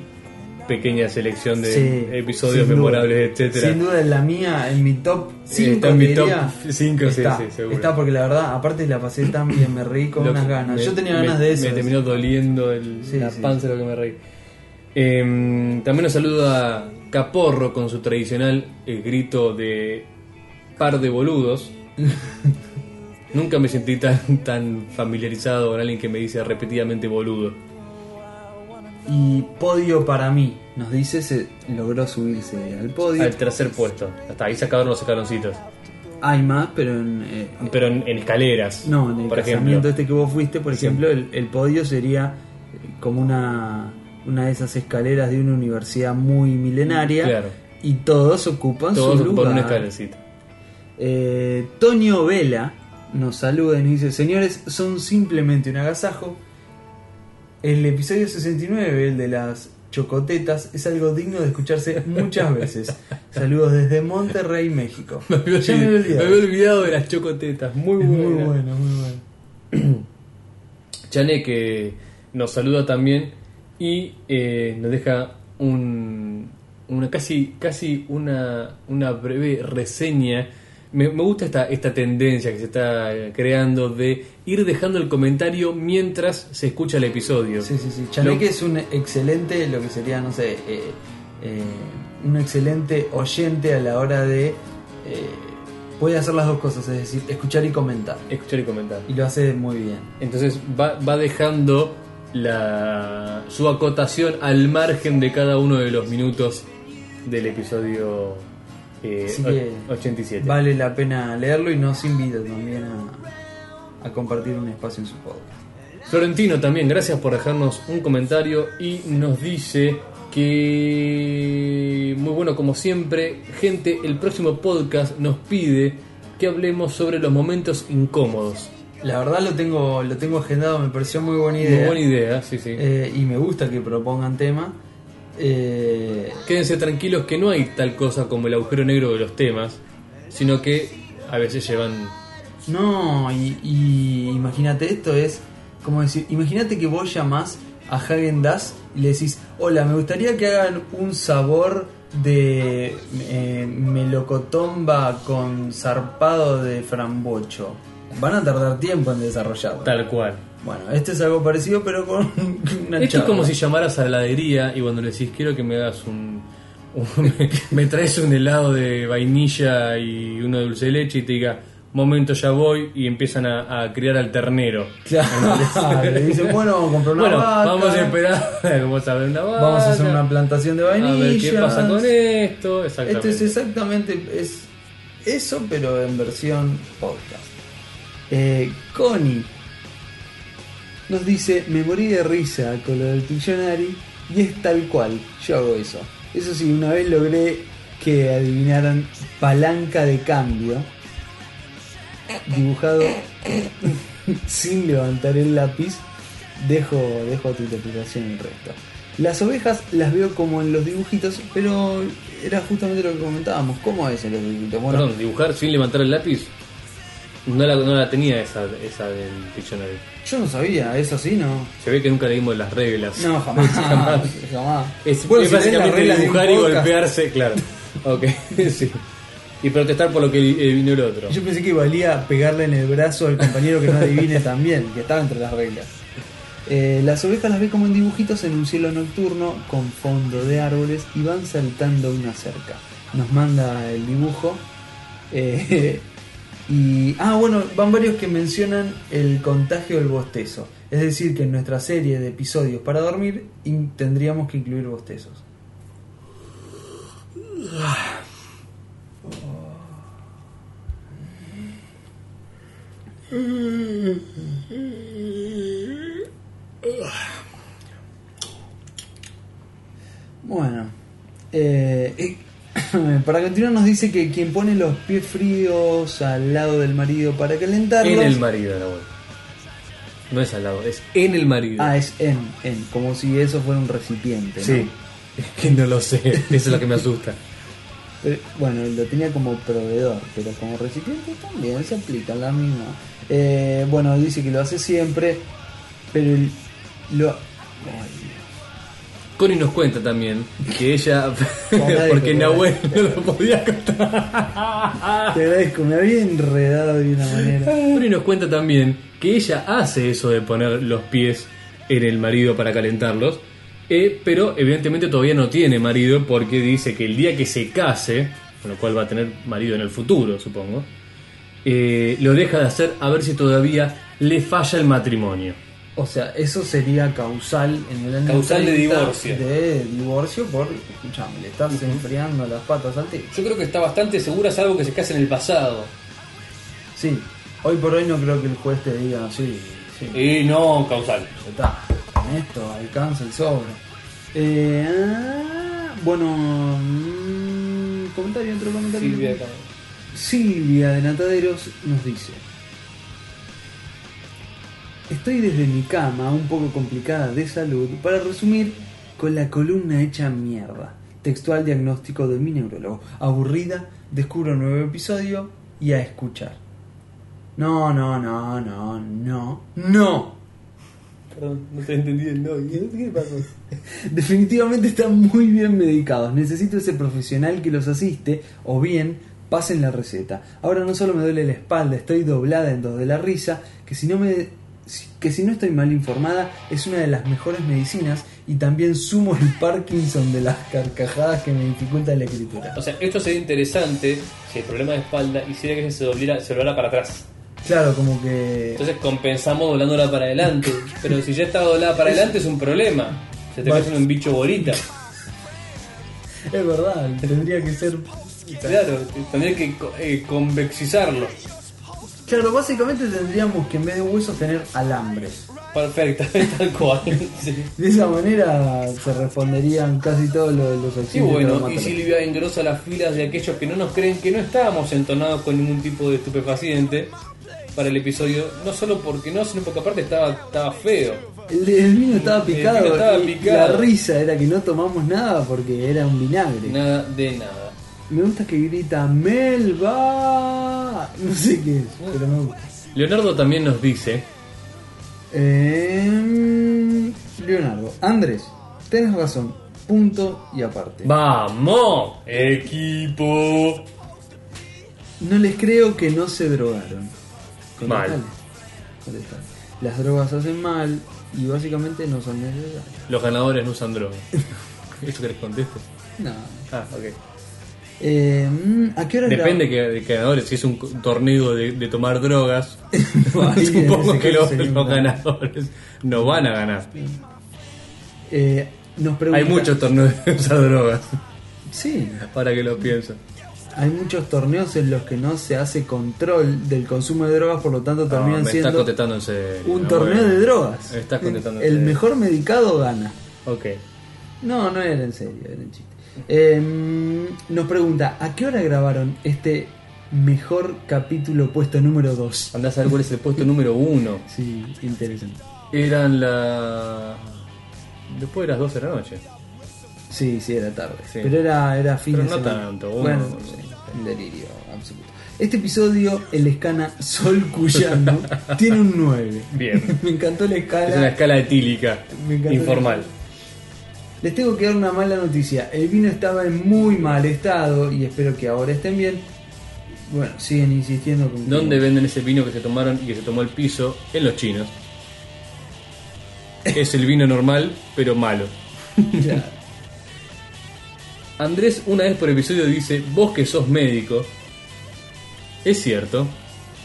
Speaker 2: pequeña selección de
Speaker 1: Sí,
Speaker 2: episodios
Speaker 1: sin duda.
Speaker 2: memorables, etcétera. Eh,
Speaker 1: Sin duda en la mía, en mi top 5.
Speaker 2: está en mi top cinco, sí,
Speaker 1: está,
Speaker 2: sí, seguro.
Speaker 1: Está porque la verdad, aparte la pasé tan bien, me reí con
Speaker 2: Lo
Speaker 1: unas
Speaker 2: que-
Speaker 1: ganas.
Speaker 2: me-
Speaker 1: Yo tenía
Speaker 2: me-
Speaker 1: ganas de eso.
Speaker 2: Me terminó doliendo el,
Speaker 1: Sí,
Speaker 2: la
Speaker 1: sí,
Speaker 2: panza de lo que me reí. Em, también nos saluda Caporro con su tradicional eh, grito de par de boludos. Nunca me sentí tan, tan familiarizado con alguien que me dice repetidamente boludo.
Speaker 1: Y podio para mí, nos dice, se logró subirse al podio.
Speaker 2: Al tercer puesto. Hasta ahí se acabaron los escaloncitos.
Speaker 1: Hay más, pero en, eh,
Speaker 2: Pero en, en escaleras.
Speaker 1: no, en el
Speaker 2: por
Speaker 1: casamiento
Speaker 2: ejemplo.
Speaker 1: este que vos fuiste, por ejemplo, el, el podio sería eh, como una, una de esas escaleras de una universidad muy milenaria.
Speaker 2: Claro.
Speaker 1: Y todos ocupan
Speaker 2: Todos
Speaker 1: su lugar.
Speaker 2: ocupan una escalerecita.
Speaker 1: Eh, Tonio Vela nos saluda y nos dice, señores, son simplemente un agasajo. El episodio 69, el de las chocotetas, es algo digno de escucharse muchas veces. Saludos desde Monterrey, México. Ya me había
Speaker 2: olvidado.
Speaker 1: olvidado.
Speaker 2: de las chocotetas. Muy
Speaker 1: Es
Speaker 2: buena.
Speaker 1: Muy bueno, muy bueno.
Speaker 2: Chane que nos saluda también y eh, nos deja un, una casi, casi una, una breve reseña. Me, me gusta esta, esta tendencia que se está eh, creando de ir dejando el comentario mientras se escucha el episodio.
Speaker 1: Sí, sí, sí.
Speaker 2: Lo-
Speaker 1: Chaneque es un excelente, lo que sería, no sé, eh, eh, un excelente oyente a la hora de... eh, puede hacer las dos cosas, es decir, escuchar y comentar.
Speaker 2: Escuchar y comentar.
Speaker 1: Y lo hace muy bien.
Speaker 2: Entonces va, va dejando la, su acotación al margen de cada uno de los minutos del episodio eh,
Speaker 1: Así que
Speaker 2: och- 87.
Speaker 1: Vale la pena leerlo y nos invita también a, a compartir un espacio en su podcast.
Speaker 2: Florentino también, gracias por dejarnos un comentario y nos dice que muy bueno como siempre, gente, el próximo podcast nos pide que hablemos sobre los momentos incómodos.
Speaker 1: La verdad lo tengo, lo tengo agendado, me pareció muy buena idea.
Speaker 2: Muy buena idea, sí, sí.
Speaker 1: Eh, y me gusta que propongan tema. Eh,
Speaker 2: Quédense tranquilos que no hay tal cosa como el agujero negro de los temas, sino que a veces llevan...
Speaker 1: no, y, y imagínate, esto es como decir, imagínate que vos llamás a Hagen Dazs y le decís, hola, me gustaría que hagan un sabor de eh, melocotomba con zarpado de frambocho. Van a tardar tiempo en desarrollarlo.
Speaker 2: Tal cual.
Speaker 1: Bueno, este es algo parecido pero con una
Speaker 2: Esto es
Speaker 1: charla.
Speaker 2: como si llamaras a la heladería y cuando le decís quiero que me hagas un. un- me, me traes un helado de vainilla y uno de dulce de leche y te diga, momento ya voy y empiezan a, a criar al ternero.
Speaker 1: Claro, Ah, le dicen, bueno, vamos a comprar una
Speaker 2: bueno,
Speaker 1: vaca,
Speaker 2: vamos a esperar, vamos a ver una vaca,
Speaker 1: vamos a hacer una plantación de
Speaker 2: a
Speaker 1: vainilla.
Speaker 2: ver qué pasa con esto. Exactamente.
Speaker 1: Esto es exactamente es eso, pero en versión podcast. Eh, Connie nos dice, me morí de risa con lo del Pictionary y es tal cual, yo hago eso. Eso sí, una vez logré que adivinaran palanca de cambio, dibujado sin levantar el lápiz, dejo, dejo a tu interpretación el resto. Las ovejas las veo como en los dibujitos, pero era justamente lo que comentábamos. ¿Cómo es en los dibujitos? Bueno,
Speaker 2: Perdón, dibujar sin levantar el lápiz. No la, no la tenía esa, esa del diccionario.
Speaker 1: yo no sabía, eso sí, ¿no.
Speaker 2: Se ve que nunca leímos las reglas.
Speaker 1: No, jamás. jamás.
Speaker 2: Es,
Speaker 1: Bueno,
Speaker 2: es
Speaker 1: si lees las
Speaker 2: básicamente
Speaker 1: reglas de un
Speaker 2: dibujar y
Speaker 1: podcast,
Speaker 2: golpearse, claro. Ok, sí. Y protestar por lo que eh, vino el otro.
Speaker 1: Yo pensé que valía pegarle en el brazo al compañero que no adivine también, que estaba entre las reglas. Eh, las ovejas las ve como en dibujitos en un cielo nocturno con fondo de árboles y van saltando una cerca. Nos manda el dibujo. eh, y. Ah, bueno, van varios que mencionan el contagio del bostezo. Es decir, que en nuestra serie de episodios para dormir in- tendríamos que incluir bostezos. Bueno, eh, eh, para continuar nos dice que quien pone los pies fríos al lado del marido para calentarlos.
Speaker 2: En el marido, la vuelta. No es al lado, es en el marido.
Speaker 1: Ah, es en, en, como si eso fuera un recipiente. ¿no?
Speaker 2: sí. Es que no lo sé, eso es lo que me asusta.
Speaker 1: Pero, Eh, bueno, lo tenía como proveedor, pero como recipiente también se aplica la misma. Eh, bueno, dice que lo hace siempre, pero el- lo... ay,
Speaker 2: Connie nos cuenta también que ella.
Speaker 1: Contá de
Speaker 2: porque
Speaker 1: que-
Speaker 2: Nahuel no lo podía contar.
Speaker 1: te agradezco, me había enredado de una manera.
Speaker 2: Connie nos cuenta también que ella hace eso de poner los pies en el marido para calentarlos, eh, pero evidentemente todavía no tiene marido porque dice que el día que se case, con lo cual va a tener marido en el futuro, supongo, eh, lo deja de hacer a ver si todavía le falla el matrimonio.
Speaker 1: O sea, eso sería causal en el año
Speaker 3: Causal de
Speaker 1: 30
Speaker 3: divorcio.
Speaker 1: De divorcio por, escuchame, le estás enfriando las patas al tío.
Speaker 3: Yo creo que está bastante segura, salvo que se case en el pasado.
Speaker 1: Sí, hoy por hoy no creo que el juez te diga, sí, sí,
Speaker 3: Y no causal.
Speaker 1: ya está, con esto alcanza el sobre. Eh, ah, bueno, mm, comentario, otro comentario.
Speaker 3: Silvia también.
Speaker 1: Silvia de Nataderos nos dice: Estoy desde mi cama, un poco complicada de salud, para resumir con la columna hecha mierda. Textual diagnóstico de mi neurólogo. Aburrida, descubro un nuevo episodio y a escuchar. No, no, no, no, no, no.
Speaker 3: Perdón, no te entendí el no. ¿Qué pasó?
Speaker 1: Definitivamente están muy bien medicados. Necesito ese profesional que los asiste o bien pasen la receta. Ahora no solo me duele la espalda, estoy doblada en dos de la risa, que si no me si- que si no estoy mal informada es una de las mejores medicinas y también sumo el Parkinson de las carcajadas que me dificulta la escritura.
Speaker 3: O sea, esto sería interesante si el problema de espalda hiciera que se doblara, se doblara para atrás.
Speaker 1: Claro, como que
Speaker 3: Entonces compensamos doblándola para adelante. Pero si ya está doblada para adelante es un problema. Se te
Speaker 1: Vale.
Speaker 3: hace un bicho borita.
Speaker 1: es verdad, tendría que ser
Speaker 3: Claro, te- tendría que co- eh, convexizarlo.
Speaker 1: Claro, básicamente tendríamos que en vez de huesos tener alambres.
Speaker 3: Perfecto, tal cual. Sí.
Speaker 1: De esa manera se responderían casi todos los, los
Speaker 3: Y
Speaker 1: auxilios
Speaker 3: bueno, y
Speaker 1: traumatológicos.
Speaker 3: Silvia engrosa las filas de aquellos que no nos creen que no estábamos entonados con ningún tipo de estupefaciente para el episodio, no solo porque no, sino porque aparte estaba, estaba feo.
Speaker 1: El, el vino estaba picado.
Speaker 3: vino estaba
Speaker 1: y
Speaker 3: picado.
Speaker 1: La risa era que no tomamos nada porque era un vinagre.
Speaker 3: Nada de nada.
Speaker 1: Me gusta que grita Melba. No sé qué es, pero me gusta.
Speaker 2: Leonardo también nos dice
Speaker 1: Eh, Leonardo. Andrés, tenés razón. Punto y aparte.
Speaker 2: ¡Vamos! Equipo.
Speaker 1: No les creo que no se drogaron.
Speaker 2: Mal.
Speaker 1: Contestale. Contestale. Las drogas hacen mal y básicamente no son necesarias.
Speaker 2: Los ganadores no usan droga. ¿Eso que les conteste?
Speaker 1: No.
Speaker 2: Ah, ok.
Speaker 1: Eh, mm, ¿A qué hora es la-
Speaker 2: Depende que, de que ganadores. Si es un co- torneo de, de tomar drogas,
Speaker 1: Ahí en
Speaker 2: supongo
Speaker 1: ese
Speaker 2: que
Speaker 1: caso
Speaker 2: los,
Speaker 1: sería un
Speaker 2: los
Speaker 1: drama.
Speaker 2: ganadores no van a ganar.
Speaker 1: Eh, nos pregunta-
Speaker 2: Hay muchos torneos de usar drogas,
Speaker 1: Sí,
Speaker 2: para que lo piensen.
Speaker 1: hay muchos torneos en los que no se hace control del consumo de drogas, por lo tanto
Speaker 2: No,
Speaker 1: terminan
Speaker 2: me está
Speaker 1: siendo
Speaker 2: contestando en serio.
Speaker 1: un
Speaker 2: no,
Speaker 1: torneo
Speaker 2: bueno.
Speaker 1: de drogas.
Speaker 2: Me estás contestando en
Speaker 1: El
Speaker 2: serio.
Speaker 1: mejor medicado gana.
Speaker 2: Ok.
Speaker 1: No, no era en serio, era un chiste. Eh, nos pregunta, ¿a qué hora grabaron este mejor capítulo puesto número 2?
Speaker 2: Andás a ver cuál es el puesto número uno.
Speaker 1: Sí, interesante.
Speaker 2: Eran la. Después de las 12 de la noche.
Speaker 1: Sí, sí, era tarde.
Speaker 2: Sí.
Speaker 1: Pero era, era fin
Speaker 2: Pero
Speaker 1: de
Speaker 2: no
Speaker 1: semana.
Speaker 2: tanto, uno,
Speaker 1: bueno,
Speaker 2: no sé.
Speaker 1: un delirio absoluto. Este episodio, el escana Sol Cuyano, tiene un 9.
Speaker 2: Bien.
Speaker 1: Me encantó la
Speaker 2: Es una
Speaker 1: escala.
Speaker 2: escala etílica,
Speaker 1: Me encantó.
Speaker 2: informal.
Speaker 1: Les tengo que dar una mala noticia. El vino estaba en muy mal estado y espero que ahora estén bien. Bueno, siguen insistiendo con que-
Speaker 2: ¿Dónde venden ese vino que se tomaron y que se tomó el piso? En los chinos. Es el vino normal, pero malo.
Speaker 1: Claro.
Speaker 2: Andrés una vez por episodio dice, vos que sos médico. Es cierto.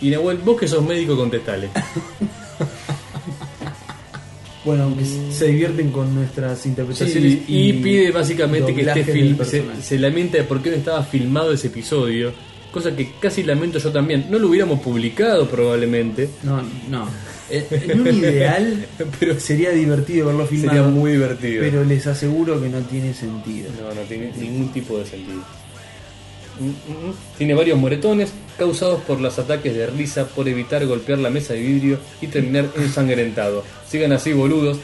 Speaker 2: Y Nahuel, vos que sos médico, contestale.
Speaker 1: Bueno, aunque se divierten con nuestras interpretaciones.
Speaker 2: Sí, y, pide básicamente que esté
Speaker 1: doblajes del
Speaker 2: film, se,
Speaker 1: personaje.
Speaker 2: se lamenta de por qué no estaba filmado ese episodio. Cosa que casi lamento yo también. No lo hubiéramos publicado probablemente.
Speaker 1: No, no. Eh, En un ideal
Speaker 2: Pero-
Speaker 1: sería divertido verlo filmado.
Speaker 2: Sería muy divertido.
Speaker 1: Pero les aseguro que no tiene sentido.
Speaker 2: No, no tiene ningún tipo de sentido. Mm, Tiene varios moretones causados por los ataques de risa por evitar golpear la mesa de vidrio y terminar ensangrentado. Sigan así, boludos.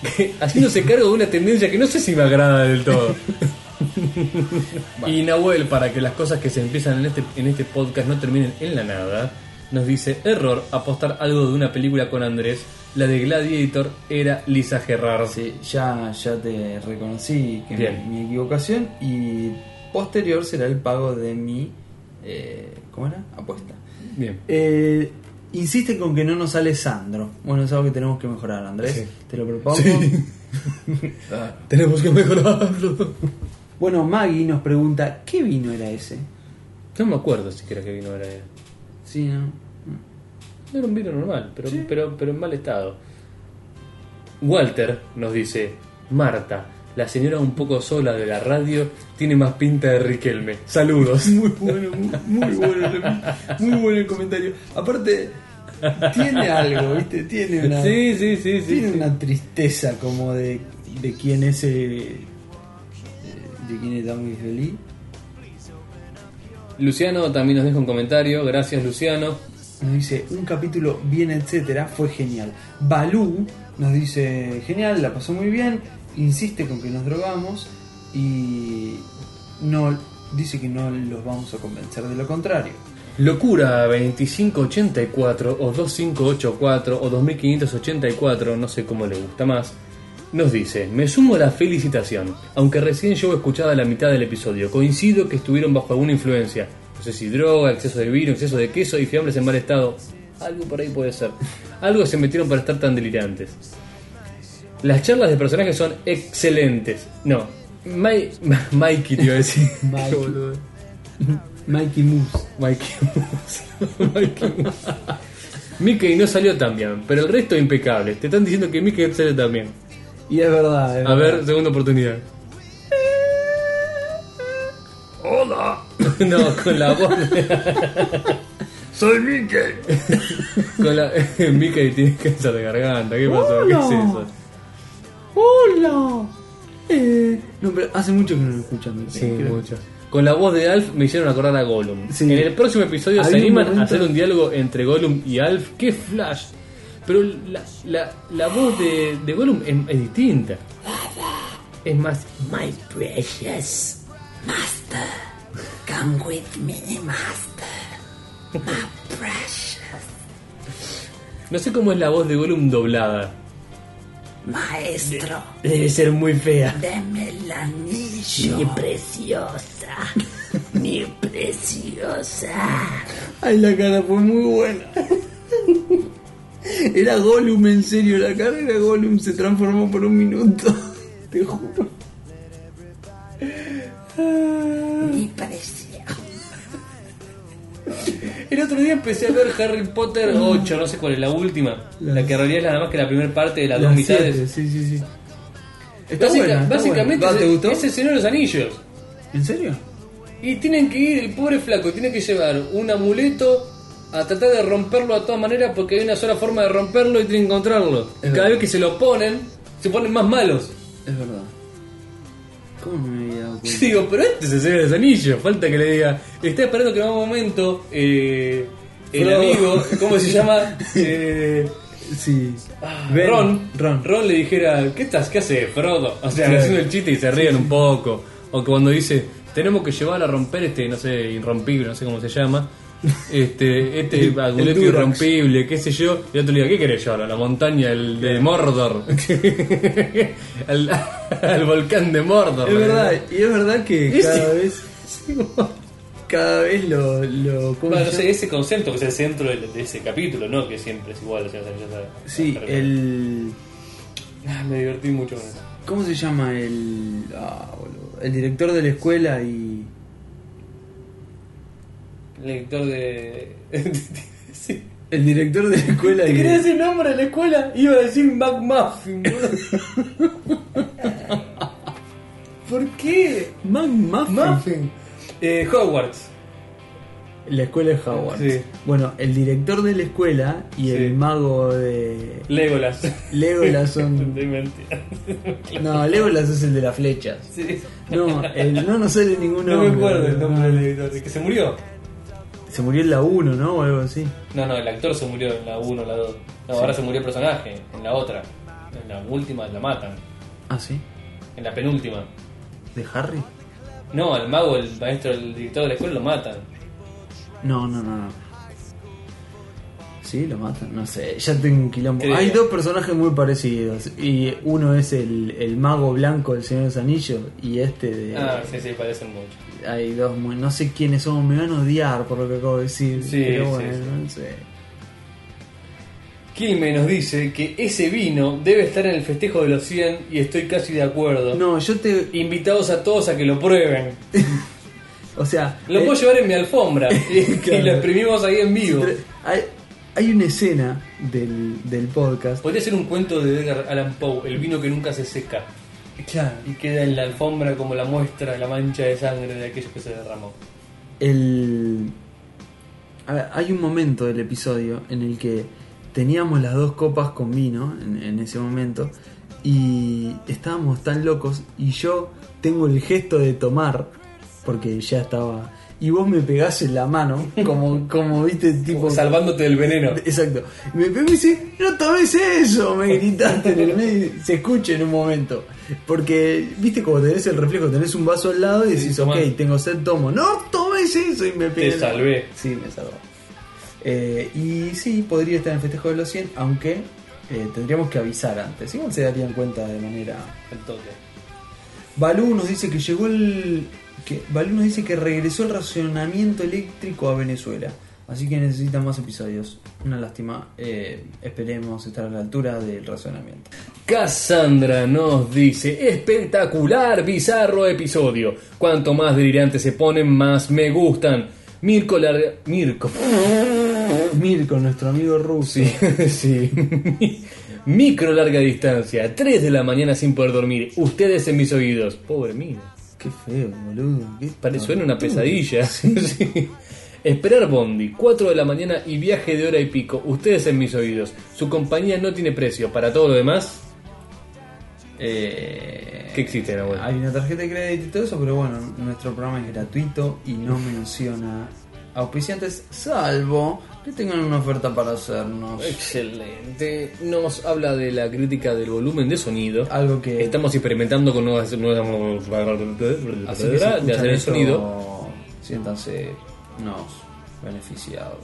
Speaker 2: Haciéndose cargo de una tendencia que no sé si me agrada del todo. Y Nahuel, para que las cosas que se empiezan en este, en este podcast no terminen en la nada, nos dice: Error, apostar algo de una película con Andrés. La de Gladiator era Lisa Gerrard.
Speaker 1: Sí, ya, ya te reconocí que
Speaker 2: Bien.
Speaker 1: mi, mi equivocación y posterior será el pago de mi eh, ¿cómo era? apuesta.
Speaker 2: Bien.
Speaker 1: Eh, insisten con que no nos sale Sandro. Bueno, es algo que tenemos que mejorar, Andrés.
Speaker 2: Sí.
Speaker 1: Te lo propongo. Ah,
Speaker 2: Tenemos que mejorarlo.
Speaker 1: Bueno, Maggie nos pregunta, ¿qué vino era ese?
Speaker 2: No me acuerdo siquiera que vino era. él.
Speaker 1: Sí, ¿no?
Speaker 2: Era un vino normal, pero, pero, pero en mal estado. Walter nos dice, Marta, la señora un poco sola de la radio tiene más pinta de Riquelme. Saludos.
Speaker 1: Muy bueno, muy, muy bueno, el- muy bueno el comentario. Aparte, tiene algo, ¿viste? Tiene una,
Speaker 2: Sí, sí, sí, sí.
Speaker 1: tiene una tristeza como de, de quién es eh, de quién está muy feliz.
Speaker 2: Luciano también nos deja un comentario. Gracias, Luciano.
Speaker 1: Nos dice, un capítulo bien, etcétera, fue genial. Balú nos dice, genial, la pasó muy bien, insiste con que nos drogamos y no dice que no los vamos a convencer de lo contrario.
Speaker 2: Locura 2584 o 2584 o 2584, no sé cómo le gusta más, nos dice, me sumo a la felicitación, aunque recién llevo escuchada la mitad del episodio, coincido que estuvieron bajo alguna influencia, no sé si droga, exceso de vino, exceso de queso y fiambres en mal estado, algo por ahí puede ser, algo se metieron para estar tan delirantes. Las charlas de personajes son excelentes, no, Mai- Mikey te iba a decir.
Speaker 1: Mikey. Mikey Moose.
Speaker 2: Mikey Mouse. Mikey Mouse. Mickey no salió tan bien, pero el resto impecable. Te están diciendo que Mickey salió tan bien.
Speaker 1: Y es verdad, es
Speaker 2: A
Speaker 1: verdad.
Speaker 2: ver, segunda oportunidad. ¡Hola! No, con la voz. de-
Speaker 6: Soy Mickey.
Speaker 2: Con la... Mickey tiene cáncer de garganta. ¿Qué pasó? ¿Qué es eso? Ah.
Speaker 1: ¡Hola! Eh, no, pero hace mucho que no lo escuchan.
Speaker 2: Sí, mucho. Con la voz de Alf me hicieron acordar a Gollum.
Speaker 1: Sí.
Speaker 2: En el próximo episodio se
Speaker 1: Había un
Speaker 2: animan a
Speaker 1: momento-
Speaker 2: hacer un diálogo entre Gollum y Alf. ¡Qué flash! Pero la, la- la voz de, de Gollum es, es distinta. Es más.
Speaker 6: My precious master. Come with me, master. My precious.
Speaker 2: No sé cómo es la voz de Gollum doblada.
Speaker 10: Maestro,
Speaker 1: Debe ser muy fea.
Speaker 10: deme el anillo. Mi preciosa. Mi preciosa.
Speaker 1: Ay, la cara fue muy buena. Era Gollum, en serio, la cara era Gollum, se transformó por un minuto. Te juro.
Speaker 10: Mi preciosa.
Speaker 2: El otro día empecé a ver Harry Potter 8, no sé cuál es, la última. La que en realidad es nada más que la primera parte de las, dos
Speaker 1: Las
Speaker 2: mitades.
Speaker 1: siete, Sí, sí, sí. Está
Speaker 2: Básica-
Speaker 1: buena, está
Speaker 2: básicamente
Speaker 1: buena. ¿Va,
Speaker 2: es-
Speaker 1: ¿Te gustó?
Speaker 2: es el Señor de los Anillos.
Speaker 1: ¿En serio?
Speaker 2: Y tienen que ir, el pobre flaco tiene que llevar un amuleto a tratar de romperlo de todas maneras porque hay una sola forma de romperlo y tiene que encontrarlo. Y
Speaker 1: Es
Speaker 2: cada
Speaker 1: verdad.
Speaker 2: vez que se lo ponen, se ponen más malos.
Speaker 1: Es verdad. ¿Cómo no me había dado
Speaker 2: Yo
Speaker 1: cuenta?
Speaker 2: digo, pero este es el Señor de los Anillos, falta que le diga, está esperando que en algún momento eh, el
Speaker 1: Frodo.
Speaker 2: amigo, ¿cómo se llama? Eh,
Speaker 1: Sí. Ben,
Speaker 2: Ron,
Speaker 1: Ron.
Speaker 2: Ron le dijera, ¿qué estás? ¿Qué hace Frodo? O sea,
Speaker 1: Claro.
Speaker 2: haciendo el chiste y se ríen un poco. O que cuando dice, tenemos que llevar a romper este, no sé, irrompible, no sé cómo se llama. Este, este
Speaker 1: El- el
Speaker 2: amuleto
Speaker 1: Durox.
Speaker 2: irrompible, qué sé yo. Y el otro le diga, ¿qué querés llevarlo? A la montaña el, de Mordor. al, al volcán de Mordor.
Speaker 1: Es verdad, y es verdad que
Speaker 2: Ese-
Speaker 1: cada vez, cada vez lo... lo ¿cómo
Speaker 2: Bueno,
Speaker 1: se
Speaker 2: no
Speaker 1: llama?
Speaker 2: sé, ese concepto que es el centro de, de ese capítulo, ¿no? Que siempre es igual. o sea, ya sabes.
Speaker 1: Sí, el...
Speaker 2: Ah, Me divertí mucho con eso.
Speaker 1: ¿Cómo se llama el. ah, boludo, el director de la escuela y.
Speaker 2: El lector de... sí.
Speaker 1: El director de la escuela
Speaker 2: Te
Speaker 1: y.
Speaker 2: quería decir nombre de la escuela, iba a decir McMuffin, boludo. ¿Por qué?
Speaker 1: Mac Muffin.
Speaker 2: Muffin. Eh, Hogwarts.
Speaker 1: La escuela de Howard.
Speaker 2: Sí.
Speaker 1: Bueno, el director de la escuela y
Speaker 2: Sí.
Speaker 1: el mago de.
Speaker 2: Legolas.
Speaker 1: Legolas son.
Speaker 2: De mentira.
Speaker 1: No, Legolas es el de las flechas.
Speaker 2: Sí.
Speaker 1: No, el- no nos sale ningún
Speaker 2: No, me
Speaker 1: nombre,
Speaker 2: acuerdo el
Speaker 1: boludo.
Speaker 2: nombre del editor. ¿El que se murió?
Speaker 1: Se murió en la 1, ¿no? O algo así.
Speaker 2: No, no, el actor se murió en la 1 o la 2. No, ahora se murió el personaje, en la otra. En la última la matan.
Speaker 1: Ah, sí.
Speaker 2: En la penúltima.
Speaker 1: ¿De Harry?
Speaker 2: No, al mago, el maestro, el director de la escuela lo matan.
Speaker 1: No, no, no, no. Sí, lo matan, no sé, ya tengo un quilombo.
Speaker 2: Creo.
Speaker 1: Hay dos personajes muy parecidos. Y uno es el, el mago blanco del Señor de los Anillos. Y este de.
Speaker 2: Ah, sí, sí, parecen mucho.
Speaker 1: Hay dos muy. No sé quiénes son, me van a odiar por lo que acabo de decir.
Speaker 2: Sí,
Speaker 1: pero
Speaker 2: sí,
Speaker 1: bueno,
Speaker 2: sí.
Speaker 1: no sé.
Speaker 2: Quilme nos dice que ese vino debe estar en el festejo de los 100 y estoy casi de acuerdo.
Speaker 1: No, yo te.
Speaker 2: Invitados a todos a que lo prueben.
Speaker 1: O sea.
Speaker 2: Lo
Speaker 1: eh,
Speaker 2: puedo llevar en mi alfombra y,
Speaker 1: Claro.
Speaker 2: y lo exprimimos ahí en vivo.
Speaker 1: tra- hay, hay una escena del, del podcast.
Speaker 2: Podría ser un cuento de Edgar Allan Poe, el vino que nunca se seca
Speaker 1: Claro.
Speaker 2: y queda en la alfombra como la muestra, la mancha de sangre de aquello que se derramó.
Speaker 1: El. a ver, hay un momento del episodio en el que teníamos las dos copas con vino en, en ese momento y estábamos tan locos y yo tengo el gesto de tomar porque ya estaba y vos me pegás en la mano como como viste tipo
Speaker 2: Salvándote del veneno.
Speaker 1: Exacto. Y me pegó y me dice, no tomes eso, me gritaste en el medio. Se escucha en un momento. Porque, viste, como tenés el reflejo, tenés un vaso al lado y decís, ok,
Speaker 2: tomá.
Speaker 1: tengo sed, tomo. No tomes eso y me pegué.
Speaker 2: salvé.
Speaker 1: Sí, me salvó. Eh, y sí, podría estar en el festejo de los 100, aunque eh, tendríamos que avisar antes. Igual se darían cuenta de manera
Speaker 2: Al toque.
Speaker 1: Balú nos dice que llegó el. Que, Balú nos dice que regresó el racionamiento eléctrico a Venezuela. Así que necesitan más episodios. Una lástima. eh, esperemos estar a la altura del racionamiento.
Speaker 2: Cassandra nos dice, espectacular, bizarro episodio. Cuanto más delirantes se ponen, más me gustan. Mirko Lar- Mirko.
Speaker 1: Mirko, nuestro amigo Rusi.
Speaker 2: sí. Micro larga distancia, 3 de la mañana sin poder dormir. Ustedes en mis oídos. Pobre mío.
Speaker 1: Qué feo, boludo. qué
Speaker 2: Parece, suena una
Speaker 1: tortura.
Speaker 2: pesadilla. Sí. Esperar Bondi, 4 de la mañana y viaje de hora y pico. Ustedes en mis oídos. Su compañía no tiene precio. Para todo lo demás,
Speaker 1: Eh,
Speaker 2: ¿qué existe, Nahuel?
Speaker 1: Hay una tarjeta de crédito y todo eso, pero bueno, nuestro programa es gratuito y no menciona auspiciantes, salvo que tengan una oferta para hacernos.
Speaker 2: Excelente. Nos habla de la crítica del volumen de sonido.
Speaker 1: Algo que
Speaker 2: Estamos experimentando con nuevas, nuevas
Speaker 1: Así que si
Speaker 2: de hacer
Speaker 1: escuchan
Speaker 2: el
Speaker 1: esto,
Speaker 2: sonido.
Speaker 1: Siéntanse unos beneficiados.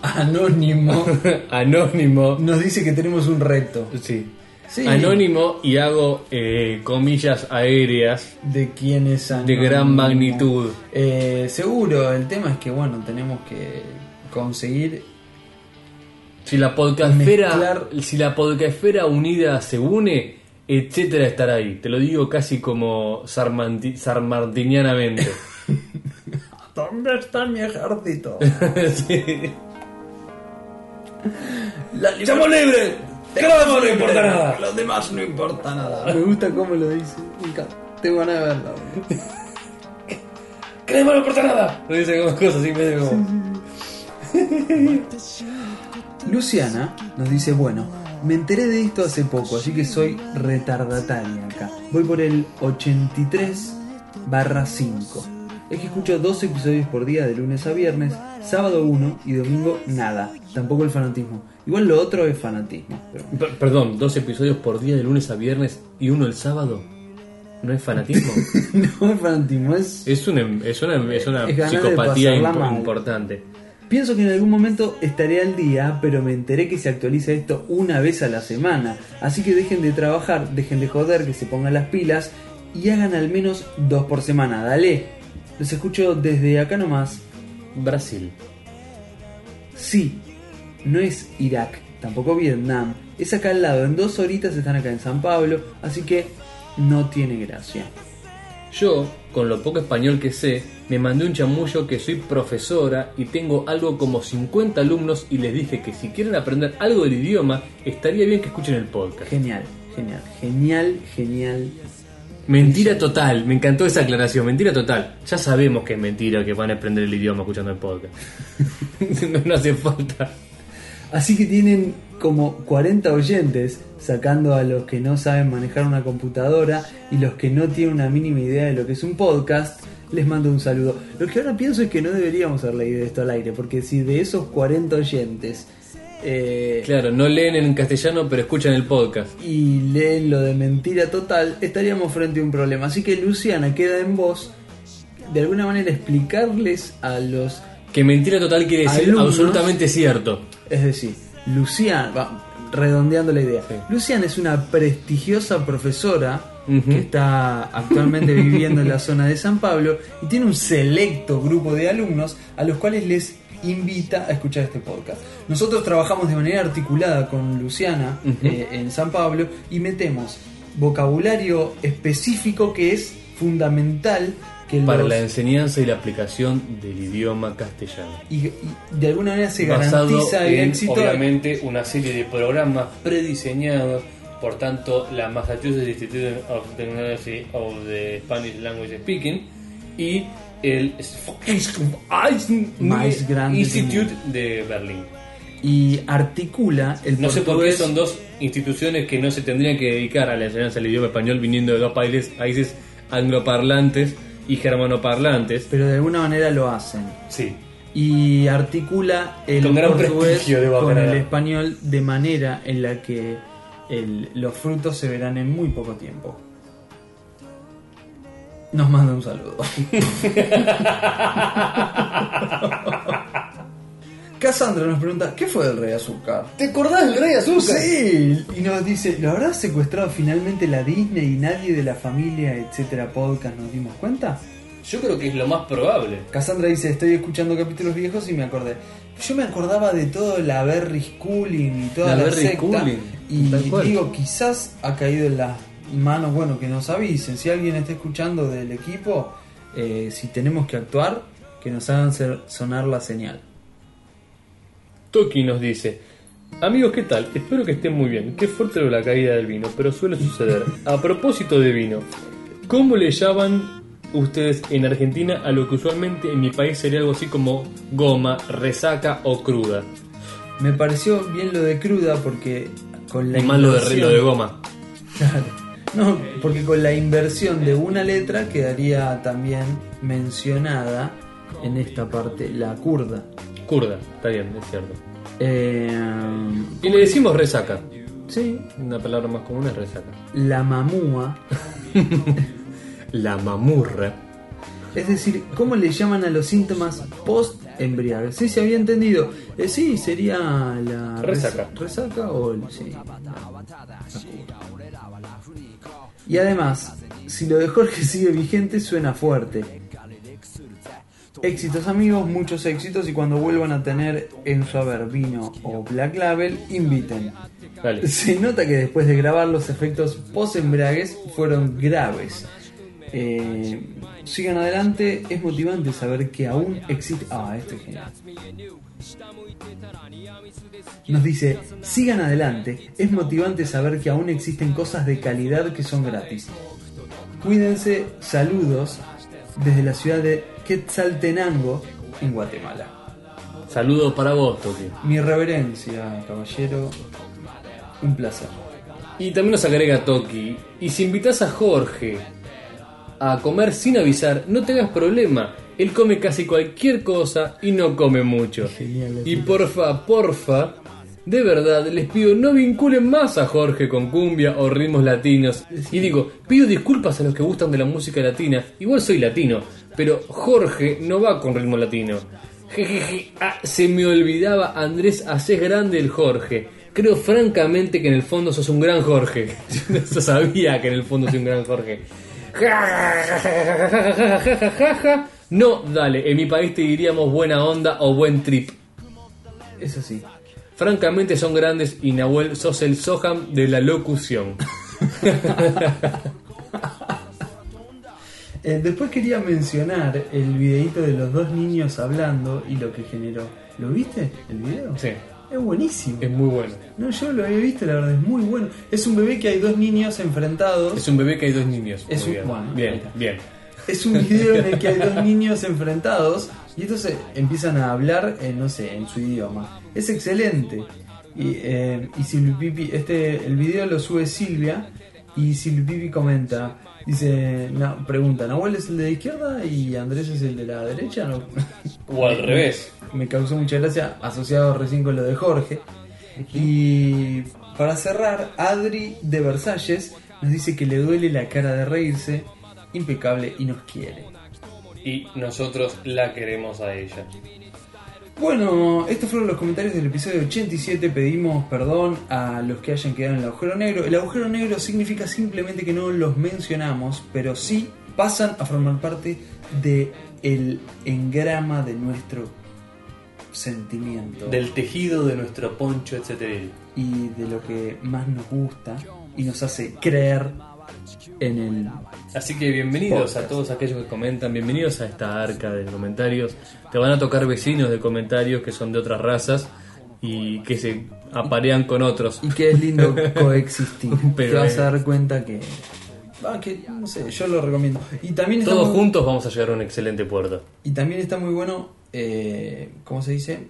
Speaker 1: Anónimo
Speaker 2: Anónimo.
Speaker 1: nos dice que tenemos un reto.
Speaker 2: Sí.
Speaker 1: Sí.
Speaker 2: anónimo y hago eh, comillas aéreas
Speaker 1: de quién es
Speaker 2: de
Speaker 1: anónimo.
Speaker 2: gran magnitud.
Speaker 1: Eh, seguro, el tema es que bueno, tenemos que conseguir
Speaker 2: Si la podcastfera,
Speaker 1: Mezclar-
Speaker 2: si la podcastfera unida se une, etcétera, estará ahí. Te lo digo casi como sarmanti- sarmartinianamente.
Speaker 1: ¿Dónde está mi ejército?
Speaker 2: Sí.
Speaker 1: La
Speaker 2: ¡Somos libres!
Speaker 1: ¡De
Speaker 2: ¡Claro, no importa nada!
Speaker 1: Los demás no importa nada. Me gusta cómo lo dice. Nunca tengo ganas de verlo.
Speaker 2: ¡Creemos no importa nada! Lo dice como cosas así medio como.
Speaker 1: Luciana nos dice, bueno, me enteré de esto hace poco, así que soy retardataria acá. Voy por el 83 barra 5. Es que escucho dos episodios por día de lunes a viernes, sábado uno y domingo nada. Tampoco el fanatismo. Igual lo otro es fanatismo. Pero...
Speaker 2: Per- Perdón, dos episodios por día de lunes a viernes y uno el sábado. ¿No es fanatismo?
Speaker 1: no es fanatismo, es...
Speaker 2: es una, es una, es una
Speaker 1: Es ganas de
Speaker 2: psicopatía
Speaker 1: pasarla
Speaker 2: impo-
Speaker 1: mal.
Speaker 2: importante.
Speaker 1: Pienso que en algún momento estaré al día, pero me enteré que se actualiza esto una vez a la semana. Así que dejen de trabajar, dejen de joder, que se pongan las pilas y hagan al menos dos por semana. Dale. Los escucho desde acá nomás.
Speaker 2: Brasil.
Speaker 1: Sí, no es Irak, tampoco Vietnam. Es acá al lado. En dos horitas están acá en San Pablo. Así que no tiene gracia.
Speaker 2: Yo, con lo poco español que sé, me mandé un chamullo que soy profesora y tengo algo como 50 alumnos y les dije que si quieren aprender algo del idioma, estaría bien que escuchen el podcast.
Speaker 1: Genial, genial, genial, genial.
Speaker 2: Mentira total, me encantó esa aclaración, mentira total. Ya sabemos que es mentira que van a aprender el idioma escuchando el podcast. no, no hace falta.
Speaker 1: Así que tienen como 40 oyentes, sacando a los que no saben manejar una computadora y los que no tienen una mínima idea de lo que es un podcast, les mando un saludo. Lo que ahora pienso es que no deberíamos haber leído esto al aire, porque si de esos 40 oyentes eh,
Speaker 2: Claro, no leen en castellano, pero escuchan el podcast.
Speaker 1: y leen lo de mentira total, estaríamos frente a un problema. Así que Luciana, queda en vos de alguna manera explicarles a los
Speaker 2: Que mentira total quiere decir
Speaker 1: Alumnos.
Speaker 2: absolutamente cierto.
Speaker 1: Es decir, Luciana, va, redondeando la idea,
Speaker 2: Sí.
Speaker 1: Luciana es una prestigiosa profesora
Speaker 2: Ujú.
Speaker 1: que está actualmente viviendo en la zona de San Pablo y tiene un selecto grupo de alumnos a los cuales les invita a escuchar este podcast. Nosotros trabajamos de manera articulada con Luciana
Speaker 2: Ujú.
Speaker 1: eh, en San Pablo y metemos vocabulario específico que es fundamental que
Speaker 2: Para
Speaker 1: los-
Speaker 2: la enseñanza y la aplicación del idioma castellano.
Speaker 1: y, y de alguna manera se
Speaker 2: basado
Speaker 1: garantiza el
Speaker 2: en,
Speaker 1: éxito
Speaker 3: obviamente, una serie de programas prediseñados. Por tanto, la Massachusetts Institute of Technology of the Spanish Language Speaking y el
Speaker 1: Más grande del
Speaker 3: Institute de Berlín.
Speaker 1: y articula el
Speaker 3: No sé por qué
Speaker 1: portugués
Speaker 3: son
Speaker 2: dos instituciones que no se tendrían que dedicar a la enseñanza del idioma español viniendo de dos países, países angloparlantes y germanoparlantes.
Speaker 1: pero de alguna manera lo hacen.
Speaker 3: Sí.
Speaker 1: Y articula el
Speaker 3: Con gran
Speaker 1: portugués
Speaker 3: prestigio, debo
Speaker 1: con
Speaker 3: aclarar.
Speaker 1: el español de manera en la que el- los frutos se verán en muy poco tiempo. Nos manda un saludo. Cassandra nos pregunta, ¿qué fue del rey azúcar?
Speaker 3: ¿Te acordás del Rey Azúcar?
Speaker 1: Sí, y nos dice, ¿lo habrá secuestrado finalmente la Disney y nadie de la familia, etcétera, podcast, nos dimos cuenta?
Speaker 3: Yo creo que es lo más probable.
Speaker 1: Cassandra dice, estoy escuchando capítulos viejos y me acordé. Yo me acordaba de todo la Berry Schooling y toda
Speaker 2: La
Speaker 1: la,
Speaker 2: Berry
Speaker 1: secta.
Speaker 2: Schooling,
Speaker 1: y
Speaker 2: tal cual.
Speaker 1: digo, quizás ha caído en las manos, bueno, que nos avisen. Si alguien está escuchando del equipo, eh, si tenemos que actuar, que nos hagan ser- sonar la señal.
Speaker 2: Toki nos dice, amigos, ¿qué tal? Espero que estén muy bien. Qué fuerte lo de la caída del vino, pero suele suceder. A propósito de vino, ¿cómo le llaman ustedes en Argentina a lo que usualmente en mi país sería algo así como goma, resaca o cruda?
Speaker 1: Me pareció bien lo de cruda porque con la...
Speaker 2: Y más lo de,
Speaker 1: inversión-
Speaker 2: lo de goma.
Speaker 1: Claro. No, porque con la inversión de una letra quedaría también mencionada en esta parte la kurda.
Speaker 2: Curda, está bien, es cierto.
Speaker 1: Eh,
Speaker 2: Y le decimos resaca.
Speaker 1: sí,
Speaker 2: Una palabra más común es resaca.
Speaker 1: la mamúa.
Speaker 2: La mamurra.
Speaker 1: Es decir, ¿cómo le llaman a los síntomas post embriaguez? Sí, se había entendido. Eh, sí, sería la
Speaker 2: Resaca.
Speaker 1: res- resaca o el- sí. Y además, si lo de Jorge sigue vigente, suena fuerte. Éxitos amigos, muchos éxitos y cuando vuelvan a tener en su haber vino o Black Label, inviten.
Speaker 2: Dale.
Speaker 1: Se nota que después de grabar los efectos post-embragues fueron graves. Eh, sigan adelante, es motivante saber que aún existe... Ah, esto es genial. Nos dice, sigan adelante, es motivante saber que aún existen cosas de calidad que son gratis. Cuídense, saludos desde la ciudad de Quetzaltenango, en Guatemala.
Speaker 2: Saludos para vos, Toki.
Speaker 1: Mi reverencia, caballero, un placer.
Speaker 2: Y también nos agrega Toki. Y si invitas a Jorge a comer sin avisar, no te hagas problema. Él come casi cualquier cosa y no come mucho.
Speaker 1: Genial,
Speaker 2: y porfa, porfa, de verdad, les pido no vinculen más a Jorge con cumbia o ritmos latinos. Y digo, pido disculpas a los que gustan de la música latina. Igual soy latino, pero Jorge no va con ritmo latino. Jejeje, ah, se me olvidaba Andrés, haces grande el Jorge. Creo francamente que en el fondo sos un gran Jorge. Yo sabía que en el fondo soy un gran Jorge. No, dale, en mi país te diríamos buena onda o buen trip.
Speaker 1: Eso sí.
Speaker 2: Francamente son grandes y Nahuel sos el Soham de la locución.
Speaker 1: Eh, después quería mencionar el videito de los dos niños hablando y lo que generó. ¿Lo viste? ¿El video?
Speaker 2: Sí.
Speaker 1: Es buenísimo.
Speaker 2: Es muy bueno.
Speaker 1: No, yo lo había visto, la verdad, es muy bueno. Es un bebé que hay dos niños enfrentados.
Speaker 2: Es un bebé que hay dos niños.
Speaker 1: Es
Speaker 2: Muy
Speaker 1: un-
Speaker 2: bien.
Speaker 1: bueno, ahí
Speaker 2: bien,
Speaker 1: está.
Speaker 2: bien.
Speaker 1: Es un video en el que hay dos niños enfrentados y entonces empiezan a hablar, en, no sé, en su idioma. Es excelente. Y, eh, y Silvipipi- este, el video lo sube Silvia y Silvipipi comenta, dice, no, pregunta, ¿Nahuel es el de la izquierda y Andrés es el de la derecha? No.
Speaker 3: O al revés.
Speaker 1: Me causó mucha gracia, asociado recién con lo de Jorge. Y para cerrar, Adri de Versalles nos dice que le duele la cara de reírse, impecable y nos quiere.
Speaker 3: Y nosotros la queremos a ella.
Speaker 1: Bueno, estos fueron los comentarios del episodio 87. Pedimos perdón a los que hayan quedado en el agujero negro. El agujero negro significa simplemente que no los mencionamos, pero sí pasan a formar parte de el engrama de nuestro sentimiento
Speaker 3: Del tejido de nuestro poncho, etc.
Speaker 1: y de lo que más nos gusta y nos hace creer en el
Speaker 2: Así que bienvenidos a todos aquellos que comentan, bienvenidos a esta arca de comentarios. Te van a tocar vecinos de comentarios que son de otras razas y que se aparean con otros.
Speaker 1: y que es lindo coexistir.
Speaker 2: Pero,
Speaker 1: Te vas
Speaker 2: eh.
Speaker 1: a dar cuenta que, ah, que no sé, yo lo recomiendo. Y también está
Speaker 2: Todos
Speaker 1: muy-
Speaker 2: juntos vamos a llegar a un excelente puerto.
Speaker 1: Y también está muy bueno, eh, ¿cómo se dice?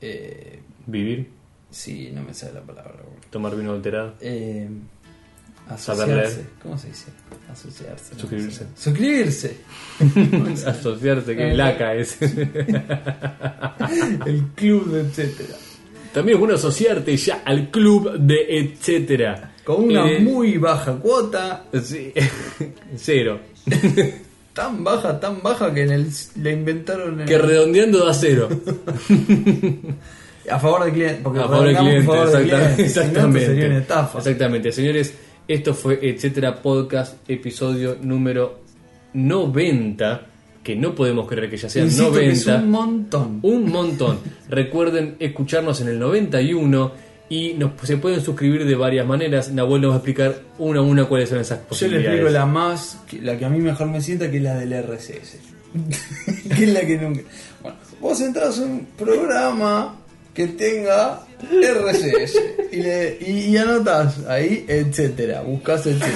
Speaker 1: Eh,
Speaker 2: Vivir,
Speaker 1: sí, no me sale la palabra. boludo.
Speaker 2: tomar vino alterado.
Speaker 1: Eh,
Speaker 2: Saber
Speaker 1: asociarse.
Speaker 2: leer.
Speaker 1: ¿Cómo se dice? Asociarse. no
Speaker 2: Suscribirse.
Speaker 1: sé. Suscribirse.
Speaker 2: Asociarse, que
Speaker 1: Eh.
Speaker 2: laca es.
Speaker 1: El club, etcétera.
Speaker 2: También es bueno asociarte ya al club de etcétera.
Speaker 1: Con una
Speaker 2: Eh,
Speaker 1: muy baja cuota,
Speaker 2: sí. cero.
Speaker 1: tan baja, tan baja que en el, la inventaron en-
Speaker 2: Que redondeando da cero.
Speaker 1: a favor del cliente. Porque
Speaker 2: a favor del cliente,
Speaker 1: redondeamos a favor del
Speaker 2: exactamente.
Speaker 1: cliente, si no, esto
Speaker 2: exactamente.
Speaker 1: sería una estafa.
Speaker 2: Exactamente, señores, esto fue Etcétera Podcast, episodio número 90, que no podemos creer que ya sea
Speaker 1: Insisto que
Speaker 2: 90.
Speaker 1: es un montón.
Speaker 2: Un montón. Recuerden escucharnos en el 91 y nos, se pueden suscribir de varias maneras. Nahuel nos va a explicar una a una cuáles son esas
Speaker 1: Yo le
Speaker 2: posibilidades.
Speaker 1: explico la más, que- la que a mí mejor me sienta, que es la del RSS. que es la que nunca. Bueno, vos entras a un programa que tenga RSS y, le, y, y anotás ahí, etcétera, buscas etcétera.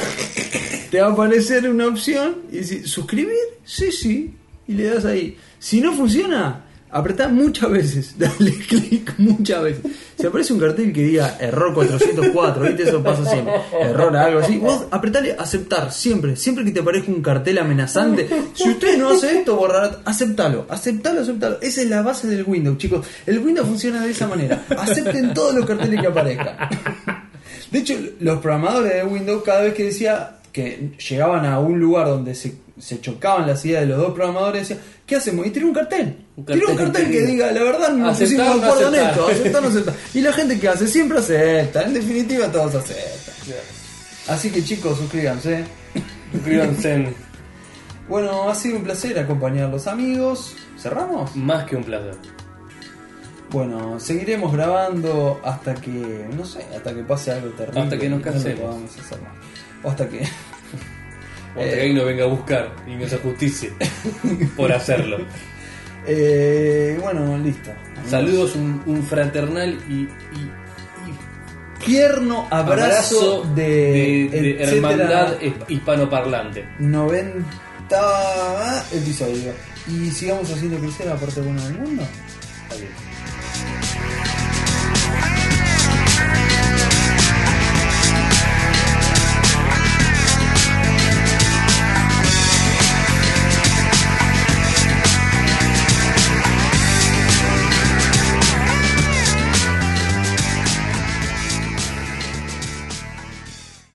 Speaker 1: Te va a aparecer una opción y decís, ¿suscribir? Sí, sí. Y le das ahí. Si no funciona, apretá muchas veces. Dale clic muchas veces. Si aparece un cartel que diga error 404, ¿viste? Eso pasa siempre. Error algo así. Vos apretale aceptar siempre. Siempre que te aparezca un cartel amenazante. Si usted no hace esto, borrará. Aceptalo, aceptalo, aceptalo. Esa es la base del Windows, chicos. El Windows funciona de esa manera. Acepten todos los carteles que aparezcan. De hecho, los programadores de Windows, cada vez que decía que llegaban a un lugar donde se se chocaban las ideas de los dos programadores, decían, ¿qué hacemos? Y tiró un cartel.
Speaker 2: Un cartel
Speaker 1: Tiró un cartel que
Speaker 2: que
Speaker 1: diga, la verdad, no nos
Speaker 2: Aceptar,
Speaker 1: pusimos de
Speaker 2: no
Speaker 1: acuerdo en
Speaker 2: aceptar".
Speaker 1: esto, aceptar, no aceptar. Y la gente que hace, siempre acepta, en definitiva todos aceptan. Así que chicos, suscríbanse.
Speaker 2: Suscríbanse.
Speaker 1: Bueno, ha sido un placer acompañarlos amigos. ¿Cerramos?
Speaker 2: Más que un placer.
Speaker 1: Bueno, seguiremos grabando hasta que, no sé, hasta que pase algo terrible.
Speaker 2: Hasta que nos
Speaker 1: y no lo
Speaker 2: cansemos.
Speaker 1: podamos hacer más. O hasta que...
Speaker 2: O
Speaker 1: Eh.
Speaker 2: hasta que alguien nos venga a buscar y nos ajustice por hacerlo.
Speaker 1: Eh, bueno, listo.
Speaker 2: Saludos, un, un fraternal y, y- y
Speaker 1: Tierno abrazo,
Speaker 2: abrazo
Speaker 1: de,
Speaker 2: de- de
Speaker 1: etcétera,
Speaker 2: hermandad hisp- hispanoparlante.
Speaker 1: eh, 90 episodio. Y sigamos haciendo crecer la parte buena del mundo.
Speaker 2: Está bien.